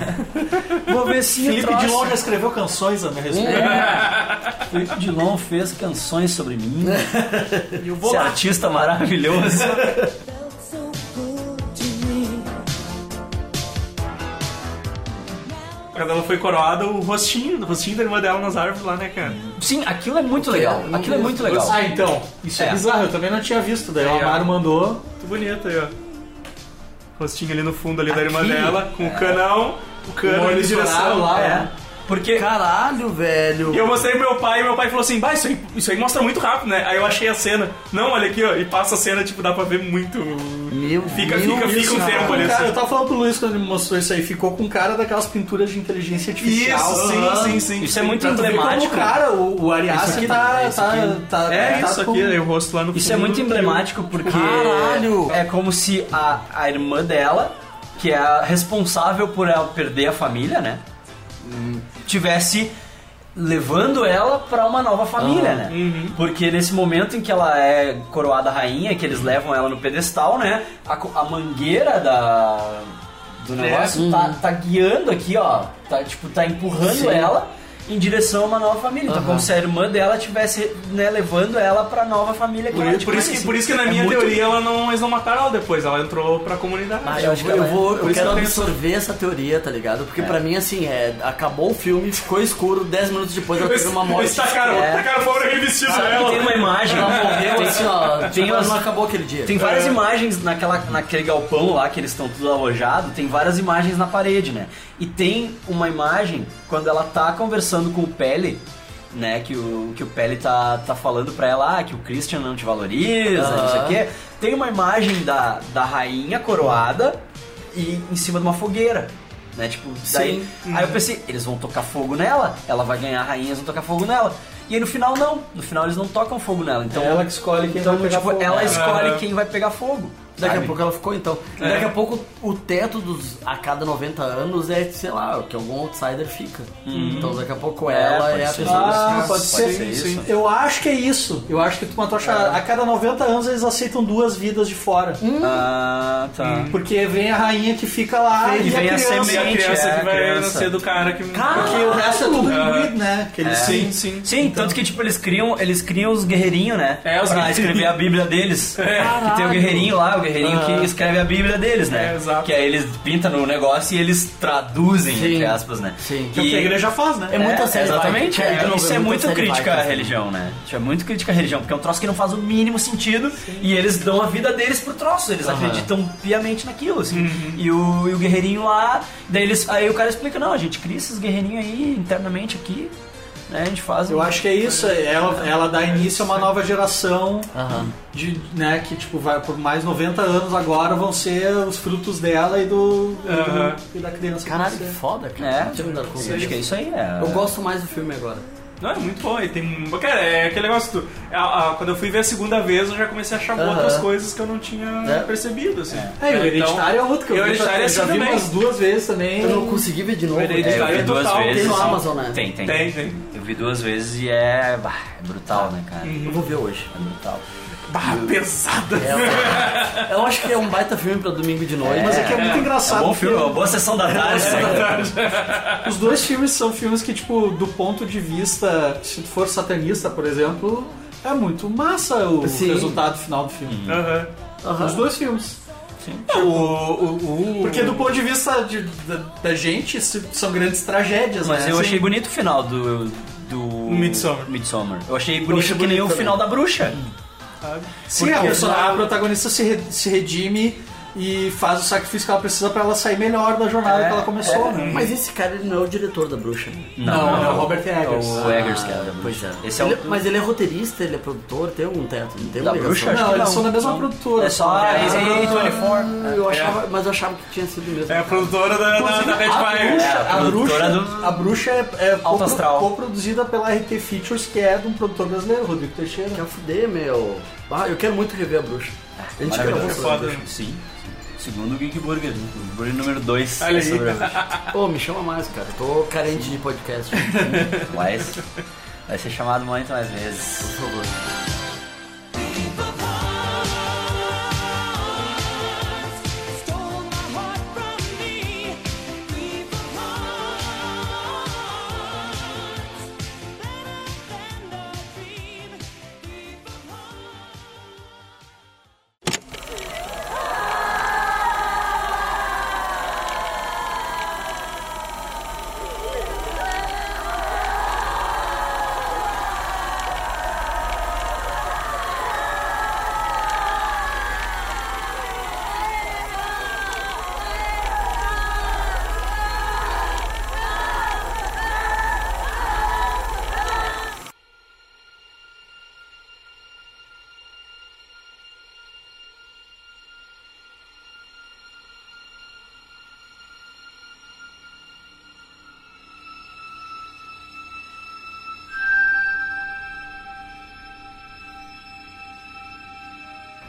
vou ver se
Felipe
troço.
Dilon já escreveu canções a meu respeito.
é Felipe Dilon fez canções sobre mim
E eu vou
esse
lá.
artista maravilhoso
Quando ela foi coroada, o rostinho, o rostinho da irmã dela nas árvores lá, né, cara?
Sim, aquilo é muito legal.
não
Aquilo é muito legal.
Ah, então. Isso é.
É.
bizarro, eu também não tinha visto. Daí o
Aí, ó.
Amaro mandou.
Muito bonito aí, ó. Rostinho ali no fundo ali da irmã
Aqui?
dela, É. com o canão, o cano
olho
ali em
estourado
direção.
lá.
É. Porque.
Caralho, velho.
E eu mostrei pro meu pai e meu pai falou assim: Bah, isso aí, isso aí mostra muito rápido, né? Aí eu achei a cena. Não, olha aqui, ó. E passa a cena, tipo, dá pra ver muito.
Meu
Fica,
Deus.
fica, fica um
Ficou
tempo
com
ali.
cara,
assim.
eu tava falando pro Luiz quando ele me mostrou isso aí, ficou com cara daquelas pinturas de inteligência artificial.
Isso, sim,
Aham.
sim, sim.
Isso é muito
Pra tu ver como
Como o
emblemático.
cara, o, o Ari Aster
Isso aqui,
tá,
isso
tá,
aqui.
tá-
É
tá
isso
com-
aqui, aí o rosto lá no fundo.
Isso é muito emblemático porque.
Caralho.
É como se a, a irmã dela, que é a responsável por ela perder a família, né?
Hum.
Tivesse levando ela pra uma nova família, né?
Uhum.
Porque nesse momento em que ela é coroada rainha, que eles levam ela no pedestal, né? A, co- a mangueira da do
É.
negócio tá, tá guiando aqui, ó, tá tipo tá empurrando
Sim.
ela em direção a uma nova família. Então
Aham.
como se a irmã dela tivesse, né, levando ela pra nova família que
Por,
ela
por isso que,
conhece.
por isso que na
É
minha
muito-
teoria ela não, eles não mataram ela depois, ela entrou pra comunidade.
Ah, eu,
acho que
vou- eu
ela é.
vou,
Por
eu
isso
quero
que ela tem essa-
absorver essa teoria, tá ligado? Porque pra mim, assim, é, acabou o filme, ficou escuro, 10 minutos depois ela teve uma morte.
Eles tacaram,
É.
tacaram fora aquele vestido
Sabe
dela.
que tem é uma imagem.
Ela morreu assim, ó.
Tem
Tem
umas-
não acabou aquele dia.
Tem várias
É.
imagens naquela, naquele galpão lá que eles estão tudo alojado, tem várias imagens na parede, né? E tem uma imagem quando ela tá conversando com o Pele, né? Que o, que o Pele tá, tá falando pra ela ah, que o Christian não te valoriza,
Aham.
não sei o quê. Tem uma imagem da, da rainha coroada e em cima de uma fogueira. Né, tipo, daí, aí eu pensei, eles vão tocar fogo nela, ela vai ganhar a rainha, eles vão tocar fogo nela. E aí no final não, no final eles não tocam fogo nela. Então
É ela que escolhe quem
então,
vai pegar
tipo,
fogo.
ela
É.
escolhe
Aham.
quem vai pegar fogo.
Daqui
sabe?
a pouco ela ficou então. Daqui a pouco o teto dos a cada 90 anos é, sei lá, que algum outsider fica. Então daqui a pouco ela
pode
é, a
ser.
pessoa desse
Ah,
caso.
pode ser.
ser isso.
Sim. Eu acho que é isso. Eu acho que tu matou a charada. A cada 90 anos eles aceitam duas vidas de fora.
Ah, tá.
Hum.
Porque vem a rainha que fica lá e,
E vem
a
a
criança.
E a
semente.
criança
é,
que vai
criança.
nascer do cara que.
Porque o resto é tudo imbuído, né? Que eles
Sim, sim.
Sim,
Então.
tanto que tipo, eles criam, eles criam os guerreirinhos, né?
É, os
pra
guerreirinhos. É.
escrever a Bíblia deles. Que tem o guerreirinho lá, o guerreirinho que escreve a Bíblia deles, né?
Ah. É, exato.
Que aí eles pintam no negócio e eles traduzem,
Sim.
entre aspas, né?
Sim.
Então,
Que é o que a igreja faz, né?
É muita
É,
série
Exatamente.
vai,
é,
cara. De novo,
isso é
muita
muito
série
crítica
vai,
à
cara.
religião, né? Isso é muito crítica à religião, porque é um troço que não faz o mínimo sentido e eles dão a vida deles pro troço. Eles acreditam piamente naquilo, assim. E, o, e o guerreirinho lá, daí eles, aí o cara explica, não, a gente cria esses guerreirinhos aí internamente aqui, né? A gente faz.
Eu acho que é isso. Ela, ela dá início a uma nova geração
Aham.
de, né, que tipo vai por mais 90 anos agora vão ser os frutos dela e do, e do-
Aham.
e da criança. que
Caralho, que
vai ser.
foda, cara.
É.
Não tinha me dado conta
Acho que é isso
disso.
aí, é.
Eu gosto mais do filme agora.
Não, é muito bom. E tem. Cara, é aquele negócio. Do... a- a- quando eu fui ver a segunda vez, eu já comecei a achar
Aham.
outras coisas que eu não tinha
É.
percebido, assim.
É, e o
Então,
hereditário é outro que eu,
e o
vi,
Hereditário
eu
é
já
assim
vi
também.
umas duas vezes também.
Eu não consegui ver de novo.
Ele
É, eu
Cara,
vi
é
duas
total,
vezes.
tem no Amazon, né?
Tem, tem.
Tem, tem.
Eu vi duas vezes e é, bah, é brutal, né, cara?
Eu vou ver hoje.
É brutal.
Bah, pesada.
É, eu acho que é um baita filme pra domingo de noite.
Mas é que é muito
É um
engraçado.
bom filme, é uma boa sessão da tarde. né?
porque Os dois filmes são filmes que, tipo, do ponto de vista, se tu for satanista, por exemplo, é muito massa o
Sim.
resultado final do filme.
Aham.
Os dois filmes.
É, o- o- o-
Uhum. Porque do ponto de vista de- da, da gente, se- são grandes tragédias,
Mas
né?
eu
Sim.
achei bonito o final do. do
Midsommar.
Midsommar. Eu achei bonito
achei
que nem o
bonito também.
final da bruxa.
Sim,
é.
a, perso- a protagonista se, re- se redime e faz o sacrifício que ela precisa pra ela sair melhor da jornada
É,
que ela começou,
é.
né?
Mas esse cara ele não é o diretor da bruxa.
Não, é o Robert Eggers.
O Eggers, que é da
Pois é.
bruxa. Esse é
Ele-
o.
Mas ele é roteirista, ele é produtor, tem algum teto, não tem
Da
uma ligação.
bruxa? acho
não,
que
eles
não.
são da mesma
Não.
produtora.
É só a
É,
Easy A24.
Eu achava, mas eu achava que tinha sido mesmo.
é a produtora da, da, da Red Fire.
É,
A bruxa,
produtora do-
a bruxa é, é
Alto astral.
co-produzida pela RT Features, que é de um produtor brasileiro, Rodrigo Teixeira.
Quer fuder, meu. Ah, eu quero muito rever a bruxa. A gente gravou
Maravilhoso.
sobre a
é foda.
bruxa.
Sim. Segundo o Geek Burger. né? Geek Burger número 2.
Olha aí.
Ô, me chama mais, cara. Eu Tô carente de podcast.
Mas vai ser chamado muito mais vezes.
Por favor.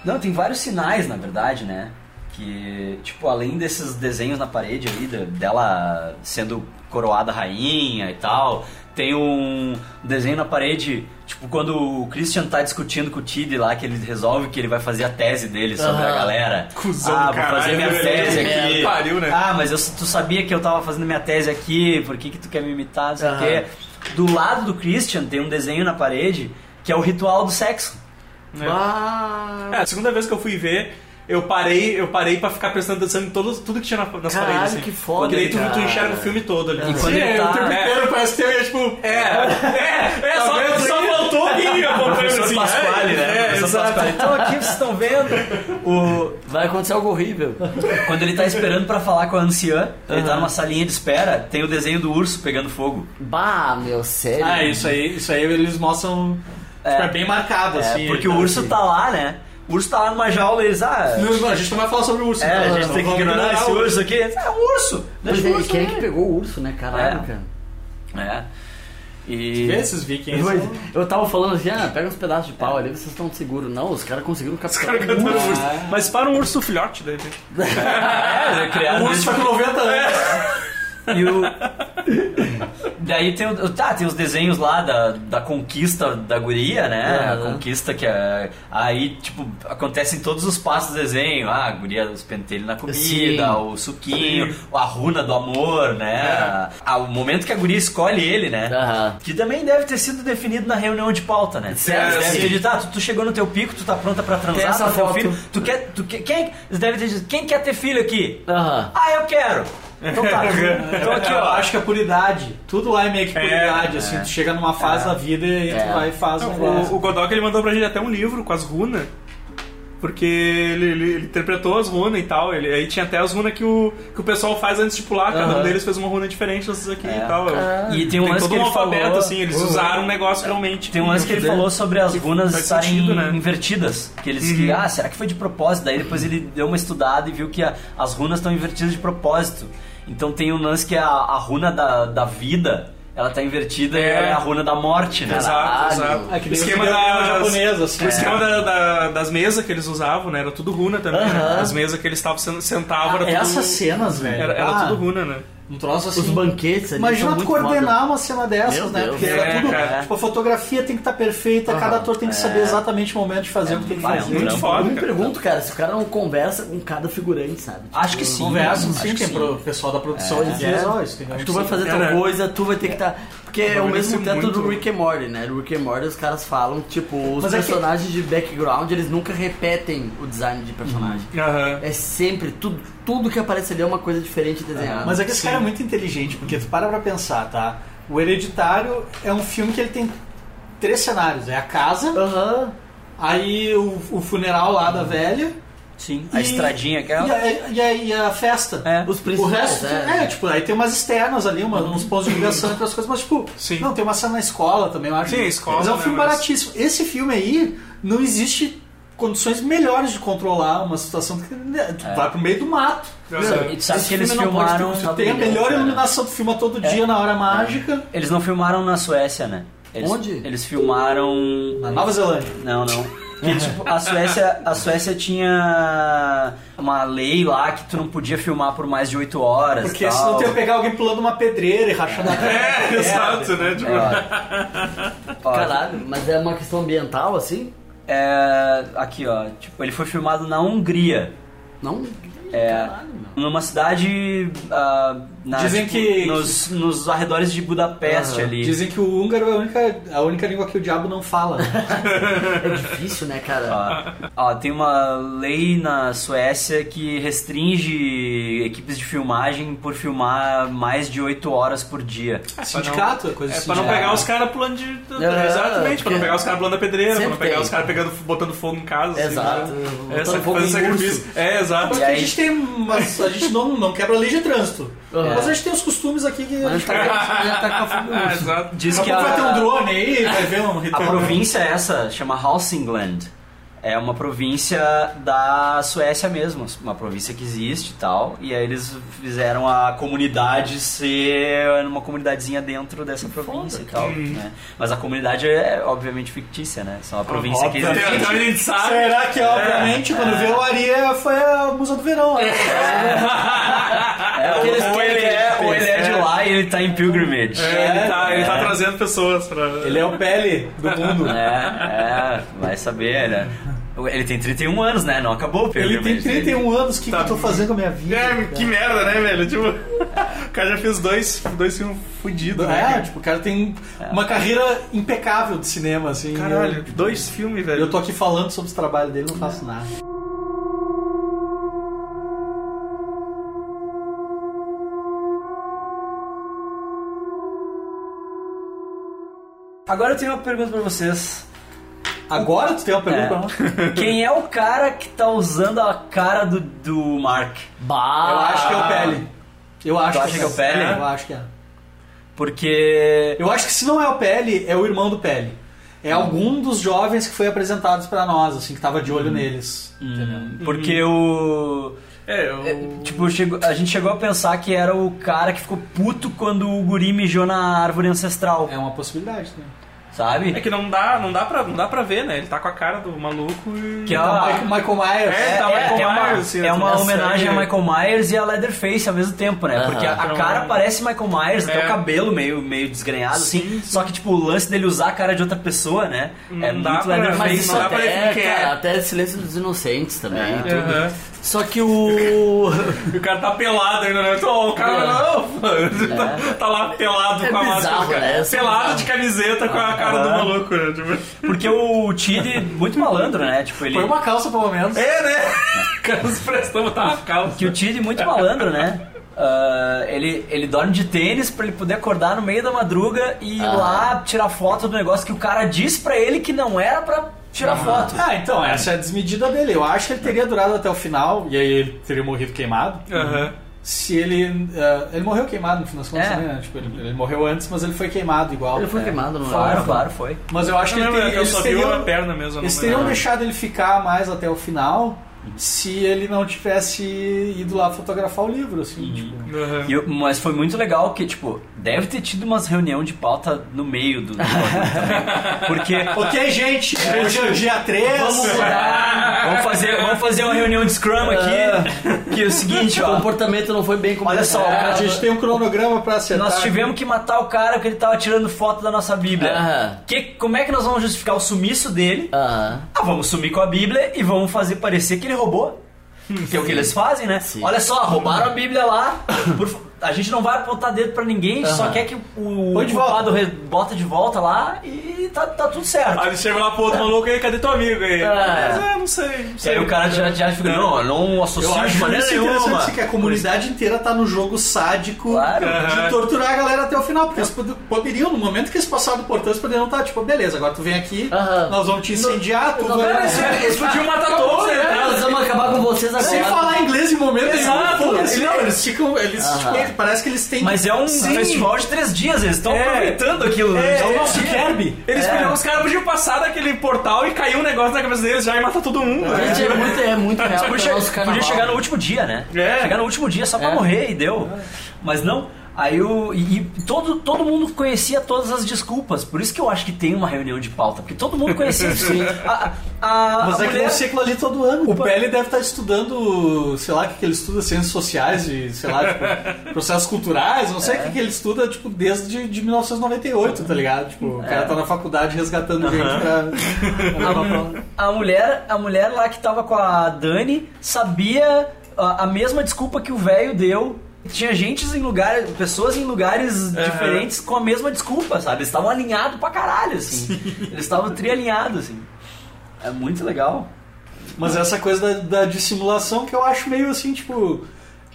Não, tem vários sinais, na verdade, né? Que, tipo, além desses desenhos na parede ali, da- dela sendo coroada rainha e tal, tem um desenho na parede, tipo, quando o Christian tá discutindo com o Tid lá, que ele resolve que ele vai fazer a tese dele sobre a
Aham.
galera.
Cusão
ah,
Ah, do
vou
caralho,
fazer minha
velho.
tese aqui.
É, pariu, né?
Ah, mas eu, tu sabia que eu tava fazendo minha tese aqui, por que que tu quer me imitar, não sei o
Aham.
quê. Do lado do Christian tem um desenho na parede que é o ritual do sexo.
Ah,
É, a segunda vez que eu fui ver, eu parei, eu parei pra ficar prestando atenção em todo, tudo que tinha na- nas
Caralho,
paredes. Assim.
que foda,
Porque daí tu,
cara.
tu enxerga o filme todo ali.
quando ele
é,
tá-
o tempo
é.
inteiro parece que eu ia tipo. É, é, é, só, só faltou alguém acompanhando
Professor
assim.
Pasquale,
é,
né?
É,
Professor
exato.
Pasquale. Então aqui vocês estão vendo o
vai acontecer algo horrível.
quando ele tá esperando pra falar com a anciã, ele tá numa salinha de espera, tem o desenho do urso pegando fogo.
Bah, meu, sério.
Ah, isso aí, isso aí eles mostram. É,
É.
bem marcado,
É,
assim.
porque o urso tá lá, né? O urso tá lá numa jaula e eles, ah,
Não, a gente não vai falar sobre o urso.
é,
então,
a gente
não,
tem que
vamos
ignorar esse
o
urso aqui. É um urso.
Mas
Deixa o
aí,
urso
quem é
aí.
que pegou o urso, né? Caralho,
É.
cara.
É.
E.
Vê esses vikings.
Pois, eu tava falando assim, ah, pega uns pedaços de pau ali, vocês estão seguros. Não, os caras conseguiram capturar.
Cara, cantando urso. Mas para um urso filhote, daí.
Ah,
É, criado
O urso tá com 90 anos.
É. E o. Daí tem, o- tá, tem os desenhos lá da, da conquista da guria, né? A
Aham.
conquista que é. Aí, tipo, acontecem todos os passos do desenho. Ah, a guria, os pentelhos na comida,
Sim.
o suquinho, a runa do amor,
É.
né? Ah, o momento que a guria escolhe ele, né?
Aham.
Que também deve ter sido definido na reunião de pauta, né?
Certo,
Eles devem
sim.
ter dito, ah, tu, tu chegou no teu pico, tu tá pronta pra transar,
Tem essa
tu teu
foto.
filho. Tu quer. Tu quer quem, eles devem ter dito, quem quer ter filho aqui?
Aham.
Ah, eu quero! Então tá, então aqui
Eu
ó.
acho que é por idade. Tudo lá é meio que por
É,
idade, assim. Tu chega numa fase da vida e
É.
tu vai e faz um
O,
negócio.
o Godok ele mandou pra gente até um livro com as runas. Porque ele, ele- ele interpretou as runas e tal. Ele, aí tinha até as runas que o, que o pessoal faz antes de pular. Cada um deles fez uma runa diferente dessas aqui e tal.
E tem um
Tem
lance
todo
que
um
ele
alfabeto,
falou.
assim. Eles usaram um negócio realmente.
Tem um lance que ele falou sobre as runas
faz
estarem
sentido, né?
invertidas. Que eles que, ah, será que foi de propósito? Daí depois ele deu uma estudada e viu que a- as runas estão invertidas de propósito. Então tem um lance que a, a runa da, da vida, ela tá invertida e
É.
ela é a runa da morte, né?
Exato, exato.
É que
o
nem
esquema
o
da
japonesa, assim.
O esquema da- da- das mesas que eles usavam, né? Era tudo runa também. né?
Aham.
As mesas que eles estavam sen- sentavam era tudo.
Essas cenas, velho.
Era, era
ah,
tudo runa, né?
Um troço assim.
Os banquetes ali.
Imagina
são
tu
muito
coordenar
foda.
uma cena dessas,
Meu
né?
Deus.
Porque
É,
era tudo.
cara.
Tipo, a fotografia tem que estar perfeita, cada ator tem que saber exatamente o momento de fazer o que tem que
vai, é
fazer.
um
Muito
Não,
Eu
foda,
me
cara.
pergunto, cara, se o cara não conversa com cada figurante, sabe? Tipo,
Acho que sim.
Conversam,
acho
sim,
que
tem pro pessoal da produção de diz, ó, isso tem um
Acho que
que
tu vai
ser-
fazer
Cara,
tal coisa, tu vai ter que estar. Porque é o
bagulho
mesmo
deve ser
teto do
muito-
Rick and Morty, né? No Rick and Morty os caras falam, tipo, os
Mas é que-
personagens de background, eles nunca repetem o design de personagem.
Aham.
É sempre, tudo, tudo que aparece ali é uma coisa diferente desenhada.
Mas é que esse cara é muito inteligente, porque tu para pra pensar, tá? O Hereditário é um filme que ele tem três cenários. É a casa,
Aham.
aí o, o funeral lá da velha
Sim, a
E-
estradinha é
e
aquela.
a, e a- e a festa.
É.
Os
O
principais.
resto, é, tipo, aí tem umas externas ali, uma- uns pontos de ligação entre as coisas, mas tipo,
Sim.
não, tem uma cena na escola também, eu acho.
Sim, a escola,
Mas é um
né,
filme
mas-
baratíssimo. Esse filme aí, não existe condições melhores de controlar uma situação que né, tu vai pro meio do mato. Né? Tipo,
E tu sabe
Esse
que eles
filme É. não É. pode ter
filmaram.
um-
Tem a
Legal,
melhor
cara.
iluminação do filme todo dia na hora mágica.
Eles não filmaram na Suécia, né? Eles,
Onde?
Eles filmaram.
É.
Na Nova Zelândia.
Não, não. Que, tipo, a Suécia, a Suécia tinha uma lei lá que tu não podia filmar por mais de 8 horas. e
Porque
tal.
senão tu ia pegar alguém pulando uma pedreira e rachando a cara.
É, exato, né?
um
Tipo,
Ó,
Caralho, mas é uma questão ambiental, assim?
é, aqui, ó. Tipo, ele foi filmado na Hungria.
Não.
É,
Caralho, meu.
numa cidade. ah, na-
Dizem
tipo,
que-
Nos, nos arredores de Budapeste ali.
Dizem que o húngaro é a única, a única língua que o diabo não fala. né?
É difícil, né,
Ah,
cara?
Ó, ó, tem uma lei na Suécia que restringe equipes de filmagem por filmar mais de 8 horas por dia.
Sindicato, é coisa
É
assim.
pra não
né?
pegar os caras pulando de.
É,
exatamente, pra não
porque-
pegar os caras pulando a pedreira, pra não
Sempre
pegar
tem.
os caras pegando, botando fogo em casa.
É Exato.
Assim, né?
Botando
Essa
fogo
fazer
em
sacrifício. É, exato.
Porque a gente tem. Mas a gente não, não quebra a lei de trânsito.
Aham.
Mas a gente tem os costumes aqui que.
Mas a gente tá, a gente tá com a fome no
Ah,
urso.
exato.
Diz
Daqui
que
a pouco vai ter um
a,
drone aí, vai ver um
a
ritual.
província é essa chama Hälsingland. É uma província da Suécia mesmo, uma província que existe e tal. E aí eles fizeram a comunidade ser uma comunidadezinha dentro dessa província e tal. né? Mas a comunidade é obviamente fictícia, né? Só uma província que
Até-
existe.
até a gente sabe.
Será
É.
que, obviamente, quando viu o Aria foi a musa do verão? né?
É, ou,
eles
ou
querem
ele
que a
é,
gente
ou ele é de lá e ele tá em pilgrimage.
É, ele, tá, ele tá trazendo pessoas pra.
Ele é o pele do mundo.
É, é, vai saber, né? Ele tem 31 anos, né? Não acabou o
Ele
pilgrimage.
tem 31 anos, o que,
Tá.
que eu tô fazendo com a minha vida?
É, que merda, né, velho? Tipo, o cara já fez dois, dois filmes fudidos,
É,
né?
tipo, o cara tem
É.
uma carreira impecável de cinema, assim.
Caralho,
Eu,
dois filmes, velho.
eu tô aqui falando sobre os trabalhos dele, não faço nada.
Agora eu tenho uma pergunta pra vocês.
Agora tu tem uma pergunta
É.
pra nós?
Quem é o cara que tá usando a cara do, do Mark?
Bah!
Eu acho que é o Pele. Eu acho
Ah. Tu acha que é o Pele?
Eu acho que é.
Porque.
Eu acho que se não é o Pele, é o irmão do Pele. É
Uhum.
algum dos
Uhum.
jovens que foi apresentados pra nós, assim, que tava de olho neles. Entendeu?
Porque hum, o.
É, eu...
Tipo, eu chego- a gente chegou a pensar que era o cara que ficou puto quando o guri mijou na árvore ancestral,
É uma possibilidade também.
sabe?
É que não dá, não dá, pra, não dá pra ver, né? Ele tá com a cara do maluco e.
Que é
Tá,
uma-
Michael Myers.
Ah. É, tá
é,
Michael
é uma,
Myers, assim,
é uma
nessa
homenagem a
aí.
Michael Myers e a Leatherface ao mesmo tempo, né?
Aham.
Porque a, a
Então,
cara
é.
parece Michael Myers, até
É.
o cabelo meio, meio desgrenhado,
Sim,
assim.
sim.
Só que, tipo, o lance dele usar a cara de outra pessoa, né? é
Não dá
muito
pra-
Mas
Leatherface.
isso
não dá pra
até,
ver quem é.
cara, até Silêncio dos Inocentes também. e tudo.
Aham.
Só que o.
E o cara tá pelado ainda, né? Então, o cara não, pô, tá, tá lá pelado
É
com a
bizarro,
máscara. tipo,
né? É só
Pelado
bizarro.
de camiseta com a cara do maluco, né? Tipo,
Porque o Tid, muito malandro, né? Tipo, ele.
Foi uma calça, pelo menos.
é, né? O cara se prestou a botar uma calça.
Que o Tid, muito malandro, né? Ah, ele, ele dorme de tênis pra ele poder acordar no meio da madruga e ir
Ah.
lá tirar foto do negócio que o cara disse pra ele que não era pra tirar foto.
Ah, então, essa é a desmedida dele. Eu acho que ele teria durado até o final, e aí ele teria morrido queimado.
Aham.
Se ele. eh, ele morreu queimado no final das contas,
É.
né? Tipo, ele, ele morreu antes, mas ele foi queimado igual.
Ele foi
É.
queimado no
Claro, claro, foi.
Mas eu acho
Eu,
que ele
lembro,
teria,
eu
eles
só vi
teriam,
a perna mesmo. eu não
eles
lembro.
teriam deixado ele ficar mais até o final se ele não tivesse ido lá fotografar o livro,
Uhum.
assim, tipo.
Aham.
E eu- mas foi muito legal que, tipo, deve ter tido umas reunião de pauta no meio do negócio também. Porque.
Ok, gente, hoje é o dia 3.
Vamos mudar. Vamos fazer, vamos fazer uma reunião de Scrum aqui. Que é o seguinte,
O
ó.
comportamento não foi bem como
Olha só,
É,
A gente tem um cronograma pra acertar. né?
Nós tivemos que matar o cara porque ele tava tirando foto da nossa Bíblia.
Aham.
Que, como é que nós vamos justificar o sumiço dele?
Aham.
Ah, vamos sumir com a Bíblia e vamos fazer parecer que ele roubou. Que é o que eles fazem, né?
Sim.
Olha só, roubaram a Bíblia lá. Por fa- a gente não vai apontar dedo pra ninguém, a gente só
Aham.
quer que o
Põe de volta.
culpado re- bota de volta lá e tá, tá tudo certo.
Aí ele chega lá pro outro maluco e aí, cadê teu amigo aí?
Ah.
Mas, é, não sei. Não
E
sei.
aí o cara já, já fica, não, eu não
Eu
associo de
acho
maneira
isso
nenhuma.
interessante assim, que a comunidade inteira tá no jogo sádico
Claro.
Aham.
de torturar a galera até o final, porque eles pod- poderiam, no momento que eles passaram do portão, eles poderiam estar, tipo, beleza, agora tu vem aqui,
Aham.
nós vamos te incendiar, tu vai...
Eles- Eles podiam matar todos, né?
Nós vamos acabar com vocês agora.
Sem falar inglês em momento
Exato,
nenhum, foda-se, É.
ele-
não, eles ficam, eles,
Aham.
tipo, parece que eles têm...
Mas é um
Sim.
festival de três dias, eles estão
É.
aproveitando aquilo.
É,
eles tão-
é.
Kirby.
Eles
É.
podiam, os caras podiam passar daquele portal e cair um negócio na cabeça deles já e matar todo mundo. né?
Gente, é muito, é muito real.
Podia,
pro
che-
nosso carnaval.
podia chegar no último dia, né?
É.
Chegar no último dia só pra
É.
morrer e deu. Mas não. Aí o. E, e todo, todo mundo conhecia todas as desculpas. Por isso que eu acho que tem uma reunião de pauta. Porque todo mundo conhecia. Sim. A, a,
Mas
a
é que tem um
mulher-
ciclo ali todo ano. O Pele deve estar estudando, sei lá, o que, que ele estuda, ciências sociais e, sei lá, tipo, processos culturais, não sei o que, que ele estuda, tipo, desde de 1998, tá ligado? Tipo, o cara tá na faculdade resgatando gente pra... pra levar pra lá.
A mulher, a mulher lá que tava com a Dani sabia a, a mesma desculpa que o velho deu. Tinha gente em lugares, pessoas em lugares diferentes com a mesma desculpa, sabe? Eles estavam alinhados pra caralho, assim. Eles estavam trialinhados, assim. É muito legal.
Mas essa coisa da, da dissimulação que eu acho meio assim, tipo...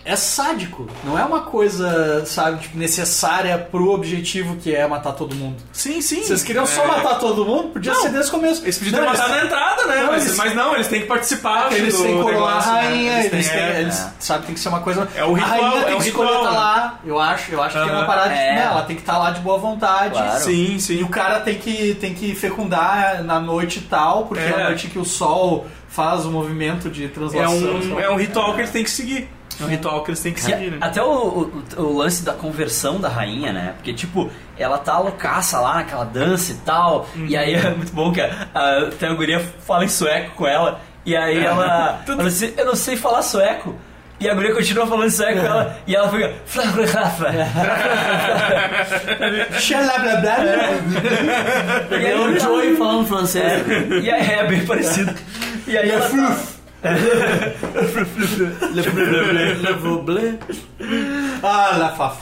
É sádico, não é uma coisa, sabe, tipo, necessária pro objetivo que é matar todo mundo.
Sim, sim.
Vocês queriam só matar todo mundo? Podia ser desde o começo.
É. Eles podiam ter
Não,
matado na entrada, né?
Não,
mas,
eles-
mas não, eles têm que participar.
Porque eles
do
têm que coroar a
negócio, né?
rainha, eles,
têm-
têm,
é.
eles sabe, tem que ser uma coisa.
É o ritual,
a rainha tem
é o
que escolher
ritual, Ah.
tá
né?
lá, eu acho, eu acho que é uma
Aham.
parada
É.
de, né, ela tem que estar lá de boa vontade.
Claro.
Sim,
E
sim.
o cara tem que, tem que fecundar na noite tal, porque é.
É.
a noite que o sol faz o movimento de
É
translação. então.
um,
sabe?
é um ritual que eles têm que seguir. É um ritual que eles têm que
E
seguir, né?
até o, o- o lance da conversão da rainha, né? Porque, tipo, ela tá loucaça lá naquela dança e tal. E aí é muito bom que a, a, tem uma guria fala em sueco com ela. E aí ela. ela disse, eu não sei falar sueco. E a guria continua falando sueco com ela. E ela fica. "Fla, fla, fla, fla."
Xalá, blá, blá, blá.
E aí,
É o Joey falando francês.
E aí é bem parecido. E aí ela. tá-
Le bleu, bleu, bleu, le bleu, bleu.
Ah, lá, fafo.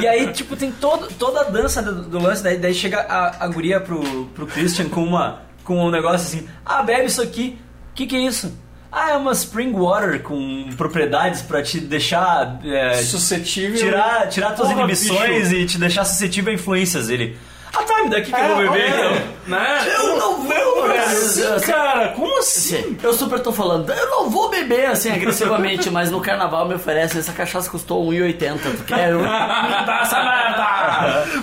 E aí, tipo, tem todo, toda a dança do, do lance, daí, daí chega a, a guria pro, pro Christian com uma com um negócio assim, ah, bebe isso aqui, que que é isso? Ah, é uma spring water com propriedades pra te deixar é,
Suscetível.
tirar, tirar tuas
Porra,
inibições e te deixar suscetível a influências. Ele, ah tá, me dá aqui que
É,
eu vou beber
olha.
então.
Né?
Eu não vou,
Sim, cara, como assim?
Sim, eu super tô falando, eu não vou beber assim agressivamente, mas no carnaval me oferecem, essa cachaça um custou 1,80, tu quer? Eu-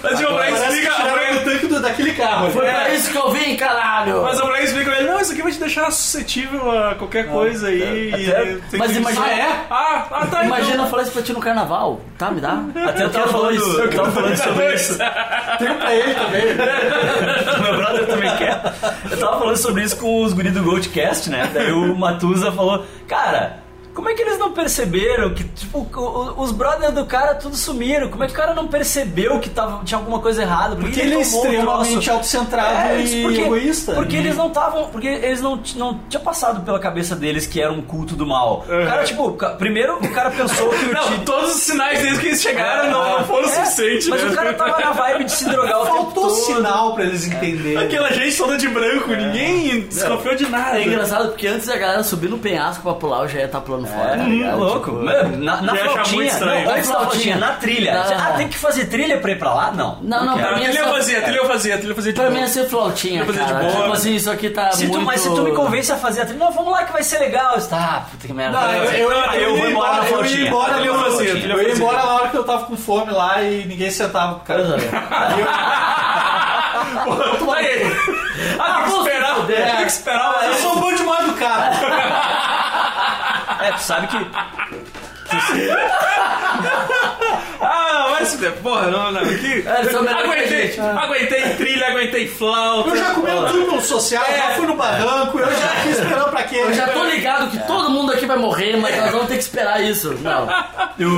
Mas, tipo, a Brian
Parece que
explica, a
tiraram
Brian-
do tanque líquido daquele carro.
Foi pra isso que eu vim, caralho!
Mas a mulher explica pra ele, não, isso aqui vai te deixar suscetível a qualquer coisa aí. e
até-
tem que-
mas imagina-
Ah, é? Ah, ah, tá.
Imagina eu falar isso pra ti no carnaval. Tá, me dá.
então- Até eu tava falando, eu tava falando sobre isso.
Tem pra ele
É
também.
Meu brother também quer. Eu tava falando sobre isso com os guri do Goldcast, né? Daí o Matusa falou, cara. Como é que eles não perceberam que, tipo, o- o- os brothers do cara tudo sumiram? Como é que o cara não percebeu que tava, tinha alguma coisa errada? Por que
Porque ele é
tomou o
extremamente
troço?
autocentrado
É, isso
e
porque-
egoísta. Uhum.
Porque eles não estavam. Porque eles não, t- não tinha passado pela cabeça deles que era um culto do mal.
Uhum.
O cara, tipo, ca- primeiro o cara pensou que o
Não,
Tito.
todos os sinais desde que eles chegaram não, não foram
É,
suficientes.
Mas
né?
o cara tava na vibe de se drogar o tempo
Faltou
todo.
sinal pra eles entenderem.
Aquela gente toda de branco, ninguém desconfiou de nada.
né?
É engraçado porque antes da galera subir no penhasco pra pular, eu já ia estar pulando fora. tá
É,
ligado?
louco.
Tipo,
Mano, na na
ia achar muito
flautinha.
estranho.
Não, antes da
Na
flautinha,
flautinha.
na trilha.
Na-
Ah, tem que fazer trilha pra ir pra lá? Não.
Não, não,
Cara,
pra mim é
Tá, trilha eu
só-
fazia, trilha eu fazia, trilha eu fazia.
Pra
tipo,
mim é ser flautinha,
Fazer de
cara.
boa.
Tipo assim, isso aqui tá
Se tu,
muito... Tá,
Mas se tu me convence a fazer a trilha, não, vamos lá que vai ser legal. Eu disse, Ah, puta que merda.
Não, eu, eu,
Cara,
eu,
eu
ia
vou
embora na
eu
flautinha.
ia embora
Ele
na
fazia,
flautinha.
ele
Eu ia
fazia.
embora na hora que eu tava com fome lá e ninguém sentava pro cara.
Ah,
É.
tem que esperar, tem que esperar.
Eu
mas-
sou bom demais do cara.
É, tu sabe que.
Ah, vai se fuder. Porra, não, não. Aqui,
eles são melhores É, que a
aguentei,
gente.
aguentei trilha, aguentei flauta.
Eu já comi um triplo social, eu já fui no barranco, eu já fiz esperando pra quê?
Eu já tô ligado que todo mundo aqui vai morrer, mas nós vamos ter que esperar isso. Não.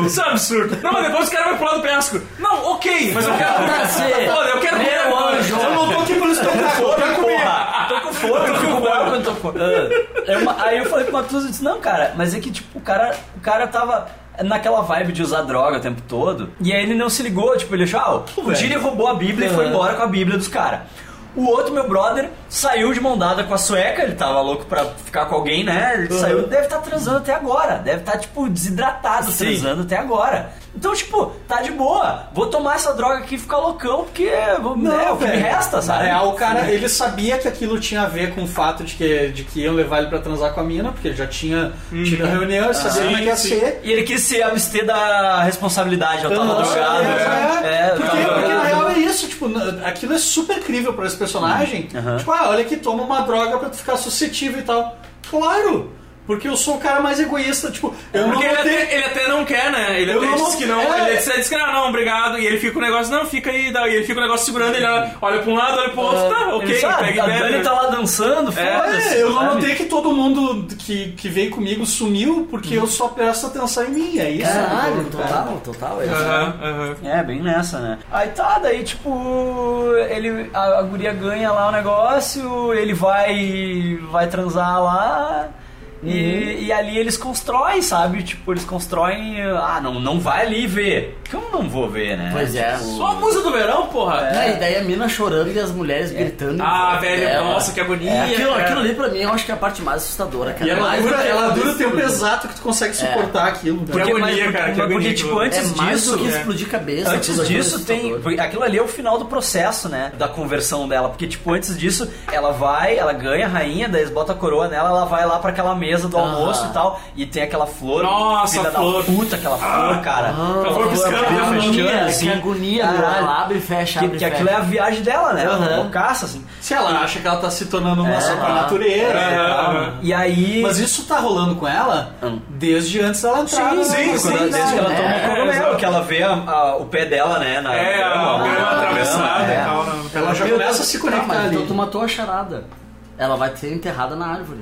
Isso é um absurdo. Não, mas depois o cara vai pular do penhasco. Não, ok, mas eu quero
Pra ser
Pô, eu quero comer
meu
agora.
anjo.
Eu não tô aqui pelo espetáculo, eu já comi.
Tô com fome, tipo, eu fico bravo quando tô com fome. Ah, é uma- Aí eu falei pro Matuza, eu disse, não, cara, mas é que tipo, o cara, o cara tava naquela vibe de usar droga o tempo todo. E aí ele não se ligou, tipo, ele achou, ah, o Dini roubou a Bíblia e foi embora com a Bíblia dos caras. O outro, meu brother, saiu de mão dada com a sueca, ele tava louco pra ficar com alguém, né? Ele saiu, deve estar transando até agora, deve estar, tipo, desidratado transando até agora. Então, tipo, tá de boa, vou tomar essa droga aqui e ficar loucão, porque não, né, é o que me resta, sabe?
Na real, o cara, ele sabia que aquilo tinha a ver com o fato de que, de que iam levar ele pra transar com a mina, porque ele já tinha
Uhum.
tido a reunião, ele
Ah,
sabia como é que ia
sim.
ser.
E ele quis se abster da responsabilidade, eu tava
Nossa,
drogado.
Ah, é, é.
eu
porque,
tava
porque na
drogado.
real é isso, tipo, na- aquilo é super crível pra esse personagem.
Uhum.
Tipo, ah, olha que toma uma droga pra tu ficar suscetível e tal. Claro! Porque eu sou o cara mais egoísta, tipo,
É,
eu
Porque
não
ele
vou ter-
até, ele até não quer, né? Ele
Eu
até
não
diz
vou-
que não.
é.
Ele até diz que não, não, obrigado. E ele fica com o negócio, não, fica aí. dá- E ele fica com o negócio segurando, ele olha pra um lado, olha pro outro, tá, ok,
Ele disse, ah,
pega
a
e bebe.
Dani tá lá dançando,
É,
foda-se.
É, eu não
sabe?
notei que todo mundo que, que veio comigo sumiu porque
Uhum.
eu só presto atenção em mim, é isso?
Caralho,
entendeu, cara?
total, total. é isso.
Aham, aham.
É, bem nessa, né? Aí tá, daí tipo, ele, a, a guria ganha lá o negócio, ele vai vai transar lá. E, e ali eles constroem, sabe? Tipo, eles constroem. Ah, não, não vai ali ver. Que eu não vou ver, né?
Pois é.
Só a musa do verão, porra.
Né, e daí a mina chorando e as mulheres gritando. em
Ah,
volta
velho,
dela.
nossa, que agonia.
É, aquilo,
cara.
aquilo ali pra mim eu acho que é a parte mais assustadora, cara.
E ela um
Mais do
Ela dura,
que
ela dura o
isso,
tempo
né?
exato que tu
É.
consegue suportar aquilo.
Que
Cara.
Porque-
é agonia,
mas-
cara, que
mas
agonia.
porque,
que
tipo,
eu-
antes
É mais
disso,
do que
é.
explodir cabeça.
Antes
aquilo ali é
disso tem.
assustador.
porque Aquilo ali é o final do processo, né? Da conversão dela. Porque, tipo, antes disso, ela vai, ela ganha a rainha, daí eles botam a coroa nela, ela vai lá pra aquela mesa do almoço e tal. E tem aquela flor.
Nossa,
filha da
flor.
puta, aquela flor, cara.
Ela foi piscando,
Que
né, fechando.
agonia,
assim.
É, que agonia, meu.
Caralho.
Ela abre e fecha,
Que,
abre e
que
fecha.
aquilo é a viagem dela, né? Ela tá
Aham.
loucaça, assim.
Se ela acha que ela tá se tornando
É,
uma sobrenatureza e
Aham,
tal.
aham.
E aí.
Mas isso tá rolando com ela
Hum.
desde antes dela entrar.
Sim,
no-
sim,
quando-
sim,
desde
Desde que ela
É,
toma o cogumelo,
exato.
que ela vê a- a- o pé dela, né? Na,
É,
Ah,
a
na-
grama
na-
atravessada e
é.
tal. né?
que ela, ela já
Meu
começa a
Deus,
é se
tá,
conectar
mas
ali.
Então tu matou a charada. Ela vai ser enterrada na árvore.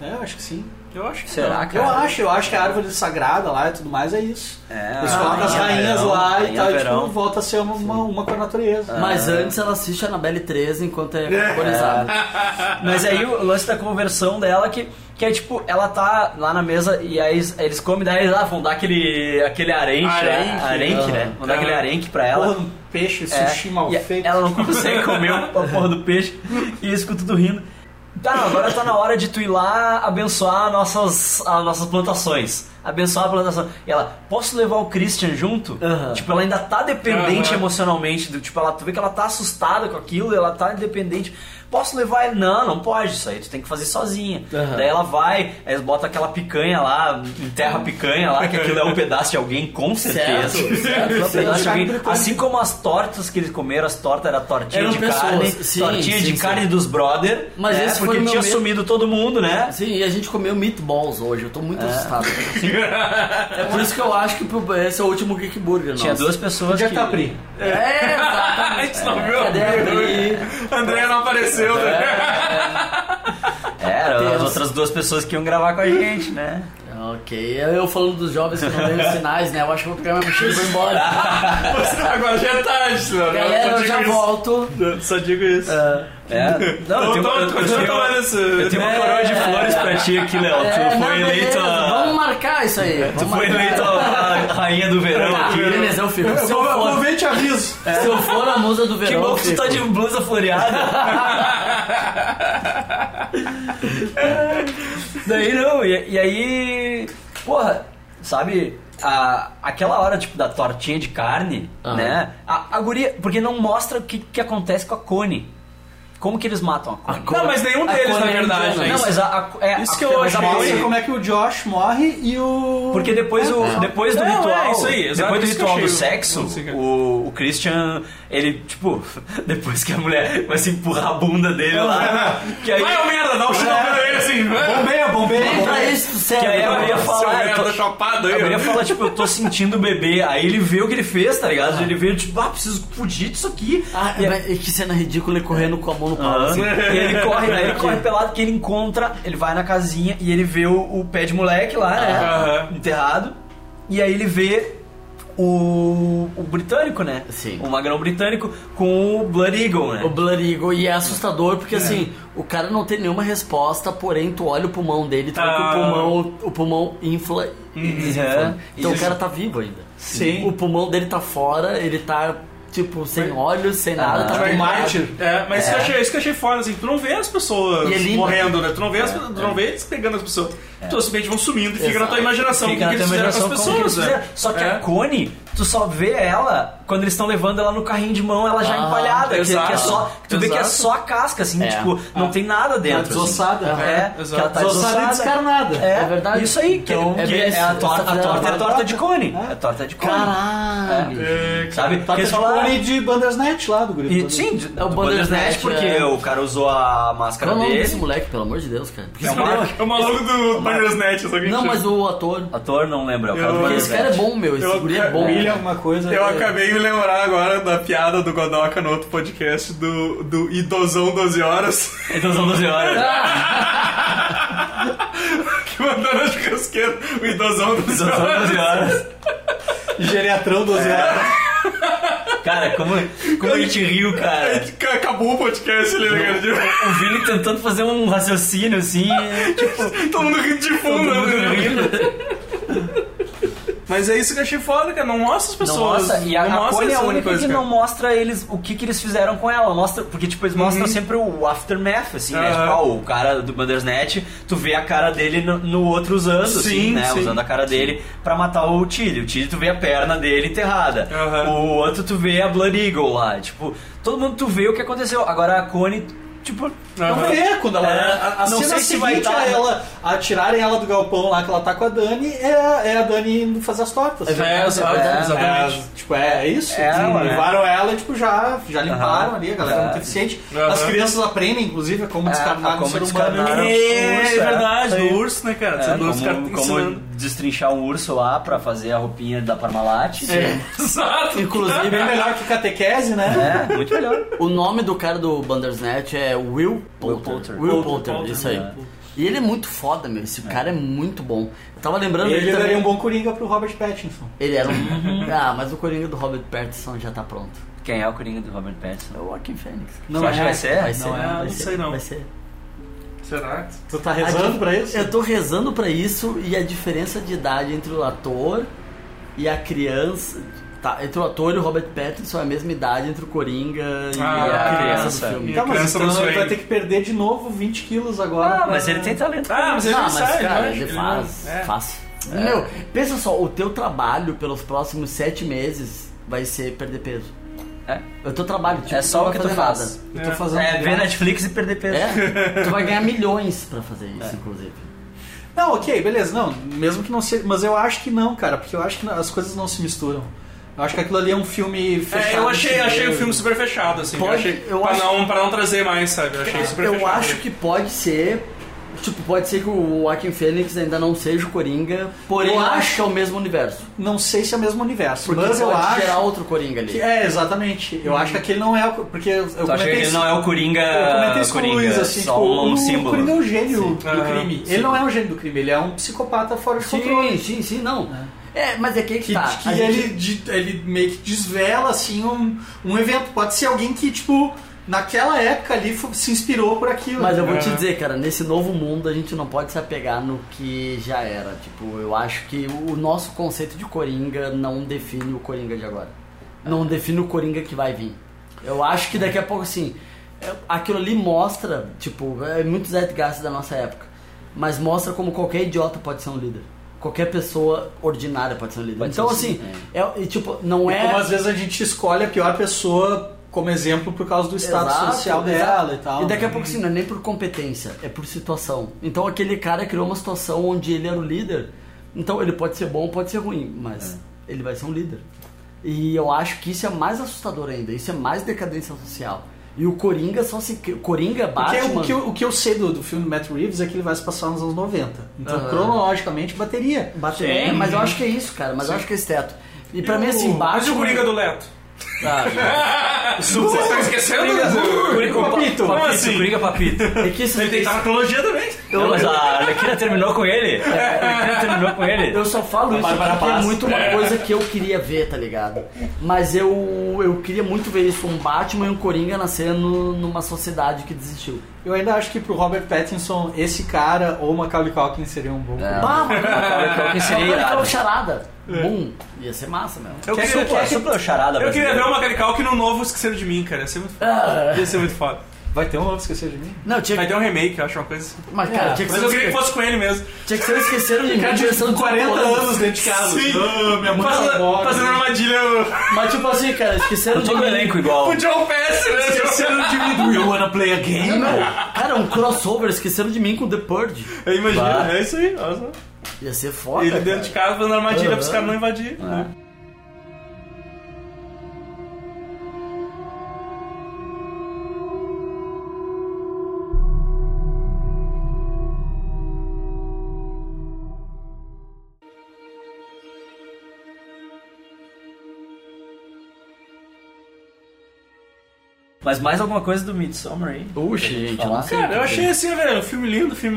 É, eu acho que sim.
Eu acho que
Será, Ah, cara?
Eu acho, eu acho que a árvore sagrada lá e tudo mais é isso.
É,
Eles colocam as
rainha
rainhas
verão,
lá e
rainha
tal, e
verão. Ah.
tipo, volta a ser uma, uma, uma com a natureza.
Mas antes ela assiste a Anabelle 13 enquanto é carbonizada.
Mas aí o lance da conversão dela que, que é tipo, ela tá lá na mesa e aí eles, eles comem, daí eles lá vão dar aquele, aquele arenque, né?
Arenque,
Arenque, né?
aham.
Vão dar aquele arenque pra ela.
Porra, um peixe,
É,
sushi mal
e
feito.
Ela não consegue comer a porra do peixe e eles ficam tudo rindo. Tá, agora tá na hora de tu ir lá abençoar nossas, as nossas plantações. abençoar a plantação. E ela, posso levar o Christian junto?
Aham.
Tipo, ela ainda tá dependente
Aham.
emocionalmente. Do, tipo, ela, tu vê que ela tá assustada com aquilo, ela tá independente. Posso levar ele? Não, não pode, isso aí tu tem que fazer sozinha.
Aham.
Daí ela vai, aí bota aquela picanha lá, enterra a picanha lá, que aquilo é um pedaço de alguém, com certeza.
Certo, certo.
É um pedaço de alguém.
Sim.
Assim como as tortas que eles comeram, as tortas era tortinha
Eram
de
pessoas,
carne,
sim,
tortinha
sim,
de
sim.
carne dos brother,
Mas
né?
esse foi
porque
o meu
tinha
medo.
sumido todo mundo, né?
Sim, Assim, e a gente comeu meatballs hoje, eu tô muito assustado. É por isso que eu acho que pro- esse é o último Geek Burger,
Tinha
nosso.
duas pessoas
Onde é
que...
que tá a Pri?
É, exatamente.
Ah, A gente não viu.
Cadê a Pri?
André não apareceu, né?
É, eram
Deus.
as outras duas pessoas que iam gravar com a gente, né?
Ok, eu falando dos jovens que não leem os sinais, né? Eu acho que eu vou pegar minha mochila e vou embora.
Agora já é tarde, senhor.
Galera, eu já volto.
Só digo isso.
É. Não, eu tenho uma- eu
Continua
tenho uma-
tomando esse.
eu tenho uma coroa de flores pra ti aqui, Léo.
É,
Tu
não,
foi eleito
beleza, Vamos
a...
marcar isso aí.
Tu
vamos
foi
marcar.
eleito a rainha do verão
Tá,
aqui.
beleza, eu fico.
Então,
Se Então, eu, for,
te aviso.
se eu for a musa do
Que
verão,
bom
eu
que tu tá
fico.
de blusa floreada. Daí não, e, e aí. Porra, sabe? A, aquela hora, tipo, da tortinha de carne,
Aham.
né? A, a guria. Porque não mostra o que, que acontece com a Cone. Como que eles matam a Cone? é
Não, mas nenhum deles, na verdade.
Não,
né?
mas a. a- é,
Isso
a-
que eu
mas a
achei.
Cone-
Mostra como é que o Josh morre e o.
porque depois, o, depois do
Não, é,
ritual.
isso aí, exato,
depois do
isso que eu
ritual do
achei o-
sexo,
não sei o que.
o, o Christian, ele, tipo, depois que a mulher vai se empurrar a bunda dele lá. Que aí,
Vai, ô merda, dá um
É.
chutão pra ele assim. vai.
Bombeia, bombeia.
Vem pra isso, do céu.
que aí é a mulher
Seu
fala. eu tô-
merda chapado
a
aí.
mulher
ó.
fala, tipo, eu tô sentindo o bebê. Aí ele vê o que ele fez, tá ligado? Ele vê, tipo, ah, preciso fugir disso aqui.
Ah,
E aí-
mas que cena ridícula ele correndo com a mão no pau.
Aham.
assim.
E ele corre, né? Ele corre pelado que ele encontra, ele vai na casinha e ele vê o, o pé de moleque lá, né?
Ah, Aham.
Enterrado. E aí ele vê o, o britânico, né?
Sim.
O magrão britânico com o Blood Eagle, né?
O Blood Eagle, e é assustador porque assim, o cara não tem nenhuma resposta, porém tu olha o pulmão dele, tu vê que
Ah.
o pulmão, o pulmão infla e desinfla.
Uhum.
Então o
Isso.
cara tá vivo ainda.
Sim.
O pulmão dele tá fora, ele tá tipo sem olhos, sem nada,
Ah.
tá
O
bem
né?
Mártir.
É, mas Isso, que eu achei, isso que eu achei foda, assim, tu não vê as pessoas
E é lindo.
morrendo, né? Tu não vê,
É,
as, tu não vê eles pegando as pessoas. Tu simplesmente vão sumindo e fica na
Exato.
tua imaginação o que,
Fica na
que eles
tua
fizeram com as
imaginação como que eles
pessoas,
fizeram.
né?
Só que
É.
a Cone, tu só vê ela quando eles estão levando ela no carrinho de mão, ela já
Ah,
empalhada. que- Que, é
exato.
só, tu vê que é
Exato. Ah.
só a casca, assim,
É.
tipo, não tem nada dentro. assim.
Desossada.
É,
É,
que ela tá
Desossada e descarnada.
É,
É verdade.
Isso aí, que,
Então,
que
é bem
é a
isso,
torta,
essa
a torta é
fizeram.
torta de cone. É torta de cone.
Caralho.
É.
É,
Sabe?
Tá
Porque
de
eles falaram-
cone de Bandersnatch lá do grupo.
E, sim, de-
É o
do
Bandersnatch,
Bandersnatch, porque
é.
o cara usou a máscara
Qual é o nome desse
dele.
moleque, pelo amor de Deus, cara? Porque
É o
esse cara-
Mark.
É o maluco do Bandersnatch, só que
Não, mas o ator.
Ator não lembra, é o cara do
Eu-
Esse cara é
Bandersnatch.
bom, meu. Esse
Eu-
guri é bom.
William, alguma coisa.
é.
Eu acabei de lembrar agora da piada do Godoka no outro podcast do, do Idosão 12 Horas,
Então são 12 horas.
Ah,
que mandou nas casqueiras o Idosão 12
Então são
Horas.
12 horas.
Geriatrão 12 horas.
Cara, como, como a gente riu, cara.
Aí ca- Acabou o podcast ali, né, cara?
O Vini tentando fazer um raciocínio assim, tipo,
Todo mundo rindo de
todo
fundo,
mundo
né?
rindo.
Mas é isso que eu achei foda, cara. Não mostra as
Não
pessoas.
mostra, e a,
não
a
mostra
Cone é a
essas
única
coisas,
que
cara.
não mostra eles o que, que eles fizeram com ela. Mostra, porque tipo, eles mostram sempre o aftermath, assim, né?
Uhum. Aham.
Tipo, ah, o cara do Bandersnatch, tu vê a cara dele no, no outro usando, assim,
Sim,
né?
sim.
Usando a cara dele pra matar o Tilly. O Tilly tu vê a perna dele enterrada.
Aham.
O outro tu vê a Blood Eagle lá. Tipo, todo mundo tu vê o que aconteceu. Agora a Cone, tipo,
Não
Aham.
vê quando ela.
É,
a, a
não
cena
sei se vai
seguinte
dar,
é
né?
ela atirarem ela do galpão lá que ela tá com a Dani é, a- é a Dani indo fazer as tortas.
É, exato, exatamente.
É, tipo, é isso.
É ela, né?
levaram ela e tipo, já, já limparam
Aham.
ali, a galera é muito eficiente.
Aham.
As crianças aprendem, inclusive, como
É,
descarnar
como
no ser
descarnar.
humano.
É,
Urso, é.
verdade,
Isso aí.
do urso, né, cara?
É,
do urso, cara,
como, como
ensinando.
destrinchar um urso lá pra fazer a roupinha da Parmalat. né?
Exato.
É
Inclusive,
bem melhor que catequese, né?
É, muito melhor.
o nome do cara do Bandersnatch é Will
Will Poulter.
Poulter. Will
Poulter,
Poulter,
Poulter,
isso aí.
né?
é.
E ele é muito foda, meu. Esse cara é muito bom. Eu tava lembrando dele
Ele
também.
daria um bom coringa pro Robert Pattinson.
Ele era um. ah, mas o Coringa do Robert Pattinson já tá pronto.
Quem é o Coringa do Robert Pattinson?
É o Joaquin Phoenix.
Não acha que vai ser?
Vai ser, né?
não é,
vai
não
ser,
sei não.
Vai ser.
Será que.
Tu tá rezando pra isso?
Eu tô rezando pra isso e a diferença de idade entre o ator e a criança. Tá, entre o ator e o Robert Pattinson é a mesma idade entre o Coringa e
Ah,
a criança
criança.
do filme.
Tá,
Tá, mas
criança
então
não
ele
sonha.
vai ter que perder de novo 20 quilos agora.
Ah, mas ele tem talento.
Ah, mas ele
Ah,
não
mas
sai,
cara,
né?
ele
Ele
faz,
não- é.
faz. Meu, pensa só, o teu trabalho pelos próximos sete meses vai ser perder peso.
É.
O teu trabalho, tipo,
É só
não
o que
vai
tu
fazer
faz.
Eu tô fazendo. um
É, ver
graça.
Netflix e perder peso.
É, tu vai ganhar milhões pra fazer isso, inclusive.
Não, ok, beleza. Não, mesmo que não seja. Mas eu acho que não, cara, porque eu acho que não- as coisas não se misturam. Eu acho que aquilo ali é um filme fechado.
É, eu achei,
assim,
achei o
eu-
filme super fechado, assim.
Pode-
eu achei,
eu
pra,
acho-
não, pra não trazer mais, sabe? Eu achei super
Eu
fechado.
acho que pode ser. Tipo, pode ser que o Joaquin Phoenix ainda não seja o Coringa, porém
Eu
eu
acho-
acho que é o mesmo universo.
Não sei se é o mesmo universo,
Porque
mas eu
pode gerar
um
acho.
outro Coringa ali.
que- é, exatamente. Eu acho que aquele não é o. Porque eu
Tu acha que
comentei
ele
isso.
não é o Coringa.
Eu comentei isso com o
Coringa,
Luiz, assim,
só
tipo,
um,
o
símbolo.
Coringa é o gênio do
Aham,
crime. Ele não é um gênio do crime, ele é um psicopata fora de controle.
Sim, sim, sim, não. É, mas é que aí que
Que,
tá.
que
A gente-
ele, de- ele meio que desvela, assim, um, um evento. Pode ser alguém que, tipo, naquela época ali fo- se inspirou por aquilo.
Mas eu vou
É.
te dizer, cara, nesse novo mundo a gente não pode se apegar no que já era. Tipo, eu acho que o nosso conceito de Coringa não define o Coringa de agora. Não define o Coringa que vai vir. Eu acho que daqui a pouco, assim, é- aquilo ali mostra, tipo, é muito zeitgeist da nossa época. Mas mostra como qualquer idiota pode ser um líder. Qualquer pessoa ordinária pode ser um líder.
Pode
então,
ser,
assim,
sim,
é. e, tipo, não
E
é.
como às vezes a gente escolhe a pior pessoa como exemplo por causa do status
Exato,
social
exato.
dela e tal. né?
E daqui a pouco, assim, não é nem por competência, é por situação. Então aquele cara criou uma situação onde ele era o líder. Então ele pode ser bom, pode ser ruim, mas
É.
ele vai ser um líder. E eu acho que isso é mais assustador ainda, isso é mais decadência social. E o Coringa só se. Coringa
Porque
Batman.
o que, eu, o que eu sei do, do filme do Matt Reeves é que ele vai se passar nos anos 90. Então,
Aham.
cronologicamente, bateria.
Batman. É, mas eu acho que é isso, cara. Mas eu acho que é esse teto. E pra mim, assim,
O- Mas e
Batman.
o Coringa do Leto?
Uh,
Vocês estão esquecendo? do-
Coringa Papito.
Como
Papito,
assim?
Coringa Papito.
É que isso-
Ele tem que estar na cronologia também. É.
Não, mas a Arlequina terminou com ele? A Arlequina terminou com ele?
Eu só falo isso
Bárbara
porque é
Paz.
muito uma coisa que eu queria ver, tá ligado? Mas eu, eu queria muito ver isso, um Batman e um Coringa nascendo numa sociedade que desistiu.
Eu ainda acho que pro Robert Pattinson, esse cara ou Macaulay Culkin seriam um bom.
É.
Bah, mano,
Quem seria
Macaulay
irado.
Culkin charada.
É.
Bum, ia ser massa mesmo.
Eu
Quer
queria,
supla, supla charada
eu queria ver
brasileira.
uma Carical que no novo esqueceram de mim, cara. Ia ser muito foda. Ia ser muito foda.
Vai ter um novo Esquecer de Mim?
Não, tinha
Vai
que,
ter um remake, eu acho uma coisa assim.
mas, cara, tinha que, ser,
Mas eu
os-
queria que fosse com ele mesmo.
tinha que ser o esqueceram de mim.
Cara,
versão
de
de
40
todas.
anos dentro de casa.
Sim.
Ah, minha mãe tá
Fazendo,
morta.
fazendo armadilha
Mas tipo assim, cara, esqueceram de
Todo o
mim.
elenco igual.
o John Pass, né?
Esqueceram de mim do You Wanna Play a Game?
Não, cara, um crossover, esqueceram de mim com The Purge.
Eu imagino, é isso aí. olha só.
Ia ser foda.
Ele
cara.
dentro de casa fazendo armadilha pros caras não invadirem. né?
Mas mais alguma coisa do Midsommar aí?
Puxa, gente, eu
falar.
não sei.
Cara, eu achei assim, velho, um filme lindo, um filme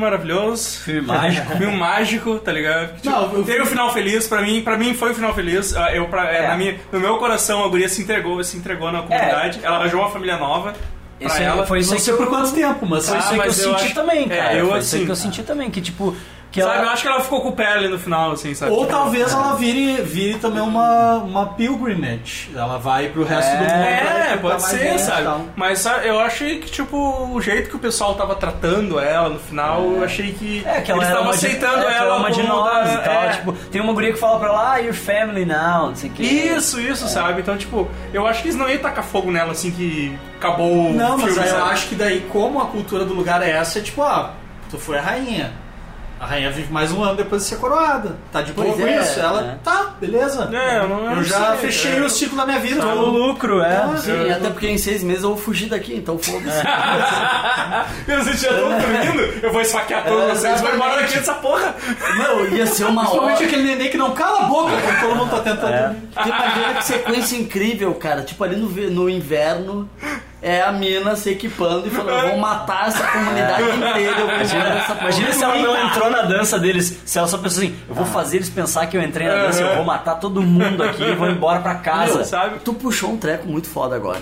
maravilhoso.
Filme mágico.
Filme mágico, tá ligado? Tipo,
Não, eu-
teve um final feliz, pra mim, pra mim foi um final feliz. Ah, Eu, pra- é,
É.
na minha, no meu coração, a guria se entregou, se entregou na comunidade. Ela arranjou uma família nova pra
Isso aí-
ela.
foi isso
Não
aí que
sei
eu,
por quanto tempo, mas
foi
Ah,
isso aí que eu
mas eu
senti
acho-
também,
é,
cara.
eu
foi isso aí
assim,
que eu senti também, que tipo... Que
Sabe, eu
ela...
acho que ela ficou com o pé ali no final, assim, sabe?
Ou
Tipo,
talvez ela vire, vire também uma, uma pilgrimage. Ela vai pro resto do mundo. pra
É,
ficar
pode
mais
ser,
bem e
sabe? Então.
tal.
então.
Mas sabe, eu achei que, tipo, o jeito que o pessoal tava tratando ela no final, eu achei que,
É, que ela
eles
era
estavam
uma de-
aceitando
é, que
ela
uma de
como
nós
da-
e tal.
é.
Tipo, tem uma guria que fala pra ela, ah, your family now, não sei o que.
Isso, isso, sabe? Então, tipo, eu acho que eles não iam tacar fogo nela assim que acabou o
Não, mas aí
filme,
eu
sabe?
acho que daí, como a cultura do lugar é essa, é tipo, ah, tu foi a rainha. A rainha vive mais um ano depois de ser coroada. Tá de boa
Pois
com
é,
isso? Ela,
né?
é.
tá, beleza.
É, eu não- eu não
já
sei,
fechei
é.
o ciclo da minha vida.
Tô no
vou-
lucro, é.
Sim, até porque em seis meses eu vou fugir daqui, então foda-se.
Eu senti já tão dormindo, eu vou esfaquear
É,
todos vocês, vou embora daqui dessa porra.
Não, ia ser uma
Principalmente
hora.
aquele neném que não cala a boca quando todo mundo tá tentando.
É.
Tu imagina que sequência incrível, cara. Tipo, ali no, ve- no inverno, é a mina se equipando e falando: vou matar essa comunidade inteira, eu vou matar essa porra."
Imagina se ela não entrou na dança deles, se ela só pensou assim,
Ah.
eu vou fazer eles pensar que eu entrei na dança, eu vou matar todo mundo aqui, eu vou embora pra casa.
Sabe?
Tu puxou um treco muito foda agora.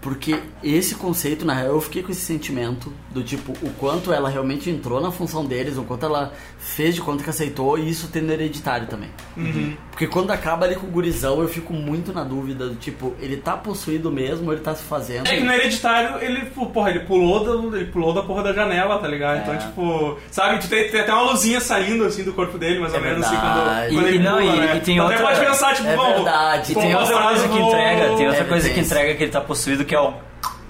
Porque esse conceito, na real, eu fiquei com esse sentimento do tipo, o quanto ela realmente entrou na função deles, o quanto ela fez de quanto que aceitou, e isso tendo hereditário também.
Uhum.
Porque quando acaba ali com o gurizão, eu fico muito na dúvida do tipo, ele tá possuído mesmo, ele tá se fazendo.
É que no hereditário ele, pô, porra, ele pulou, da, ele pulou da porra da janela, tá ligado? Então,
É.
tipo, sabe, tu tem, tem até uma luzinha saindo assim do corpo dele, mais ou
É
menos, assim,
verdade.
quando, quando
E-
ele
não,
pula,
e-
né?
e tem
Tu
outra-
até pode pensar, tipo,
é
bom,
verdade,
E
vou
tem
fazer
outra
mais
coisa que
um-
entrega, tem outra
É,
coisa que
tem isso.
entrega que ele tá possuído, que é o.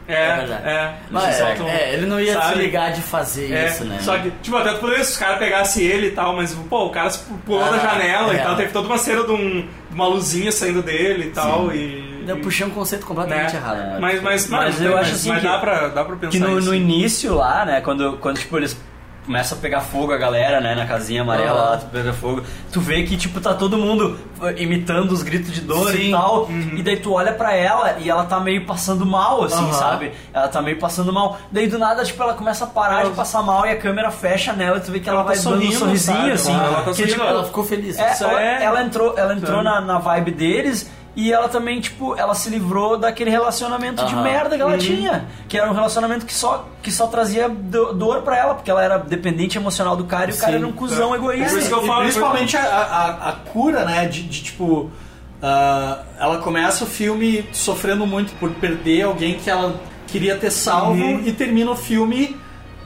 É,
É verdade.
é.
Mas,
Só tu-
é, ele não ia se
sabe?
ligar de fazer
É,
isso, né?
só que, tipo, até tu poderia, se os caras pegassem ele e tal, mas, pô, o cara se pulou
Ah,
da janela
é.
e tal, teve toda uma cena de um- de uma luzinha saindo dele e tal, e...
Eu puxei um conceito completamente
Né?
errado. agora.
Mas, mas,
Mas eu acho assim
Mas
que-
dá pra, dá pra pensar
Que no,
isso.
no início lá, né, quando, quando tipo, eles começam a pegar fogo, a galera, né, na casinha amarela
Ah.
lá, tu pega fogo, tu vê que, tipo, tá todo mundo uh, imitando os gritos de dor e
Sim.
tal,
Uhum.
e daí tu olha pra ela e ela tá meio passando mal, assim,
Aham.
sabe? Ela tá meio passando mal. Daí do nada, tipo, ela começa a parar de passar mal e a câmera fecha nela e tu vê que ela,
Ela
vai
tá
dando um
sorrindo,
sorrisinho,
sabe?
assim.
Ela- ela tá
que, tipo,
sorrindo,
Ela ficou feliz.
é,
Isso
ela,
é-
ela entrou, ela entrou
Sabe?
na, na vibe deles e ela também, tipo, ela se livrou daquele relacionamento de
Aham.
merda que ela
Uhum.
tinha. Que era um relacionamento que só, que só trazia do- dor pra ela, porque ela era dependente emocional do cara e o cara era um cuzão egoísta.
É. Por isso que eu
E
falo, né?
principalmente a, a- a cura, né? De, de, tipo. ah, ela começa o filme sofrendo muito por perder alguém que ela queria ter salvo
Uhum.
e termina o filme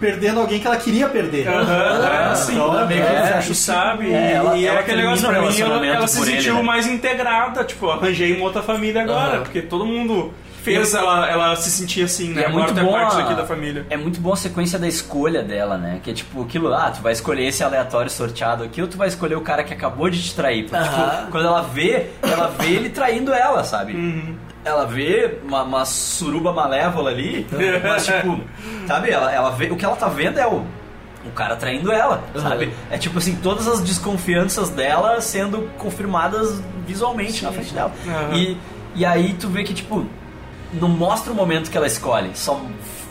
perdendo alguém que ela queria perder.
Aham, é, sim.
Então, é meio que
É,
fecha o
tu
ciclo.
sabe? E-
É, ela-
e
ela
é aquele
termina o
negócio pra mim, ela,
relacionamento
ela se
por ele,
sentiu
né?
mais integrada, tipo, arranjei uma outra família agora,
Aham.
porque todo mundo fez ela, ela se sentir assim, né?
E é
agora
muito
tu é
bom
parte
a-
daqui da família.
É muito bom a sequência da escolha dela, né? Que é tipo aquilo, ah, tu vai escolher esse aleatório sorteado aqui ou tu vai escolher o cara que acabou de te trair. Porque,
Aham.
tipo, quando ela vê, ela vê ele traindo ela, sabe?
Uhum.
Ela vê uma, uma suruba malévola ali, mas tipo, sabe? Ela, ela vê, o que ela tá vendo é o. O cara traindo ela,
Uhum.
sabe? É tipo assim, todas as desconfianças dela sendo confirmadas visualmente na frente dela.
Aham.
E, e aí tu vê que, tipo, não mostra o momento que ela escolhe, só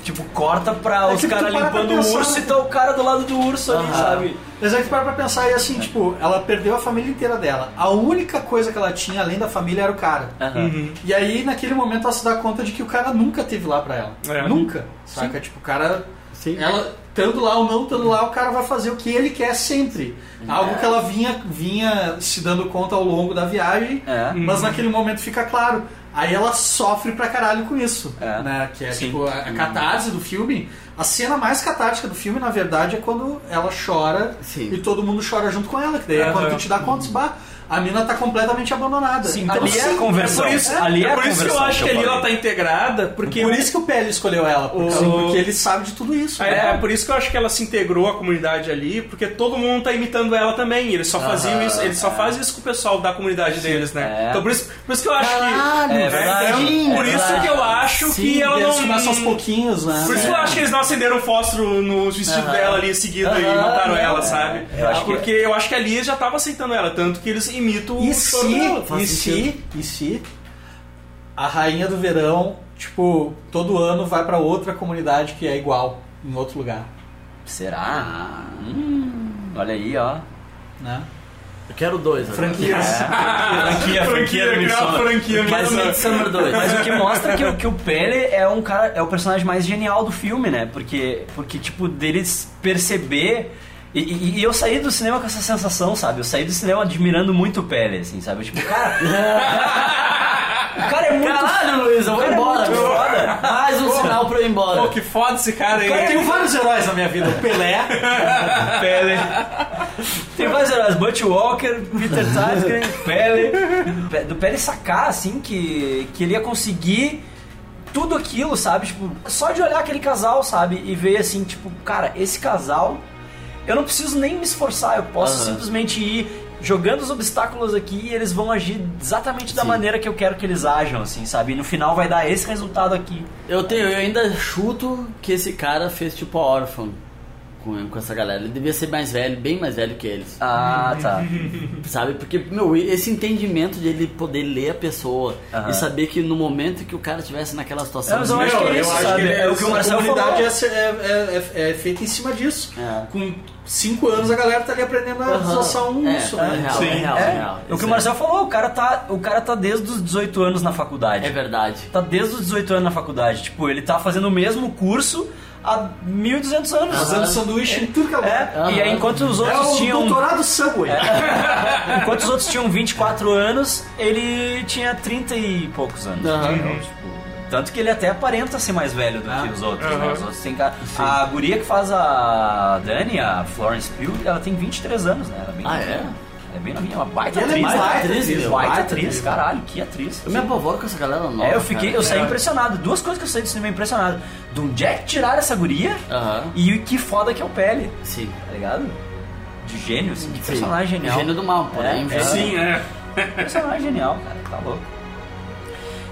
tipo corta pra
É
os
que tu
caras
para pra
limpando o
pensar,
urso
né?
e tá o cara do lado do urso ali,
Aham.
sabe?
Ah, Mas aí tu para pra pensar e
É.
assim, tipo, ela perdeu a família inteira dela. A única coisa que ela tinha além da família era o cara.
é, Uhum.
E aí, naquele momento, ela se dá conta de que o cara nunca teve lá pra ela.
É.
Nunca. Saca? Tipo, o cara.
Sim.
Ela, estando lá ou não estando lá, o cara vai fazer o que ele quer sempre. Algo que
É.
ela vinha, vinha se dando conta ao longo da viagem,
É.
mas naquele momento fica claro. Aí ela sofre pra caralho com isso.
É.
Né? Que é
Sim. Uhum.
tipo a, a catarse do filme. A cena mais catártica do filme, na verdade, é quando ela chora
Sim.
e todo mundo chora junto com ela. Que daí é
Aham.
quando tu te dá conta,
Uhum.
se bah, a mina tá completamente abandonada.
Sim,
Então,
ali é a conversão.
é por isso-
Ali
é,
é a
por isso que eu
conversão
acho
que eu
que ali
falei.
ela tá integrada, porque...
por isso que o PL escolheu ela, porque,
Sim.
porque ele sabe de tudo isso.
É,
né?
é por isso que eu acho que ela se integrou à comunidade ali, porque todo mundo tá imitando ela também. e Eles só faziam isso, eles só fazem isso com o pessoal da comunidade deles, né?
É.
Então por isso, por isso que eu acho
Caralho,
que.
É verdade,
então,
é
por isso
verdade.
que eu acho
Sim,
que ela
Eles
não.
começam aos pouquinhos, né?
Por isso que eu acho que eles não acenderam o fósforo no vestido dela ali em seguida e
Aham,
mataram
né?
ela, sabe?
eu acho que-
Porque eu acho que ali já tava aceitando ela, tanto que eles imitam
E
o choro dela.
se, e se, e se a rainha do verão, tipo, todo ano vai pra outra comunidade que é igual, em outro lugar,
Será? Hum, olha aí, ó. É.
né?
Eu quero dois. né? agora.
Franquias.
Franquia, é
Franquia, aquela franquia,
Mas
mas.
Midsummer 2.
Mas o que mostra que, o- que o Pele é um cara, é o personagem mais genial do filme, né? Porque, porque tipo, deles perceber. E, e- e eu saí do cinema com essa sensação, sabe? Eu saí do cinema admirando muito o Pele, assim, sabe? Eu, Tipo, cara. o cara é muito.
Caralho, Luiz, eu vou
Cara, é
embora.
muito foda.
Mais um sinal pra eu ir embora.
Pô, que foda esse cara aí.
Eu tenho vários heróis na minha vida. O Pelé,
Pele. Tem vários heróis, Butch Walker, Peter Safran, Pele. Do Pele sacar, assim, que, que ele ia conseguir tudo aquilo, sabe? Tipo, só de olhar aquele casal, sabe? E ver assim, tipo, cara, esse casal, eu não preciso nem me esforçar, eu posso
Aham.
simplesmente ir jogando os obstáculos aqui e eles vão agir exatamente da
Sim.
maneira que eu quero que eles ajam, assim, sabe? E no final vai dar esse resultado aqui.
Eu tenho, eu ainda chuto que esse cara fez tipo a órfã. com, com essa galera. Ele devia ser mais velho, bem mais velho que eles.
Ah, tá.
Sabe? Porque, meu, esse entendimento de ele poder ler a pessoa
Aham.
e saber que no momento que o cara estivesse naquela situação.
É, mas eu acho que é isso, sabe? É o que o
a
Marcelo falou.
comunidade é, se- é, é, é feita em cima disso.
É.
Com 5 anos a galera tá ali aprendendo a
Aham.
desossar um
É,
urso,
é
né?
real, é real, é real.
É o que o Marcel falou, o cara tá, o cara tá desde os 18 anos na faculdade.
É verdade.
Tá desde os 18 anos na faculdade. Tipo, ele tá fazendo o mesmo curso há 1.200 anos.
Fazendo sanduíche em tudo que ela
É,
Aham.
e aí enquanto os
É
outros
o
tinham. um
doutorado Subway.
Enquanto os outros tinham 24 anos, ele tinha 30 e poucos anos.
Aham. Ah.
Então, tipo, tanto que ele até aparenta ser mais velho do que os outros, né?
Aham.
Os outros têm ca- A guria que faz a Dani, a Florence Pugh, ela tem 23 anos, né? Ela é bem
Ah,
novinha.
é?
Ela é bem novinha, uma baita
E ela é
atriz.
baita
né?
atriz, meu,
baita
baita
atriz, caralho, que atriz.
Eu me apavoro com essa galera nova.
É, eu fiquei,
cara.
eu saí impressionado. Duas coisas que eu saí do cinema impressionado. De onde é que tiraram essa guria
Aham.
e que foda que é o Pele,
Sim.
tá ligado? De gênio, assim, que
Sim.
personagem genial.
Gênio do mal, porém.
É, é.
já-
Sim,
é.
personagem genial, cara, tá louco.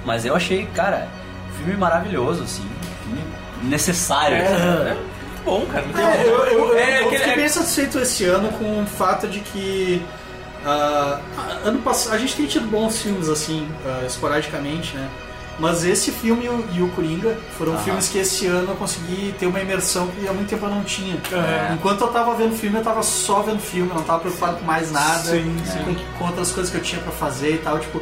Mas eu achei, cara, um filme maravilhoso, assim, um filme necessário. assim, né?
É. Bom, cara. não tem
É, eu, eu,
É,
eu
aquele-
fiquei
é-
bem satisfeito esse ano com o fato de que ah, ano passado a gente tem tido bons filmes assim ah, esporadicamente, né? Mas esse filme e o- e o Coringa foram filmes que esse ano eu consegui ter uma imersão que há muito tempo eu não tinha.
É.
Enquanto eu tava vendo filme, eu tava só vendo filme, eu não tava preocupado com mais nada, Com, com outras coisas que eu tinha pra fazer e tal. Tipo,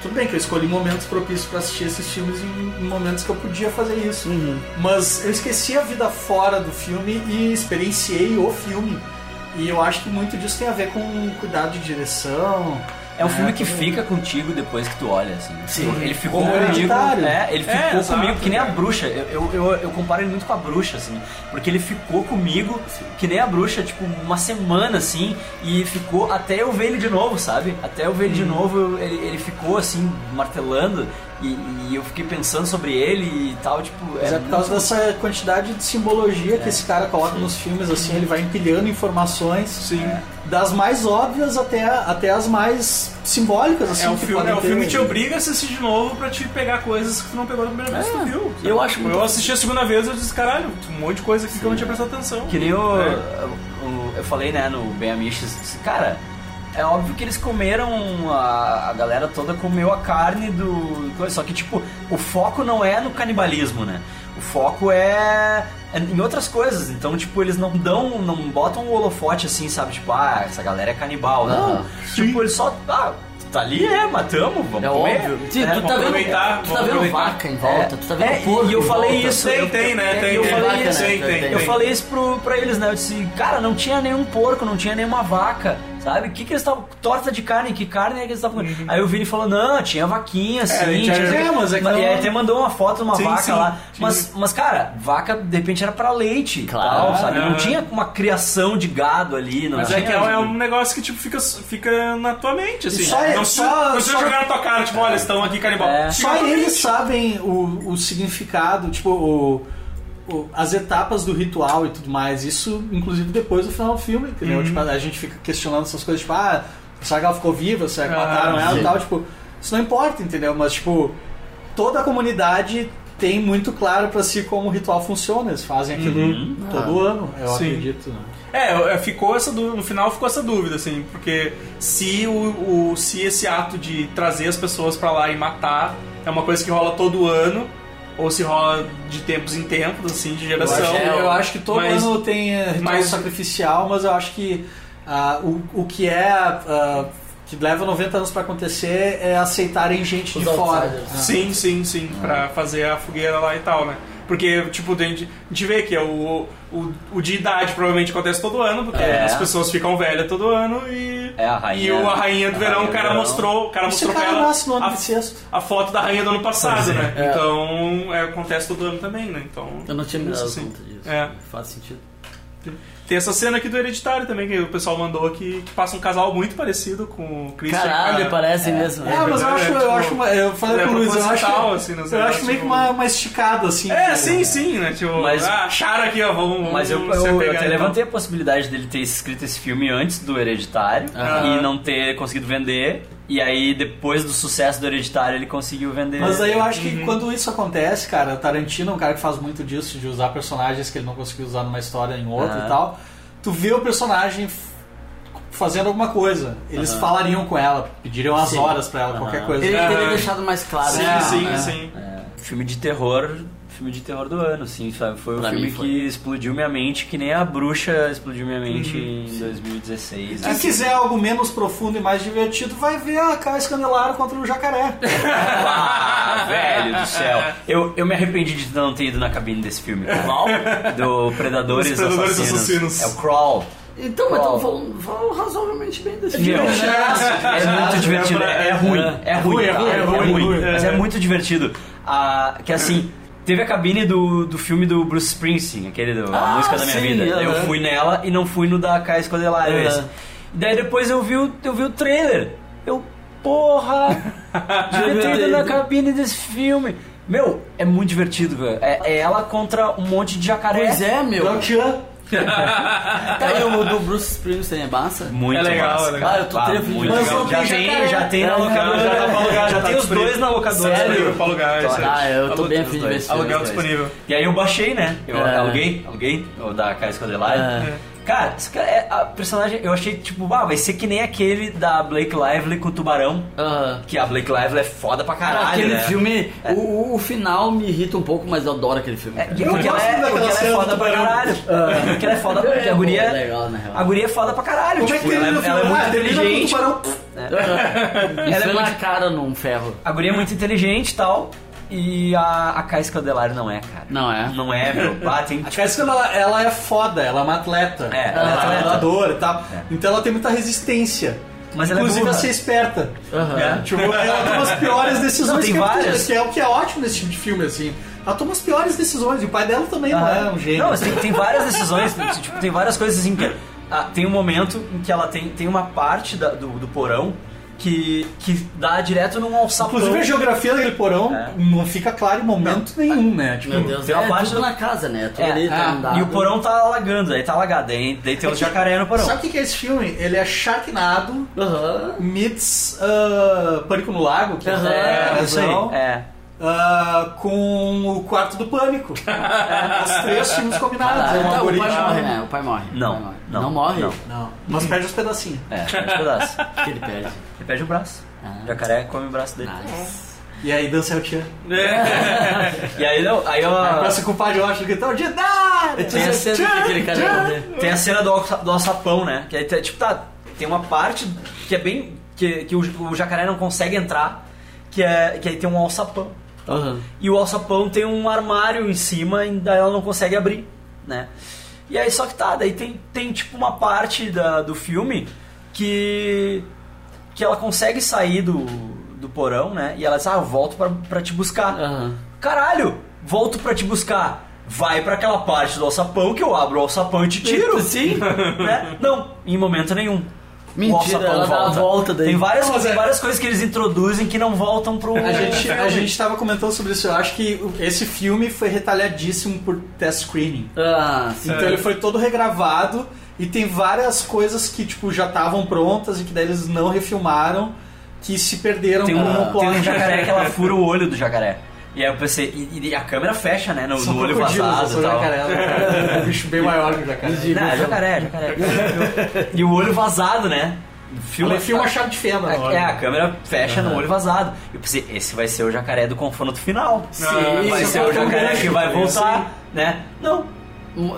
tudo bem que eu escolhi momentos propícios pra assistir esses filmes em em momentos que eu podia fazer isso.
Uhum.
Mas eu esqueci a vida fora do filme e experienciei o filme. E eu acho que muito disso tem a ver com cuidado de direção.
É um filme que fica contigo depois que tu olha, assim. Sim. Ele ficou
Como
comigo.
hereditário.
É, ele
É,
ficou
exato,
comigo, que nem a bruxa. Eu, eu, eu, eu comparo ele muito com a bruxa, assim. Porque ele ficou comigo, que nem a bruxa, tipo, uma semana, assim, e ficou até eu ver ele de novo, sabe? Até eu ver ele de novo, eu- ele, ele ficou assim, martelando. E, e eu fiquei pensando sobre ele e tal, tipo.
Mas é por causa
muito-
dessa quantidade de simbologia
É.
que esse cara coloca nos filmes, assim, ele vai empilhando informações das mais óbvias até, até as mais simbólicas, assim.
É o
que
filme,
podem
é o
ter-
um
filme que te obriga a assistir de novo pra te pegar coisas que tu não pegou na primeira vez que tu viu.
É, Eu acho muito
Eu assisti a segunda vez e eu disse, caralho, um monte de coisa aqui que eu não tinha prestado atenção.
Que nem eu,
É.
eu, eu falei, né, no Ben Amiches, disse, cara, é óbvio que eles comeram, a, a galera toda comeu a carne do... coisa, Só que, tipo, o foco não é no canibalismo, né? O foco é, é em outras coisas. Então, tipo, eles não dão, não botam um holofote assim, sabe? Tipo, ah, essa galera é canibal. Não,
Aham.
tipo, eles só... Ah, tá ali, é, matamos, vamos
É
comer.
óbvio. Sim,
né?
tu tá
aproveitar,
vendo, tu tá
vamos
vendo
aproveitar.
vaca em volta, tu tá vendo
É, e-
porco
e eu
em
falei
volta.
isso,
Tem, tem, né?
É,
Tem,
eu
tem,
falei
tem,
isso, né?
tem,
tem,
tem.
Eu falei isso pro, pra eles, né? Eu disse, cara, não tinha nenhum porco, não tinha nenhuma vaca, sabe? O que que eles estavam... Torta de carne, que carne é que eles estavam comendo? Aí o Vini falou, não, tinha vaquinha, sim.
ele
tinha...
Uhum. tinha-
É, mas é que
E
não-
aí até mandou uma foto de uma
Sim,
vaca
sim,
lá.
tinha.
Mas, mas, cara, vaca, de repente, era pra leite e
Claro,
tal, sabe? Não
aham.
tinha uma criação de gado ali, não
Mas
tinha...
é que é, é um negócio que tipo, fica, fica na tua mente, assim.
só-
não
só-
precisa, não precisa
só-
jogar na tua cara, tipo, olha, estão aqui canibal.
É.
Fica
Só
na tua
eles
mente.
sabem o, o significado, tipo, o- o- as etapas do ritual e tudo mais. Isso, inclusive, depois do final do filme, entendeu?
Uhum.
Tipo, a gente fica questionando essas coisas, tipo, ah, será que ela ficou viva? Será que
Ah,
mataram ela
sim.
e tal? Tipo, isso não importa, entendeu? Mas, tipo, toda a comunidade tem muito claro pra si como o ritual funciona. Eles fazem aquilo todo ano, eu
Uhum. Sim.
acredito. né?
É, eu- eu- ficou essa dúvida, no final ficou essa dúvida, assim, porque se, o, o- se esse ato de trazer as pessoas pra lá e matar é uma coisa que rola todo ano, ou se rola de tempos em tempos, assim, de
Eu acho,
geração.
que- é, eu acho que todo
Mas-
ano tem eh, ritual
mas-
sacrificial, mas eu acho que ah, o, o que é. ah, que leva 90 anos pra acontecer é aceitarem gente
Os
de fora.
outsiders.
Ah.
Sim, sim, sim, pra fazer a fogueira lá e tal, né? Porque, tipo, a gente, a gente vê que é o, o, o de idade provavelmente acontece todo ano, porque
É.
as pessoas ficam velhas todo ano e.
É a rainha.
E o, a rainha do
A
verão,
rainha
o
do
cara
verão.
mostrou, o cara
Esse
mostrou pra
cara
ela
nasce no ano
a,
bissexto.
a foto da rainha do ano passado, né?
É.
Então, é, acontece todo ano também, né? Então,
Eu não tinha me dado
Isso, sim.
conta disso.
É.
Faz sentido.
tem essa cena aqui do Hereditário também, que o pessoal mandou aqui, que passa um casal muito parecido com o
é
Christian. Ah.
Caralho,
cara.
parece mesmo.
É, mas eu
verdade,
acho,
é,
eu
tipo,
acho uma, eu falei
é
pro Luiz, eu acho,
proposital, assim, nas
eu acho
ideias,
meio que
tipo-
uma, uma esticada, assim.
É,
que-
sim, sim, né? Tipo,
Mas-
ah, acharam aqui, ó, vamos.
Mas eu,
vamos
eu,
se
eu
apegar,
até
então.
levantei a possibilidade dele ter escrito esse filme antes do Hereditário
Aham.
e não ter conseguido vender. E aí, depois do sucesso do Hereditário, ele conseguiu vender.
Mas aí eu acho que
Uhum.
quando isso acontece, cara, o Tarantino é um cara que faz muito disso, de usar personagens que ele não conseguiu usar numa história em outra
Aham.
e tal. Tu vê o personagem f- fazendo alguma coisa. Eles falariam com ela, pediriam as
Sim.
horas pra ela, qualquer coisa.
Ele teria
É.
deixado mais claro.
Sim,
né?
sim,
é.
sim.
Filme de terror, filme de terror do ano, assim, sabe? Foi o
Pra
filme
mim foi.
que explodiu minha mente, que nem a bruxa explodiu minha mente em 2016.
Se quiser algo menos profundo e mais divertido, vai ver a Caio Candelaro contra o Jacaré.
Ah, velho do céu. Eu, eu me arrependi de não ter ido na cabine desse filme. Qual? Do Predadores,
Os Predadores
Assassinos.
Assassinos.
É o Crawl.
Então, mas
Qual?
estão falando, falando razoavelmente bem desse
Meu,
filme.
é muito divertido. É, é ruim. É ruim.
É ruim,
É
é
ruim.
ruim,
É ruim.
é.
Mas é muito divertido. Ah, que assim. Teve a cabine do, do filme do Bruce Springsteen, aquele do a
Ah,
Música da Minha
sim,
Vida. Eu
aham.
fui nela e não fui no da Kai Escodelário
Aham.
esse. E daí depois eu vi o, eu vi o trailer. Eu, porra! devia ter ido na cabine desse filme. Meu, é muito divertido, velho. É, é ela contra um monte de jacaré.
Pois é, meu.
Então, Tchan,
Tá aí o do Bruce Springsteen é massa.
Muito
É legal,
massa,
é legal.
cara.
Ah, eu tô
Bah,
triste.
muito
Mas
legal.
não
Já
tem
tem,
jacaré.
já tem na
É,
locadora.
já tá pra alugar,
já
já tá
tem os
disponível.
dois na locadora.
Sério? Pra alugar, isso aí.
Ah, eu tô
Aluga
bem
os
afim de
dois.
ver esse filme.
é. Aluguel
Dois.
disponível.
E aí eu baixei, né? Eu
É.
aluguei, aluguei, o da Kai Scodelario.
É.
Cara, esse cara é- a personagem, eu achei tipo, ah, vai ser que nem aquele da Blake Lively com o tubarão.
Aham.
Que a Blake Lively é foda pra caralho.
Aquele
né?
filme, o- o, o final me irrita um pouco, mas eu adoro aquele filme.
É,
cara.
porque ela é,
daquela
porque ela é
cena do
foda pra
tubarão.
caralho. Porque ela é foda porque a
É,
guria.
pô, legal, na real.
A guria é foda pra caralho.
como é que
tipo,
termina
ela,
o filme?
ela é muito
Ah, termina com o
inteligente.
tubarão.
Isso
é
é na
muito-
cara num ferro.
A guria é muito inteligente e tal. E a, a Kai Scandelario não é, cara.
Não é?
Não é, meu. Ah, tem.
A Cassica, ela, ela é foda, ela é uma atleta.
É,
ela é
ela é atleta.
nadadora e tal. Então ela tem muita resistência.
Mas ela é
Inclusive
burra.
a ser esperta.
Aham.
Tipo, ela toma as piores decisões.
Não, tem
que é-
várias.
Que é o que é ótimo nesse tipo de filme, assim. Ela toma as piores decisões. E o pai dela também não é um gênio.
Não, mas tem, tem várias decisões, tem, tipo, tem várias coisas assim que. Ah, tem um momento em que ela tem, tem uma parte da- do, do porão que, que dá direto num alçapão.
Inclusive a geografia daquele porão
É.
não fica clara em momento nenhum, né? Tipo,
Meu Deus,
Tem uma
é
parte
tudo
do-
na casa, né? Tudo
É,
ali tá
ah,
andado.
E o porão tá alagando, aí tá alagado, hein? Daí tem um jacaré no porão.
Sabe o que que é esse filme? Ele é Sharknado
Aham.
meets ah, Pânico no Lago, que
Aham.
é,
É,
é,
isso aí. É.
Ah, com o Quarto do Pânico. Os três filmes combinados.
Ah,
é um
tá, o
algoritmo.
pai morre, né? O pai morre.
Não,
O pai morre.
não,
não morre?
então, não.
Não, mas perde os pedacinhos.
É, perde o pedaço.
O que ele perde?
Ele perde o braço.
Ah.
O jacaré come o braço dele.
Nice.
E aí dança o Tchan.
Né?
E aí não, aí ó.
Pra se culpar de Washington, então, Jedi!
Eu tinha certeza que aquele
é
cara ia morrer.
Tem a cena do, alça- do alçapão, né? Que aí, tá- tipo, tá. Tem uma parte que é bem. que, que o, o jacaré não consegue entrar, que, é, que aí tem um alçapão.
Aham.
E o alçapão tem um armário em cima, e daí ela não consegue abrir, né? E aí só que tá, daí tem, tem tipo uma parte da, do filme que. que ela consegue sair do, do porão, né? E ela diz, ah, eu volto pra, pra te buscar.
Aham.
Caralho, volto pra te buscar. Vai pra aquela parte do alçapão que eu abro o alçapão e te tiro.
Sim.
né? Não, em momento nenhum.
Mentira,
o alçapão
ela dá a
volta.
volta daí.
Tem várias,
Não, mas é-
várias coisas que eles introduzem que não voltam pro.
A gente,
é um
a gente tava comentando sobre isso. Eu acho que o- esse filme foi retalhadíssimo por test screening.
Ah, sim.
Então ele foi todo regravado e tem várias coisas que tipo já estavam prontas e que daí eles não refilmaram, que se perderam
Tem um,
no plot.
tem um jacaré que ela fura o olho do jacaré. E aí eu pensei, e, e a câmera fecha, né? No,
São
no olho
crocodilos,
vazado
são
e tal.
um jacaré, né? É um bicho bem maior que o jacaré.
Não, é jacaré, é jacaré. e o olho vazado, né? Filma,
Ela enfia a chave de fenda na
É,
hora.
é, a câmera fecha no olho vazado. Eu pensei, esse vai ser o jacaré do confronto final.
Sim,
vai
isso
ser
é
o
um
jacaré
gancho.
que vai voltar, né? Não,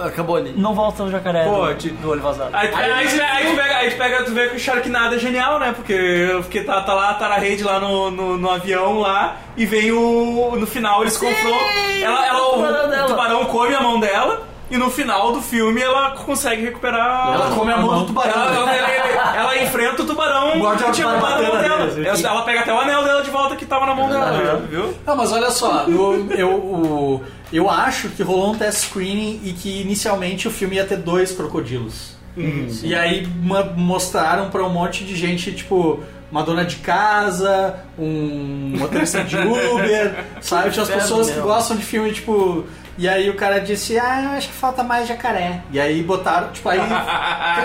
é, Acabou ali.
não volta o jacaré
Pô,
do,
de-
do olho vazado.
Aí, aí, aí, aí tu pega, aí tu pega, tu vê que o Sharknado é genial, né? Porque, porque tá, tá lá, tá na rede lá no, no, no avião lá, e vem o. No final eles confrontam. Ela, ela,
o tubarão
o,
dela.
o tubarão come a mão dela, e no final do filme ela consegue recuperar.
Ela come a mão do
Ela,
tubarão. né?
ela- ela- ela enfrenta o tubarão
Guarda
que tinha
a
roubado a mão
barbatana
dela.
dele,
Ela, ela pega até o anel dela de volta que tava na mão dela, viu?
Não, mas olha só, eu, eu, o- eu acho que rolou um test screening e que inicialmente o filme ia ter dois crocodilos.
Hum.
e aí ma- mostraram pra um monte de gente, tipo, uma dona de casa, um motorista de Uber, sabe? Tinha as
Inferno,
pessoas que
meu.
gostam de filme, tipo, E aí o cara disse, ah, eu acho que falta mais jacaré. E aí botaram, tipo, aí.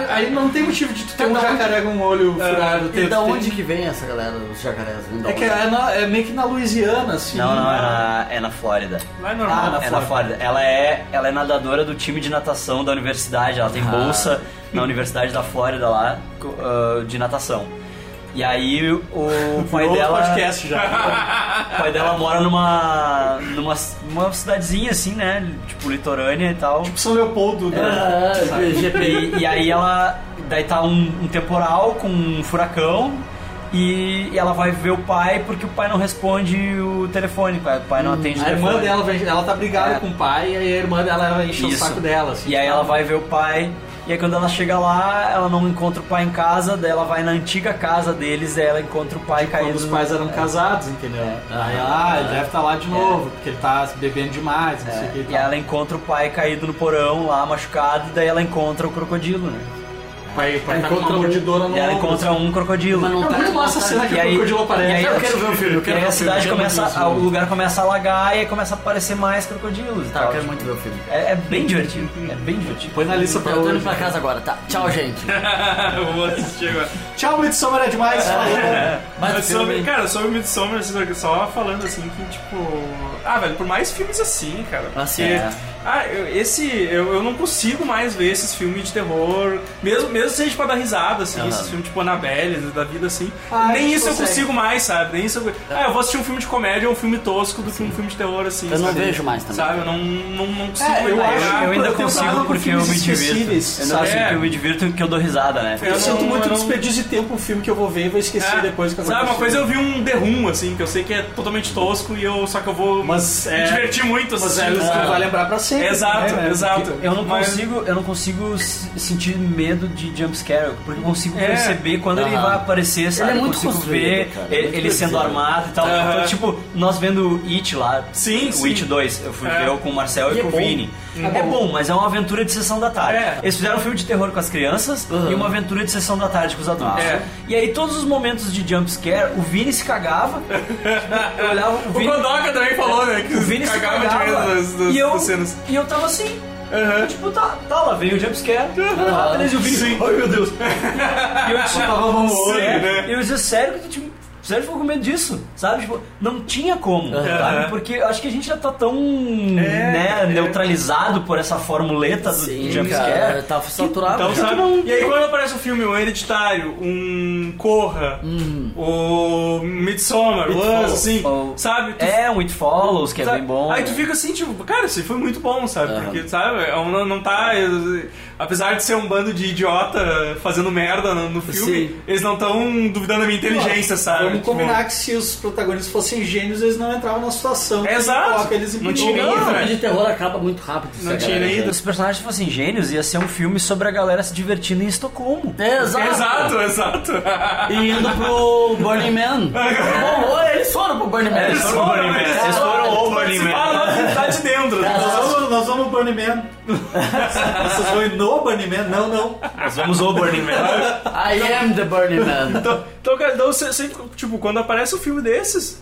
aí não tem motivo de tu ter um jacaré com um olho furado.
É. E
tem-
da
tem-
onde que vem essa galera, os jacarés? Vem da
É que
onde?
é, na- é meio que na Louisiana, assim.
Não, não, é na, é na Flórida.
Não é
Ah,
normal.
na
é na
Flórida.
Flórida. Ela é, ela é nadadora do time de natação da universidade.
Ah.
Ela tem bolsa na Universidade da Flórida lá co- ah, de natação. E aí o pai
Outro
dela,
podcast já.
o pai dela mora numa numa uma cidadezinha assim, né? Tipo litorânea e tal.
São Leopoldo,
É.
né?
Ah, GPI.
E, e aí ela. Daí tá um, um temporal com um furacão. E, e ela vai ver o pai porque o pai não responde o telefone, o pai- o pai
Hum,
não atende o
A
telefone.
irmã dela, vai- ela tá brigada
É.
com o pai, e aí a irmã dela vai encher
Isso.
o saco dela, assim.
E aí ela vai ver o pai. E aí quando ela chega lá, ela não encontra o pai em casa, daí ela vai na antiga casa deles, daí ela encontra o pai
Quando
caído.
Tipo, os
no-
pais eram casados, entendeu? Aí ela, ah, ele deve estar lá de novo, porque ele tá bebendo demais, não sei o que e
É. E
tal.
ela encontra o pai caído no porão lá, machucado, e daí ela encontra o crocodilo, né?
O pai, o pai tá com
encontra
uma
um-
mordidora no
E ela
ombro,
encontra um crocodilo.
Mas não
É
tá
muito massa a cena que
E
o
aí-
crocodilo aparece.
e aí-
Eu um
ver o filme, eu
E aí a cidade começa, a- o
a...
lugar começa a alagar e aí começa a aparecer mais crocodilos. e
Tá,
tal.
eu quero muito ver o filme.
É, é bem divertido, é bem divertido.
Põe na lista pra
Eu tô indo
hoje.
pra casa agora, tá? Tchau, gente.
tá, Eu vou assistir agora.
Tchau, Midsommar é demais. falou.
Mas
Mas o
sobre,
filme-
cara, sobre o Midsommar, assim, só falando assim que, tipo. Ah, velho, por mais filmes assim, cara.
Assim,
porque-
é.
Ah, eu, esse. Eu, eu não consigo mais ver esses filmes de terror. Mesmo, mesmo seja pra dar risada, assim, esses filmes tipo Annabelle, da vida assim.
Ah, a
nem
gente
isso eu
consegue.
consigo mais, sabe? Nem isso eu... Ah, eu vou assistir um filme de comédia ou um filme tosco do que um filme de terror, assim.
Eu não
sabe?
vejo mais também.
Sabe? Eu não, não, não consigo
É, eu
mais.
acho-
Ah,
Eu ainda
eu tenho
consigo
problema com
porque eu me
filmes
divirto.
esquecíveis,
Eu ainda
sabe?
consigo porque eu me divirto e que eu dou risada, né?
Eu
Eu
sinto
não-
muito
eu não-
desperdício de tempo um filme que eu vou ver e vou esquecer
É.
depois que eu vou
Sabe, uma
assistir.
coisa eu vi um The Room, assim, que eu sei que é totalmente tosco e eu só que eu vou
Mas
me
é-
divertir muito
Mas é,
assistindo,
tu
sabe?
vai lembrar pra sempre.
Ah. Exato,
né, né?
exato.
Eu não
Mas-
consigo, eu não consigo s- sentir medo de jumpscare, porque eu consigo
É.
perceber quando ele
Aham.
vai aparecer, sabe?
Ele é muito
eu consigo
construído,
ver
cara, é
ele,
muito
ele sendo
previsível.
armado e tal.
Aham.
Então, tipo, nós vendo o It lá,
Sim,
o
sim.
It 2, eu fui
É. Uhum.
ver com o Marcel e,
E é
com o
bom.
Vini. É bom, mas é uma aventura de sessão da tarde.
É.
Eles fizeram um filme de terror com as crianças
Aham.
e uma aventura de sessão da tarde com os adultos.
É.
E aí, todos os momentos de jumpscare, o Vini se cagava, eu olhava o
O
Vini.
Godoka também falou, né? Que
O Vini se
cagava de medo das, das,
e, eu,
das cenas.
e eu tava assim. Tipo, tá, tá lá, veio o jumpscare. Ah, beleza, e o Vini. Ai, meu Deus. e eu disse, sério?
né?
Eu disse, sério que tu tipo, sério que ficou com medo disso, sabe? Tipo, não tinha como, sabe? Porque eu acho que a gente já tá tão né,
É.
neutralizado por essa formuleta do
Sim, cara,
jumpscare.
tá saturado.
Então, sabe? E aí quando aparece um filme, um hereditário, um Corra,
Hum.
o Midsommar, o Us, assim,
Ou-
sabe? Tu-
É, um It Follows, que é
sabe?
bem bom.
Aí tu fica assim, tipo, cara, isso aí foi muito bom, sabe? Porque, sabe, é um- não, não tá. eh, Apesar de ser um bando de idiota fazendo merda no, no filme,
Sim.
eles não estão duvidando da minha inteligência, sabe?
Vamos
Tipo,
combinar que se os protagonistas fossem gênios, eles não entravam na situação. que
Exato.
coloca eles em
Não
perigo.
tinha
Não,
Ih,
o filme
velho.
de terror acaba muito rápido.
Não
essa
tinha
galera,
nem
né?
ido.
Se os personagens fossem gênios, ia ser um filme sobre a galera se divertindo em Estocolmo.
É, Exato.
Exato, exato.
E indo pro Burning Man. Bom, olha, eles foram pro Burning Man.
Eles foram ao Burning Man. Eles foram ao Burning Man.
Participaram lá do- tá de dentro.
Nós vamos, nós vamos ao Burning Man. Vocês vão ir no Burning Man? Não, não.
Nós vamos ao Burning Man.
I am the Burning Man.
Então, então, cara, então, se- sempre, tipo, quando aparece um filme desses,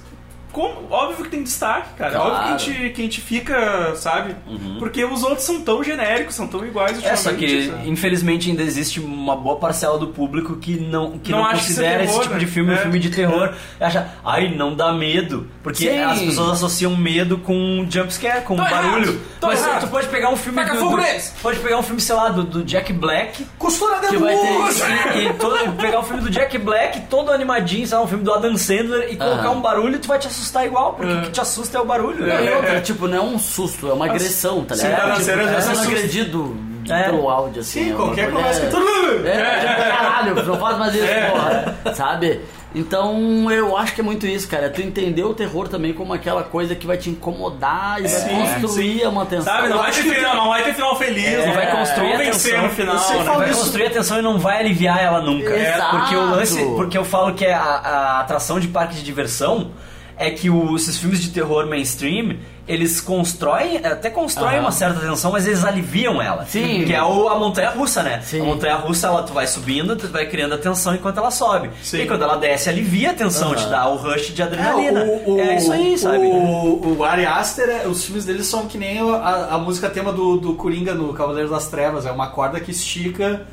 como- óbvio que tem destaque, cara.
Claro.
Óbvio que a, gente, que a gente fica, sabe? Porque os outros são tão genéricos, são tão iguais
É, só que
ultimamente,
infelizmente ainda existe uma boa parcela do público que não, que
Não
não,
acha que isso é
considera esse
terror,
tipo
né?
de filme
É.
um filme de terror. Acha, ai, não dá medo. Porque
Sim.
as pessoas associam medo com jumpscare, com barulho.
errado, tô
Mas
errado.
tu pode pegar um filme.
Taca
do,
fogo
do-
neles.
pode pegar um filme, sei lá, do, do Jack Black.
Costura
Que
dentro do
vai ter-
E, e todo- pegar um filme do Jack Black, todo animadinho, sei lá, um filme do Adam Sandler, e colocar um barulho, tu vai te assustar igual, porque o que te assusta é o barulho.
Não,
né?
e outra, tipo, não é um susto, é uma agressão, tá
Sim,
ligado?
tá na
tipo,
cena, já
tá
se
sendo
assusta.
agredido
É.
pelo áudio, assim.
Sim,
é uma
qualquer
coisa-
conversa que tu...
É, tipo, caralho, não faz mais isso, porra. Sabe? Então eu acho que é muito isso, cara. Tu entender o terror também como aquela coisa que vai te incomodar e vai construir uma tensão.
Sabe? Não vai ter final, não vai ter final feliz, não vai construir
é,
vencer no final.
Você
né?
fala
vai
isso-
construir atenção e não vai aliviar ela nunca.
Exato.
Porque o lance, porque eu falo que é a, a atração de parque de diversão é que o- esses filmes de terror mainstream eles constroem, até constroem
Aham.
uma certa tensão, mas eles aliviam ela.
Sim.
Que é o- a montanha russa, né?
Sim.
A montanha russa, ela, tu vai subindo, tu vai criando a tensão enquanto ela sobe.
Sim.
E quando ela desce, alivia a tensão, te dá o rush de adrenalina.
É, o- o-
é isso aí, sabe?
O, o Ari Aster, é- os filmes dele são que nem a, a música tema do, do Coringa no Cavaleiros das Trevas. É uma corda que estica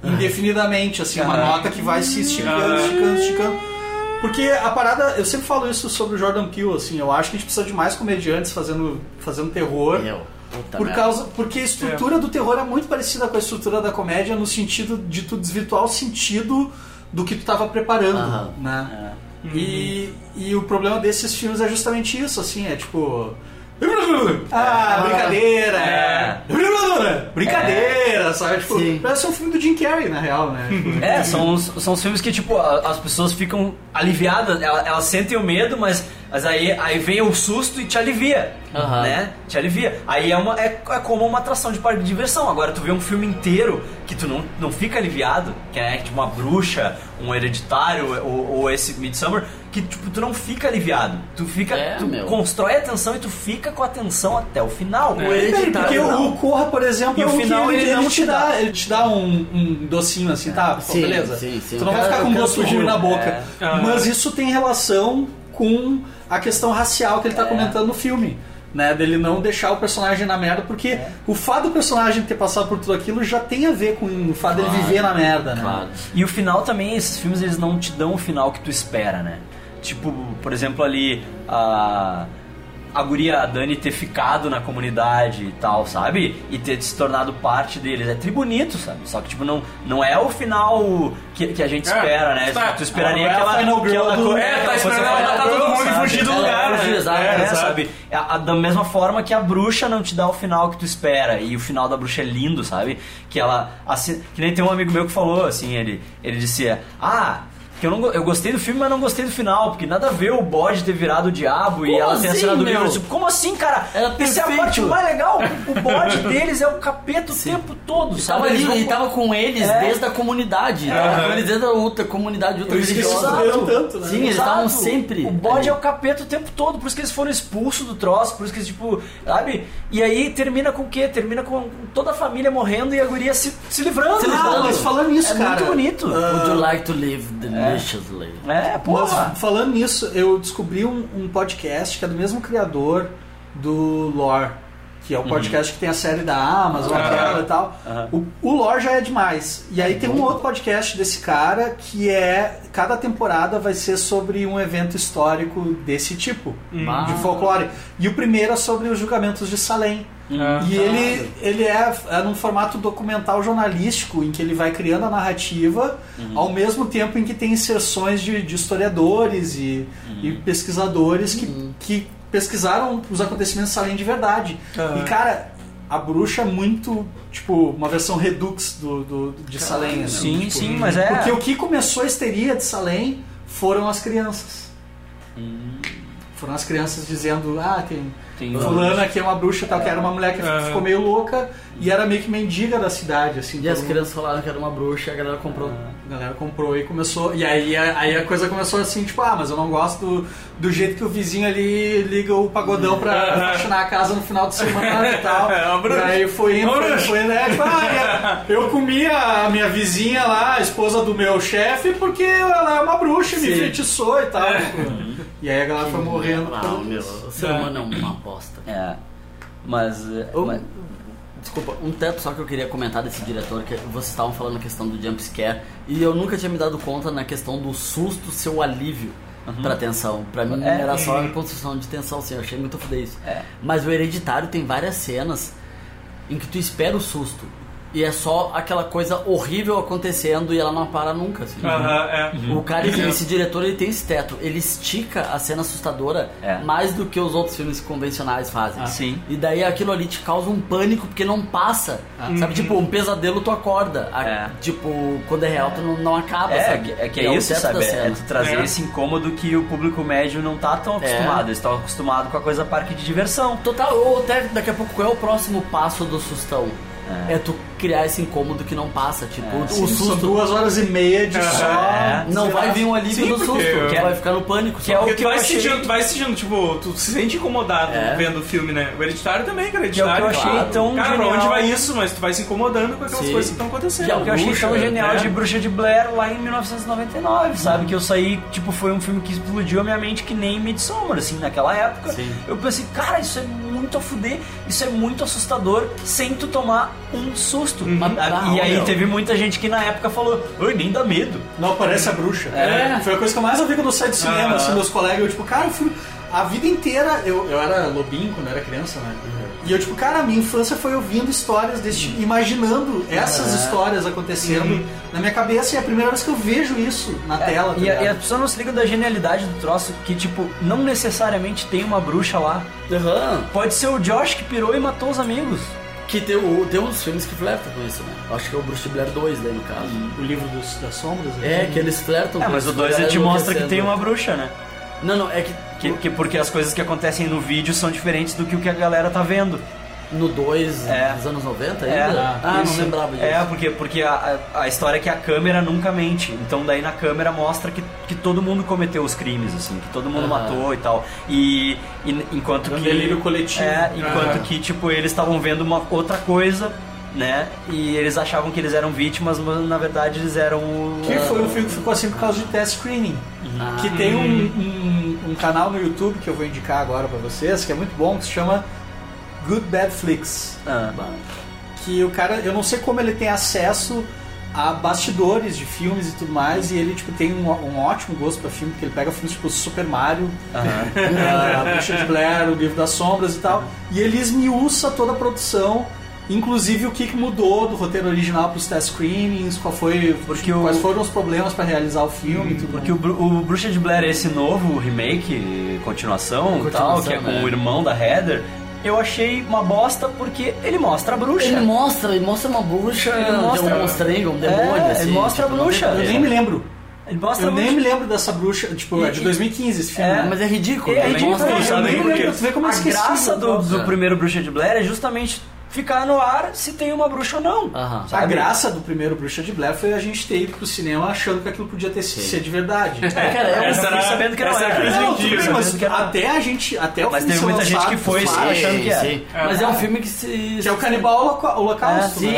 Ah.
indefinidamente, assim, uma nota que vai se esticando,
Aham.
esticando, esticando. Porque a parada, eu sempre falo isso sobre o Jordan Peele, assim, eu acho que a gente precisa de mais comediantes fazendo, fazendo
É.
terror.
Meu, puta
Por
merda.
causa, porque a estrutura do terror é muito parecida com a estrutura da comédia no sentido de tu desvirtuar o sentido do que tu tava preparando,
Aham. É.
né? E, e o problema desses filmes é justamente isso, assim, é tipo... Ah, brincadeira!
É.
Brincadeira, sabe? Tipo,
Sim.
parece um filme do Jim Carrey, na real, né? Tipo,
É, são os, são os filmes que, tipo, a- as pessoas ficam aliviadas, ela- elas, sentem o medo, mas, mas aí, aí vem o susto e te alivia.
Aham.
Né? Te alivia. Aí é, uma, é, é como uma atração de parque de diversão. Agora tu vê um filme inteiro que tu não, não fica aliviado, que é tipo uma bruxa, um hereditário ou, ou esse Midsummer, que tipo, tu não fica aliviado. Tu fica.
É,
tu
meu.
constrói a tensão e tu fica com a tensão até o final.
O hereditário.
Porque
não.
o, tá o Corra, por exemplo,
E
é
o
um que
final
ele,
ele
ele
não
te
te
dá,
dá.
ele te dá um, um docinho assim, tá? Pô,
Sim,
beleza.
sim, sim.
Tu
Eu
não vai
quero-
ficar
eu
com
quero
gosto ruim
sujo.
na boca.
É.
Ah.
Mas isso tem relação com a questão racial que
É.
ele tá comentando no filme. Né, dele não deixar o personagem na merda, porque
É.
o fato do personagem ter passado por tudo aquilo já tem a ver com o fato dele
Claro.
viver na merda, né?
Claro.
E o final também, esses filmes eles não te dão o final que tu espera, né? Tipo, por exemplo, ali a. A guria, a Dani, ter ficado na comunidade e tal, sabe? E ter se tornado parte deles. É tri bonito, sabe? Só que, tipo, não, não é o final que, que a gente
É,
espera, né?
tá.
Tu esperaria
Ela
que
não é
ela.
a Final
que
Girl
ela-
do-
É, tá
que
esperando
fosse a
ela matar
Final
todo
Girl,
mundo e
sabe?
fugir do
É,
lugar,
fugir,
né?
exato,
É,
né,
exato.
sabe? A- a- da mesma forma que a bruxa não te dá o final que tu espera. E o final da bruxa é lindo, sabe? Que ela. Assim, que nem tem um amigo meu que falou assim, ele, ele disse, ah. Que eu, não, go- eu gostei do filme, mas não gostei do final, porque nada a ver o bode ter virado o diabo e
Como
ela ter
assim,
assinado o
meu?
livro. Eu disse, Como assim, cara?
Era
Essa é a
perfeito.
parte mais legal. O bode deles é o capeta o tempo todo,
E
sabe?
tava
Eles
ali, né?
vão-
e tava com eles
É.
desde a comunidade. Tava com eles desde a outra comunidade ultra
Por isso que eles
religiosa.
sofreram tanto, né?
Sim, eles
Exato.
estavam sempre.
O bode
ali.
é o capeta o tempo todo, por isso que eles foram expulsos do troço, por isso que eles, tipo, sabe? E aí termina com o quê? Termina com toda a família morrendo e a guria se, se livrando.
Se livrando.
Ah, mas falando nisso,
é
cara. Ah.
muito bonito.
Would you like to live deliciously?
É, porra.
Mas, falando nisso, eu descobri um, um podcast que é do mesmo criador do Lore, que é o podcast que tem a série da Amazon, aquela e tal. O, o Lore já é demais. E aí tem um outro podcast desse cara que é. Cada temporada vai ser sobre um evento histórico desse tipo,
Ah.
de folclore. E o primeiro é sobre os julgamentos de Salem. E ele, ele é, é num formato documental jornalístico, em que ele vai criando a narrativa,
Uhum.
ao mesmo tempo em que tem inserções de, de historiadores e, e
Uhum.
pesquisadores que, que pesquisaram os acontecimentos Salem de verdade. E, cara, a bruxa é muito, tipo, uma versão redux do, do- de Salem. né?
sim,
Tipo,
sim, mas é.
Porque o que começou a histeria de Salem foram as crianças. Foram as crianças dizendo, ah, tem...
Tem-
Fulana que é uma bruxa e tal, que era uma mulher que
É.
ficou meio louca e era meio que mendiga da cidade, assim.
E as
todo
crianças falaram que era uma bruxa e a galera comprou.
mundo- A galera comprou e começou. E aí, a- aí a coisa começou assim, tipo, ah, mas eu não gosto do, do jeito que o vizinho ali liga o pagodão pra faxinar a casa no final de semana e tal.
Uhum. É, uma bruxa.
E aí foi indo,
Uma
foi,
bruxa.
foi indo, é, tipo, ah, eu eu comi a minha vizinha lá, a esposa do meu chefe, porque ela é uma bruxa, me feitiçou e tal.
É.
tipo. E aí a galera foi morrendo.
Ah,
pelo-
meu, o ser humano é uma aposta.
É. Mas. é,
Eu-
mas-
Desculpa, um teto só que eu queria comentar desse diretor, que vocês estavam falando a questão do jumpscare, e eu nunca tinha me dado conta na questão do susto ser o alívio pra tensão. Pra mim
Uhum. É.
era só a construção de tensão, assim, eu achei muito foda isso.
É.
Mas o Hereditário tem várias cenas em que tu espera o susto, e é só aquela coisa horrível acontecendo e ela não para nunca, assim.
Aham, é.
Hum.
O cara, esse, esse diretor, ele tem esse teto. Ele estica a cena assustadora
É. Ah,
mais do que os outros filmes convencionais fazem.
Sim.
E daí aquilo ali te causa um pânico porque não passa. Sabe, tipo, um pesadelo tu acorda. A-
Ah. Uhum. É.
Tipo, quando é real tu não, não
tá
acaba,
É,
sabe?
que- é que
o
é isso,
teto da
sabe? É
cena.
tu trazer
É.
esse incômodo que o público médio não tá tão acostumado. Eles estão acostumados com a coisa parque de diversão.
Total, ou até daqui a pouco qual é o próximo passo do sustão? É, tu criar esse incômodo que não passa. Tipo, o
Sim, São
susto.
duas horas e meia de só.
É.
Não vai vir um alívio
Sim,
do
porque-
susto,
que é-
vai ficar no pânico.
que
só.
é o
Porque
que
tu vai
eu
se
achei-
sentindo, tu vai se sentindo, tipo, tu se sente incomodado
É.
vendo o filme, né? O Hereditário também, cara, o
Que é o que eu
Hereditário.
achei
Claro.
tão
Cara, pra
genial.
onde vai isso? Mas tu vai se incomodando com aquelas
Sim.
coisas que estão acontecendo.
E
O que eu achei tão
Bruxa,
genial
é.
né?
de Bruxa de Blair lá em 1999, sabe? Que eu saí, tipo, foi um filme que explodiu a minha mente que nem Midsommar, assim, naquela época.
Sim.
Eu pensei, cara, isso é muito a fuder, isso é muito assustador, sem tu tomar um susto.
Uhum.
Mas,
Ah, e
ah,
aí
meu.
teve muita gente que na época falou, oi, nem dá medo.
Não aparece a bruxa.
É.
Foi a coisa que eu mais ouvi quando eu saí do cinema,
Ah.
assim, meus colegas. Eu, tipo, cara, eu fui. A vida inteira, eu, eu era lobinho quando eu era criança, né?
Uhum.
E eu, tipo, cara, a minha infância foi ouvindo histórias desse tipo, imaginando
Uhum.
essas histórias acontecendo na minha cabeça, e é a primeira vez que eu vejo isso na tela. tá
É, E, a- e
ligado?
as pessoas não se ligam da genialidade do troço, que, tipo, não necessariamente tem uma bruxa lá.
Aham.
Pode ser o Josh que pirou e matou os amigos.
Que tem, o, tem uns filmes que flertam com isso, né? Eu Acho que é o Bruce Blair 2, né, no caso.
O livro dos- das sombras.
É,
né?
que eles flertam
É,
com
mas
isso,
o 2
galera
te mostra que
enlouquecendo.
tem uma bruxa, né?
Não, não, é que,
Que, que porque as coisas que acontecem no vídeo são diferentes do que o que a galera tá vendo.
no 2
É.
dos anos
Tá
90 ainda?
É,
ah,
isso.
não lembrava disso.
É, porque, porque a, a, a história é que a câmera nunca mente. Então daí na câmera mostra que, que todo mundo cometeu os crimes, assim, que todo mundo
Aham.
matou e tal. E, e enquanto
É um
que.
delírio coletivo.
É, enquanto
Aham.
que, tipo, eles estavam vendo uma outra coisa, né? E eles achavam que eles eram vítimas, mas na verdade eles eram. o-
Que foi um filme que ficou assim por causa de test screening.
Ah.
Que tem um, um- um canal no YouTube que eu vou indicar agora pra vocês, que é muito bom, que se chama Good Bad Flicks.
Ah.
Bah.
Que o cara, eu não sei como ele tem acesso a bastidores de filmes e tudo mais, e ele tipo, tem um, um ótimo gosto pra filme, porque ele pega filmes tipo Super Mario, a Bruxa de Blair, o Livro das Sombras e tal, e ele esmiuça toda a produção. Inclusive o que que mudou do roteiro original pros test screenings, qual foi,
Porque o-
quais foram os problemas pra realizar o filme, e tudo mais.
Porque o, Bru- o Bruxa de Blair, é esse novo remake, continuação e tal,
Continuação,
que é com
né?
o irmão da Heather, eu achei uma bosta porque ele mostra a bruxa.
Ele mostra, ele mostra uma bruxa,
Ele mostra-
de um monstrengo, um demônio,
É,
assim.
ele mostra a
não tem
bruxa.
como-
Eu nem me lembro.
Ele mostra
Eu
a bruxa.
nem me lembro dessa bruxa. Tipo, é de
E-
2015 esse filme.
É,
Ah,
né?
Mas é ridículo.
É
né?
ridículo,
Mostra-
não sabe
eu
nem
nem
por quê.
lembro, tu vê como é né? eu
a
esqueci.
graça do, do
É.
primeiro Bruxa de Blair é justamente ficar no ar se tem uma bruxa ou não.
Aham.
A graça do primeiro Bruxa de Blair foi a gente ter ido pro cinema achando que aquilo podia ter sido ser de verdade.
Cara, é um-
Essa
era-
era, sabendo que não
essa
era.
era a crise
Não,
Não,
tudo bem,
sabendo
mas
que era.
até a gente. Até o
Mas
filme
teve muita
ser
gente
lançado,
que foi,
tu
Ah,
sim,
fala,
achando que é.
Sim. Mas é um filme que se... É,
Que é o Canibal Holoca- Holocausto.
sim,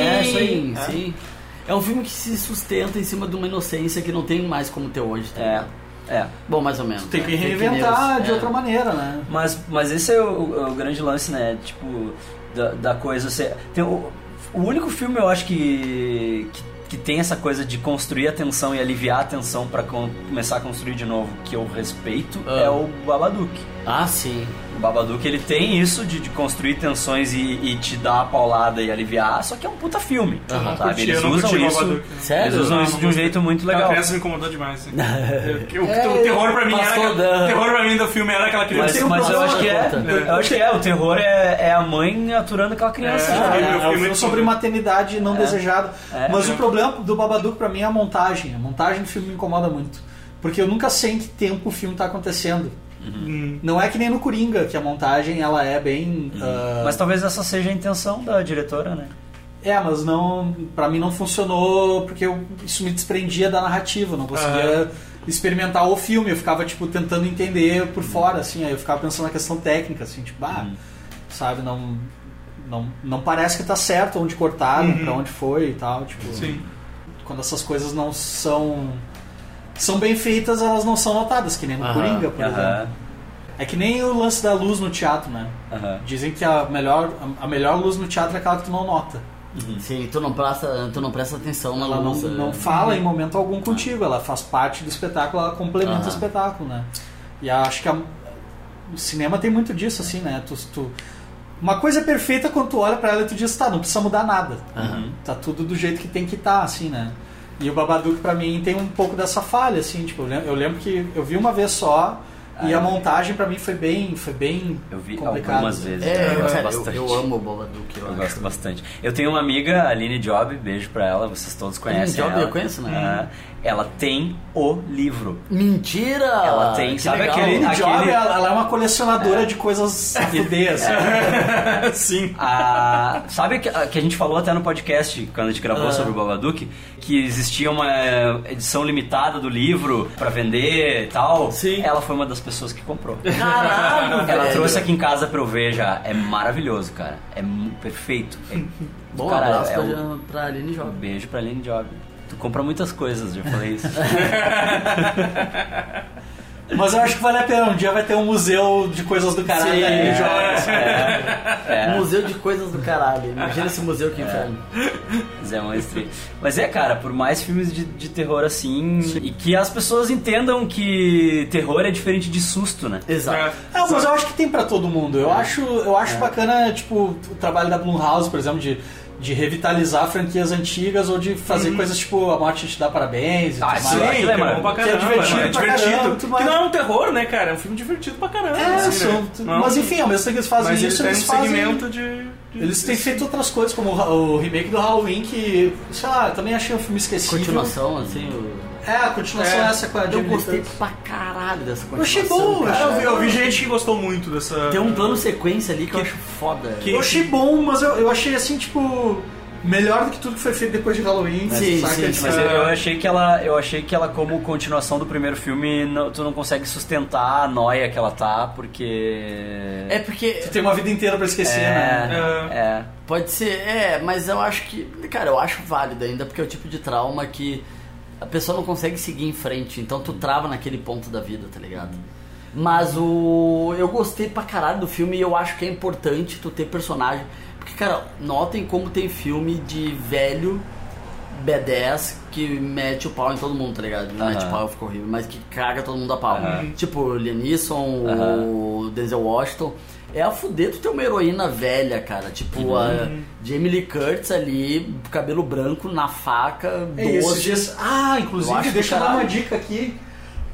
né?
sim, É um filme que se sustenta em cima de uma inocência que não tem mais como ter hoje. tá
É,
ligado?
é.
Bom, mais ou menos.
Tem
né?
que
Fake
reinventar
news,
de
é.
outra maneira, né?
Mas, mas esse é o, o grande lance, né? Tipo, da, da coisa ser. Tem o, o único filme eu acho que, que, que tem essa coisa de construir a tensão e aliviar a tensão pra com- começar a construir de novo, que eu respeito,
Ah.
é o Babadook.
Ah, sim.
O Babadook ele tem isso de, de construir tensões e, e te dar a paulada e aliviar, só que é um puta filme.
Aham.
sabe?
Curti,
Eles
eu não
usam
curti o
isso.
Babadook. Tá,
Eles
Sério? Ah,
usam isso de um jeito muito
Aquela
legal. Tá
criança me incomodou demais. assim. Eu- eu-
É,
o terror pra mim era
passou
aquela-
da-
o terror pra mim do filme era aquela criança.
Mas,
tenho um
mas eu
problema
acho que é.
contra.
né?
Eu acho que é. O terror é, é a mãe aturando aquela criança.
É,
já,
eu
né?
É,
fiquei
é um filme
muito-
sobre maternidade não desejada.
É.
Mas o problema do Babadook pra mim é a montagem. A montagem do filme me incomoda muito. Porque eu nunca sei em que tempo o filme tá acontecendo.
Hum.
Não é que nem no Coringa, que a montagem ela é bem. ah,
Mas talvez essa seja a intenção da diretora, né?
É, mas não. Pra mim não funcionou porque eu- isso me desprendia da narrativa. Eu não conseguia experimentar o filme. Eu ficava, tipo, tentando entender
Uhum.
por fora, assim. Aí eu ficava pensando na questão técnica, assim, tipo, ah, sabe, não. Não, não parece que tá certo onde cortaram,
Uhum.
pra onde foi e tal. Tipo,
Sim.
quando essas coisas não são. São bem feitas, elas não são notadas, que nem no
Aham,
Coringa, por exemplo. É que nem o lance da luz no teatro, né?
aham.
Dizem que a melhor, a melhor luz no teatro é aquela que tu não nota.
Sim, tu não presta, tu não presta atenção na
Ela não,
luz,
não
é.
fala em momento algum
Ah.
contigo, ela faz parte do espetáculo, ela complementa
Aham.
o espetáculo, né? E acho que a- o cinema tem muito disso, assim, né? Tu, tu- uma coisa é perfeita quando tu olha pra ela e tu diz, tá, não precisa mudar nada. Tá tudo do jeito que tem que estar, assim, né? E o Babadook, pra mim, tem um pouco dessa falha, assim, tipo, eu lem- eu lembro que eu vi uma vez só e a montagem pra mim foi bem, foi bem
Ah. Eu vi
complicada.
algumas vezes.
É,
eu gosto
cara, eu,
bastante.
eu amo o Boba Duke. Eu,
Eu
acho.
gosto bastante. Eu tenho uma amiga, Aline Job, beijo pra ela, vocês todos conhecem
Job,
ela.
Hum, eu conheço, né?
É. Ela tem o livro.
Mentira!
Ela tem,
Que
sabe
legal.
aquele-
O Job,
aquele-
ela, ela é uma colecionadora de coisas a fuder, assim.
É.
Sim.
A- sabe que a, que a gente falou até no podcast, quando a gente gravou sobre o Babadook, que existia uma edição limitada do livro pra vender e tal?
Sim.
Ela foi uma das pessoas que comprou.
Caralho,
Ela
velho.
trouxe aqui em casa pra eu ver já. É maravilhoso, cara. É mu- perfeito. É,
Bom
Caralho,
abraço tá
é
pra,
um-
pra Aline
um
Jovem.
beijo pra Lene Job. Tu compra muitas coisas, já falei isso.
Mas eu acho que vale a pena. Um dia vai ter um museu de coisas do caralho
Sim,
aí,
é.
Job.
É.
Museu de coisas do caralho. Imagina esse museu que inferno.
Zé Maestri. Mas é, cara, por mais filmes de, de terror assim, e que as pessoas entendam que terror é diferente de susto, né?
Exato.
É, mas eu acho que tem pra todo mundo. Eu acho, eu acho bacana, tipo, o trabalho da Blumhouse, por exemplo, de, de revitalizar franquias antigas ou de fazer coisas tipo A Morte Te Dá Parabéns e
Ah,
tudo
sim.
mais.
aquilo é
que
maravilhoso.
bom pra
Que é
caramba.
divertido
mano. É
pra caramba,
divertido.
tudo
que
mais.
não é um terror, né, cara? É um filme divertido pra caramba.
É,
assim, né?
são-
Não é um
mas
filme-
enfim, ao mesmo tempo que eles fazem
mas
isso,
ele
eles
tem um
fazem.
segmento de, de-
Eles têm feito outras coisas, como o, o remake do Halloween, que, sei lá, eu também achei um filme
É
esquecido.
Continuação, assim. o-
É, a continuação é,
É.
essa com a
Eu
Jamie Lee
gostei
Curtis.
pra caralho dessa
Eu achei
continuação.
bom,
cara.
cara.
Ah, Eu vi, eu vi gente que gostou muito dessa.
Tem um plano sequência ali que, eu acho foda.
que-
Eu achei bom, mas eu, eu achei assim, tipo, melhor do que tudo que foi feito depois de Halloween.
Sim,
saca?
sim,
Tipo,
Mas
é.
eu, eu achei que ela, eu achei que ela como continuação do primeiro filme, não- tu não consegue sustentar a noia que ela tá, porque
É porque
Tu tem uma vida inteira pra esquecer, né?
é, é.
Pode ser, é, mas eu acho que. Cara, eu acho válido ainda, porque é o tipo de trauma que a pessoa não consegue seguir em frente, então tu trava naquele ponto da vida, tá ligado? Mas o. Eu gostei pra caralho do filme e eu acho que é importante tu ter personagem. Porque, cara, notem como tem filme de velho B10 que mete o pau em todo mundo, tá ligado? Não mete
Aham.
pau, ficou horrível, mas que caga todo mundo a pau.
Aham.
Tipo, o Lenisson, o Denzel Washington. É a fuder tu ter uma heroína velha, cara. Tipo, a
Uhum.
Jamie Lee Curtis ali, cabelo branco, na faca,
É isso,
doce.
dias... Ah, inclusive,
Eu acho
deixa eu
do
dar uma
caralho.
dica aqui.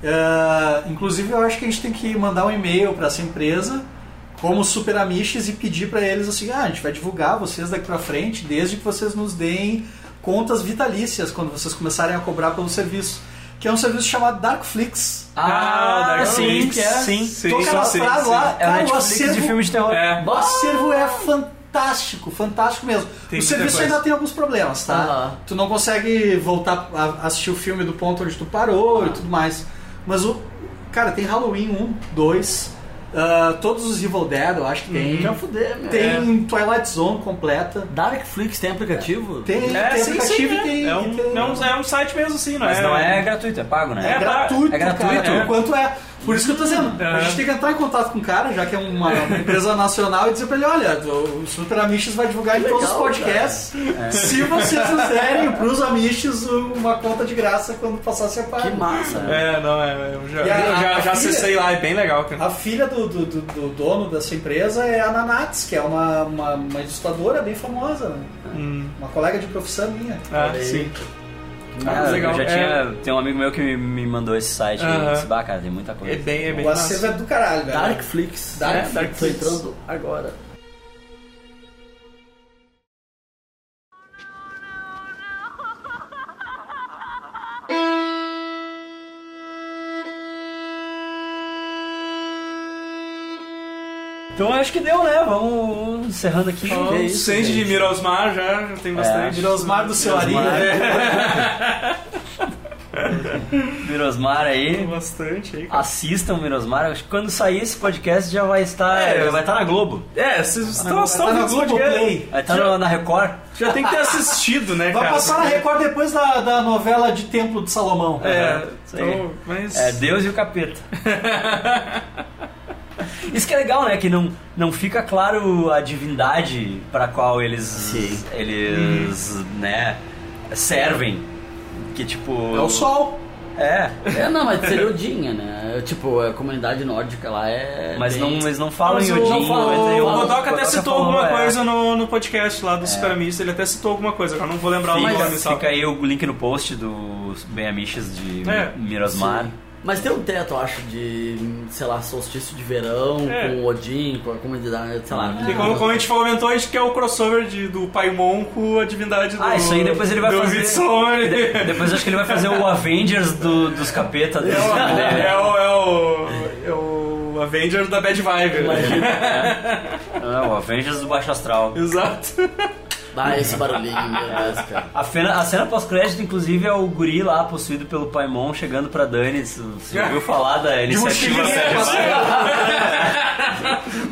Ah, inclusive, eu acho que a gente tem que mandar um e-mail pra essa empresa, como Super Amiches, e pedir pra eles assim: ah, a gente vai divulgar vocês daqui pra frente, desde que vocês nos deem contas vitalícias quando vocês começarem a cobrar pelo serviço. Que é um serviço chamado Darkflix.
Ah,
Ah,
Dark
sim,
Knight,
sim,
é.
sim,
Sim.
Tô aquela
sim,
frase
sim.
lá,
É o
cara, o
Netflix de
acervo
filmes de terror.
É.
o acervo é fantástico, fantástico mesmo.
Tem
o
muita
serviço
coisa.
ainda tem alguns problemas, tá?
Aham.
Tu não consegue voltar a assistir o filme do ponto onde tu parou
Ah.
e tudo mais. Mas o. Cara, tem Halloween 1, 2, ah, todos os Evil Dead, eu acho que tem.
Uhum. Já fuder, meu. É.
Tem Twilight Zone completa.
Darkflix tem aplicativo?
Tem,
É,
tem
sim,
aplicativo
sim,
e tem.
é. É um,
tem-
é um- é um site mesmo, assim, não
Mas
é?
não é gratuito, é pago, né?
É,
É
gratuito,
é gratuito,
cara,
é.
o quanto é. Por isso que eu tô dizendo, a
É.
gente tem que entrar em contato com o cara, já que é uma, uma empresa nacional, e dizer pra ele, olha, o Super Amishes vai divulgar em todos os
legal,
podcasts. Se vocês fizerem pros Amishes uma conta de graça quando passar a ser pago.
Que massa. né?
É, não é. Eu já,
E a-
eu já,
a
já
filha-
acessei lá, é bem legal, cara.
A filha do, do- do- do dono dessa empresa é a Nanats, que é uma, uma, uma ilustradora bem famosa, né?
Hum.
uma colega de profissão minha.
Ah,
Olha aí.
sim.
Ah,
Ah, legal.
Eu já
É.
tinha, tem um amigo meu que me, me mandou esse site, e
Aham.
disse, bah, cara, tem muita coisa.
É bem, é bem
O acervo
massa.
é do caralho, velho.
Darkflix.
Darkflix.
Tô entrando agora.
Então acho que deu, né? Vamos, vamos encerrando aqui.
Então,
É isso,
Sente de
gente.
Mirosmar já, já tem bastante.
Mirosmar É. do seu Ari.
Mirosmar aí.
Tem bastante aí, cara.
Assistam o Mirosmar. Acho que quando sair esse podcast já vai estar,
É,
já vai estar na Globo.
É, vocês estão
Tá na
assistindo
Globoplay.
Vai estar no- na Record.
Já tem que ter assistido, né,
Vai
cara?
passar na Record depois da, da novela de Templo de Salomão.
É,
isso aí.
então, mas...
É Deus e o Capeta. Isso que é legal, né? Que não, não fica claro a divindade pra qual eles
Sim.
eles né servem. Que tipo
É o sol.
É,
É, não, mas seria Odinha, né? Tipo, a comunidade nórdica lá é.
mas
bem-
não eles não falam em
Mas o-
Odin.
não falam,
mas aí
O
não falam.
Godoka até
Godoka
citou
falou,
alguma
é,
coisa no, no podcast lá do Super Amigos, ele até citou alguma coisa, agora não vou lembrar o nome,
Fica,
sabe?
fica aí o link no post do Bem Amiches de
É.
Mirosmar.
Sim. Mas tem um teto, eu acho, de, sei lá, solstício de verão,
É.
com o Odin, com a comunidade, sei lá.
E como, como a gente comentou, a gente quer o crossover de, do Paimon com a divindade do.
Ah, isso aí depois ele vai
do
fazer- É.
Midsommar.
Depois acho que ele vai fazer o Avengers do- dos capeta dele.
É o,
né?
é o, é o, é o Avengers da Bad Vibe. né?
Ah, o Avengers do Baixo Astral.
Exato.
Ah, esse barulhinho, meu Deus, cara.
A cena, a cena pós-crédito, inclusive, é o guri lá, possuído pelo Paimon, chegando pra Dani. Você você ouviu falar da iniciativa
mochilinha,
né?
Sérgio Maia?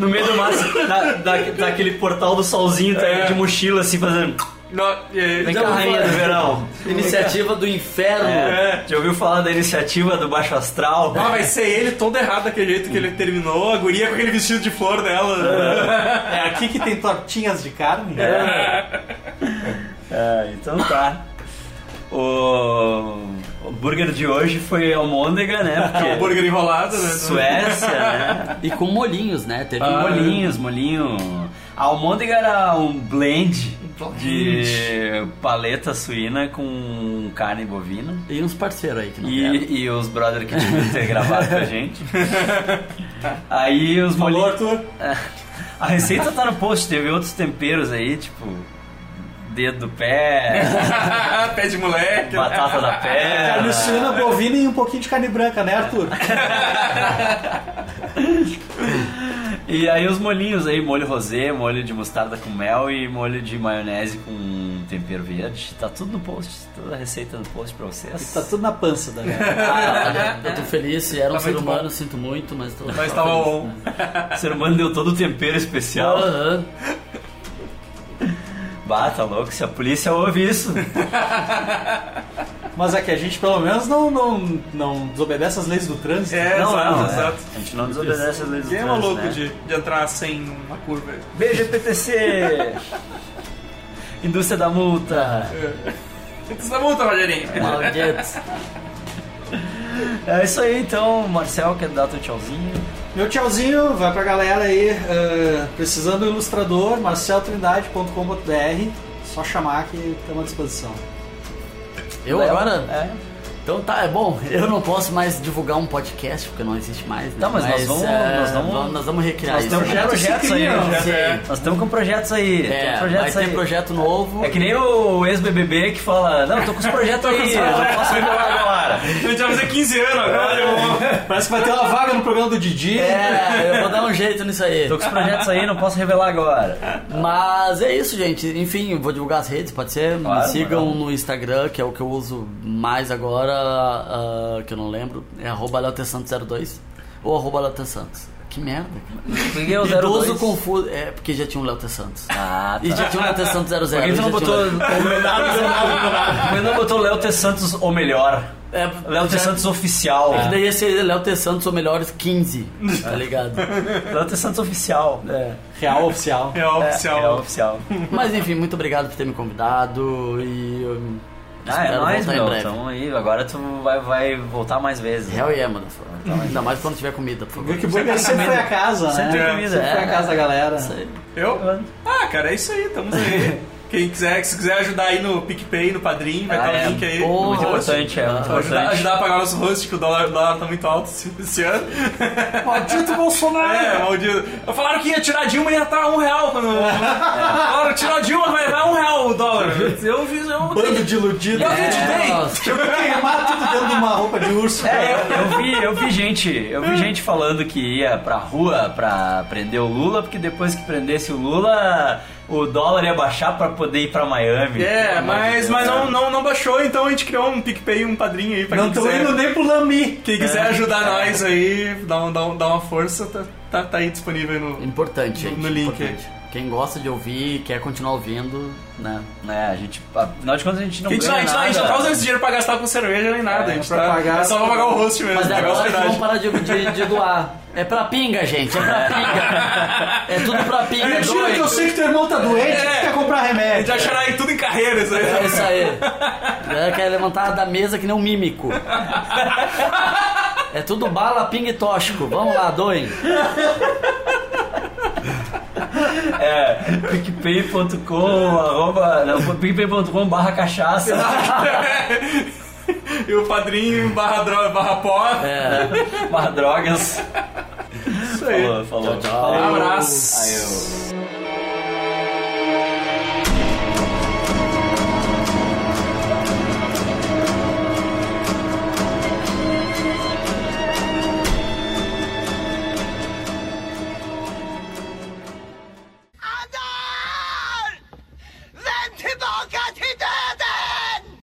No meio do máximo, da, da, daquele portal do solzinho, tá,
É.
de mochila, assim, fazendo...
Não, é,
Vem cá, rainha do verão.
Iniciativa do inferno.
É, já ouviu falar da iniciativa do Baixo Astral?
Ah, vai ser ele todo errado daquele jeito que ele
Hum.
terminou, a guria com aquele vestido de flor
Ah,
dela.
É aqui que tem tortinhas de carne?
É, então tá. O... o burger de hoje foi almôndega, né?
É.
Porque
Hambúrguer enrolado, né?
Suécia, né?
E com molinhos, né? Teve um
Ah.
molinho.
Molinhos, molinho. A almôndega era um blend de paleta suína com carne bovina.
E uns parceiros aí que não vieram.
E, e os brother que tinham que ter gravado com a gente. Aí os
Falou,
molinhos.
Arthur.
A receita tá no post, teve outros temperos aí, tipo. Dedo do pé,
Pé de moleque. né?
batata da
Carne
perna.
suína, bovina e um pouquinho de carne branca, né, Arthur?
E aí os molhinhos aí, molho rosé, molho de mostarda com mel e molho de maionese com tempero verde. Tá tudo no post, toda a receita no post pra vocês.
Tá tudo na pança né? da galera.
Ah, olha, eu tô feliz, se era um
Tá
ser
muito
humano, sinto muito, mas tô.
Mas tava
um
on.
O ser humano deu todo o tempero especial.
Aham.
Bah, tá louco, se a polícia ouve isso.
Mas é que a gente pelo menos não, não, não desobedece as leis do trânsito.
É,
não,
exato,
não, é.
exato.
A gente não desobedece as leis do
Quem é
trânsito,
maluco
né?
de, de entrar sem uma curva?
Beijo, PTC! Indústria da multa.
Você tá multa, Rogerinho?
Malditos.
É isso aí, então. Marcel, quer dar teu tchauzinho?
Meu tchauzinho vai pra galera aí, ah, precisando do ilustrador, marceltrindade.com.br. Só chamar que estamos à disposição.
Eu agora?
É.
Então tá, é bom. Eu não posso mais divulgar um podcast, porque não existe mais. Né?
Tá, mas nós vamos-
é,
nós vamos-
nós vamos recriar
Nós
É
um
isso.
estamos com projetos aí.
Sim.
né? Nós estamos com projetos aí.
É,
tem
vai
projetos
ter
aí.
projeto novo.
É que nem o ex-BBB que fala, não, tô com os projetos aí, eu não posso me falar agora.
A gente vai fazer 15 anos agora, irmão.
Parece que vai ter uma vaga no programa do Didi.
É, eu vou dar um jeito nisso aí.
Tô com os projetos aí, não posso revelar agora.
Mas é isso, gente. Enfim, eu vou divulgar as redes, pode ser?
Claro,
Me sigam
mano.
no Instagram, que é o que eu uso mais agora, ah, que eu não lembro. É arroba leotesantos02 ou arroba leotesantos. Que merda.
Porque eu
Idoso confuso. É, porque já tinha um Léo T. Santos.
Ah,
E já tinha um Léo T. Santos 00.
Por que tu não
já tinha um
botou.
Léo-
Por que não botou Léo T. Santos ou melhor?
É,
Léo T.
já-
Santos oficial.
É que daí ia ser Léo T. Santos ou melhores 15, tá ligado?
Léo T. Santos oficial. É.
Real oficial.
É o oficial.
É oficial.
Mas enfim, muito obrigado por ter me convidado e. hum,
Ah, é
espero
nóis,
voltar em
meu.
breve.
Então aí, agora tu vai, vai voltar mais vezes.
Hell yeah, mano. Então, Ainda mais quando tiver comida, por favor.
Viu que Burger sempre foi a casa, né?
Sempre tem comida,
Sempre foi a
é.
casa da galera.
Isso aí.
Eu? Ah, cara, é isso aí, estamos aí. Quem quiser, se quiser ajudar aí no PicPay, no Padrim, vai
Ah,
estar
é.
o link aí.
Porra,
Muito
No host.
importante, é muito
Ajudar,
importante.
ajudar a pagar nosso host, que o dólar, o dólar tá muito alto esse esse ano.
Maldito Bolsonaro!
É, maldito. Falaram que ia tirar a Dilma e ia estar um real. Quando... Falaram que tirar a Dilma vai dar um real o dólar. Eu fiz, eu
Bando de iludido.
Eu acreditei.
Nossa,
Queimar tudo dentro de uma roupa de urso.
É, eu, eu vi, eu vi gente, eu vi gente falando que ia pra rua pra prender o Lula, porque depois que prendesse o Lula, o dólar ia baixar pra poder ir pra Miami.
É, mas, mas não, não, não baixou, então a gente criou um PicPay, um padrinho aí pra
Não
quem
tô
quiser.
indo É. nem pro Lami.
Quem quiser ajudar nós aí, dá, um, dá, um- dá uma força, tá, tá, tá aí disponível aí no.
importante, gente.
No link.
importante. Quem gosta de ouvir, quer continuar ouvindo, né?
É, a gente, afinal de contas a gente não
A gente, não, a,
ganha
gente, não- a gente não
nada.
causa esse dinheiro pra gastar com cerveja nem nada.
É,
a gente
pra
tá,
pagar-
é só pra pagar o host mesmo,
Mas é
pagar a
agora que vamos
hospedagem.
parar de, de, de doar. É pra pinga, gente. É pra pinga. É tudo pra pinga.
É
Mentira que eu
doe.
sei que teu irmão tá doente,
É.
que quer comprar
A gente
remédio.
vai chorar aí tudo em né? carreira isso aí.
É isso aí. Ela quer levantar da mesa que nem um mímico. É tudo bala, pinga e tóxico. Vamos lá, doem.
É, picpay.com, arroba, não, picpay.com barra cachaça.
E o padrinho barra droga, barra pó.
É, Barra drogas. Isso aí. Falou, falou.
Tchau, tchau.
Abraço.
Aí eu-
Andar! Vem te boca!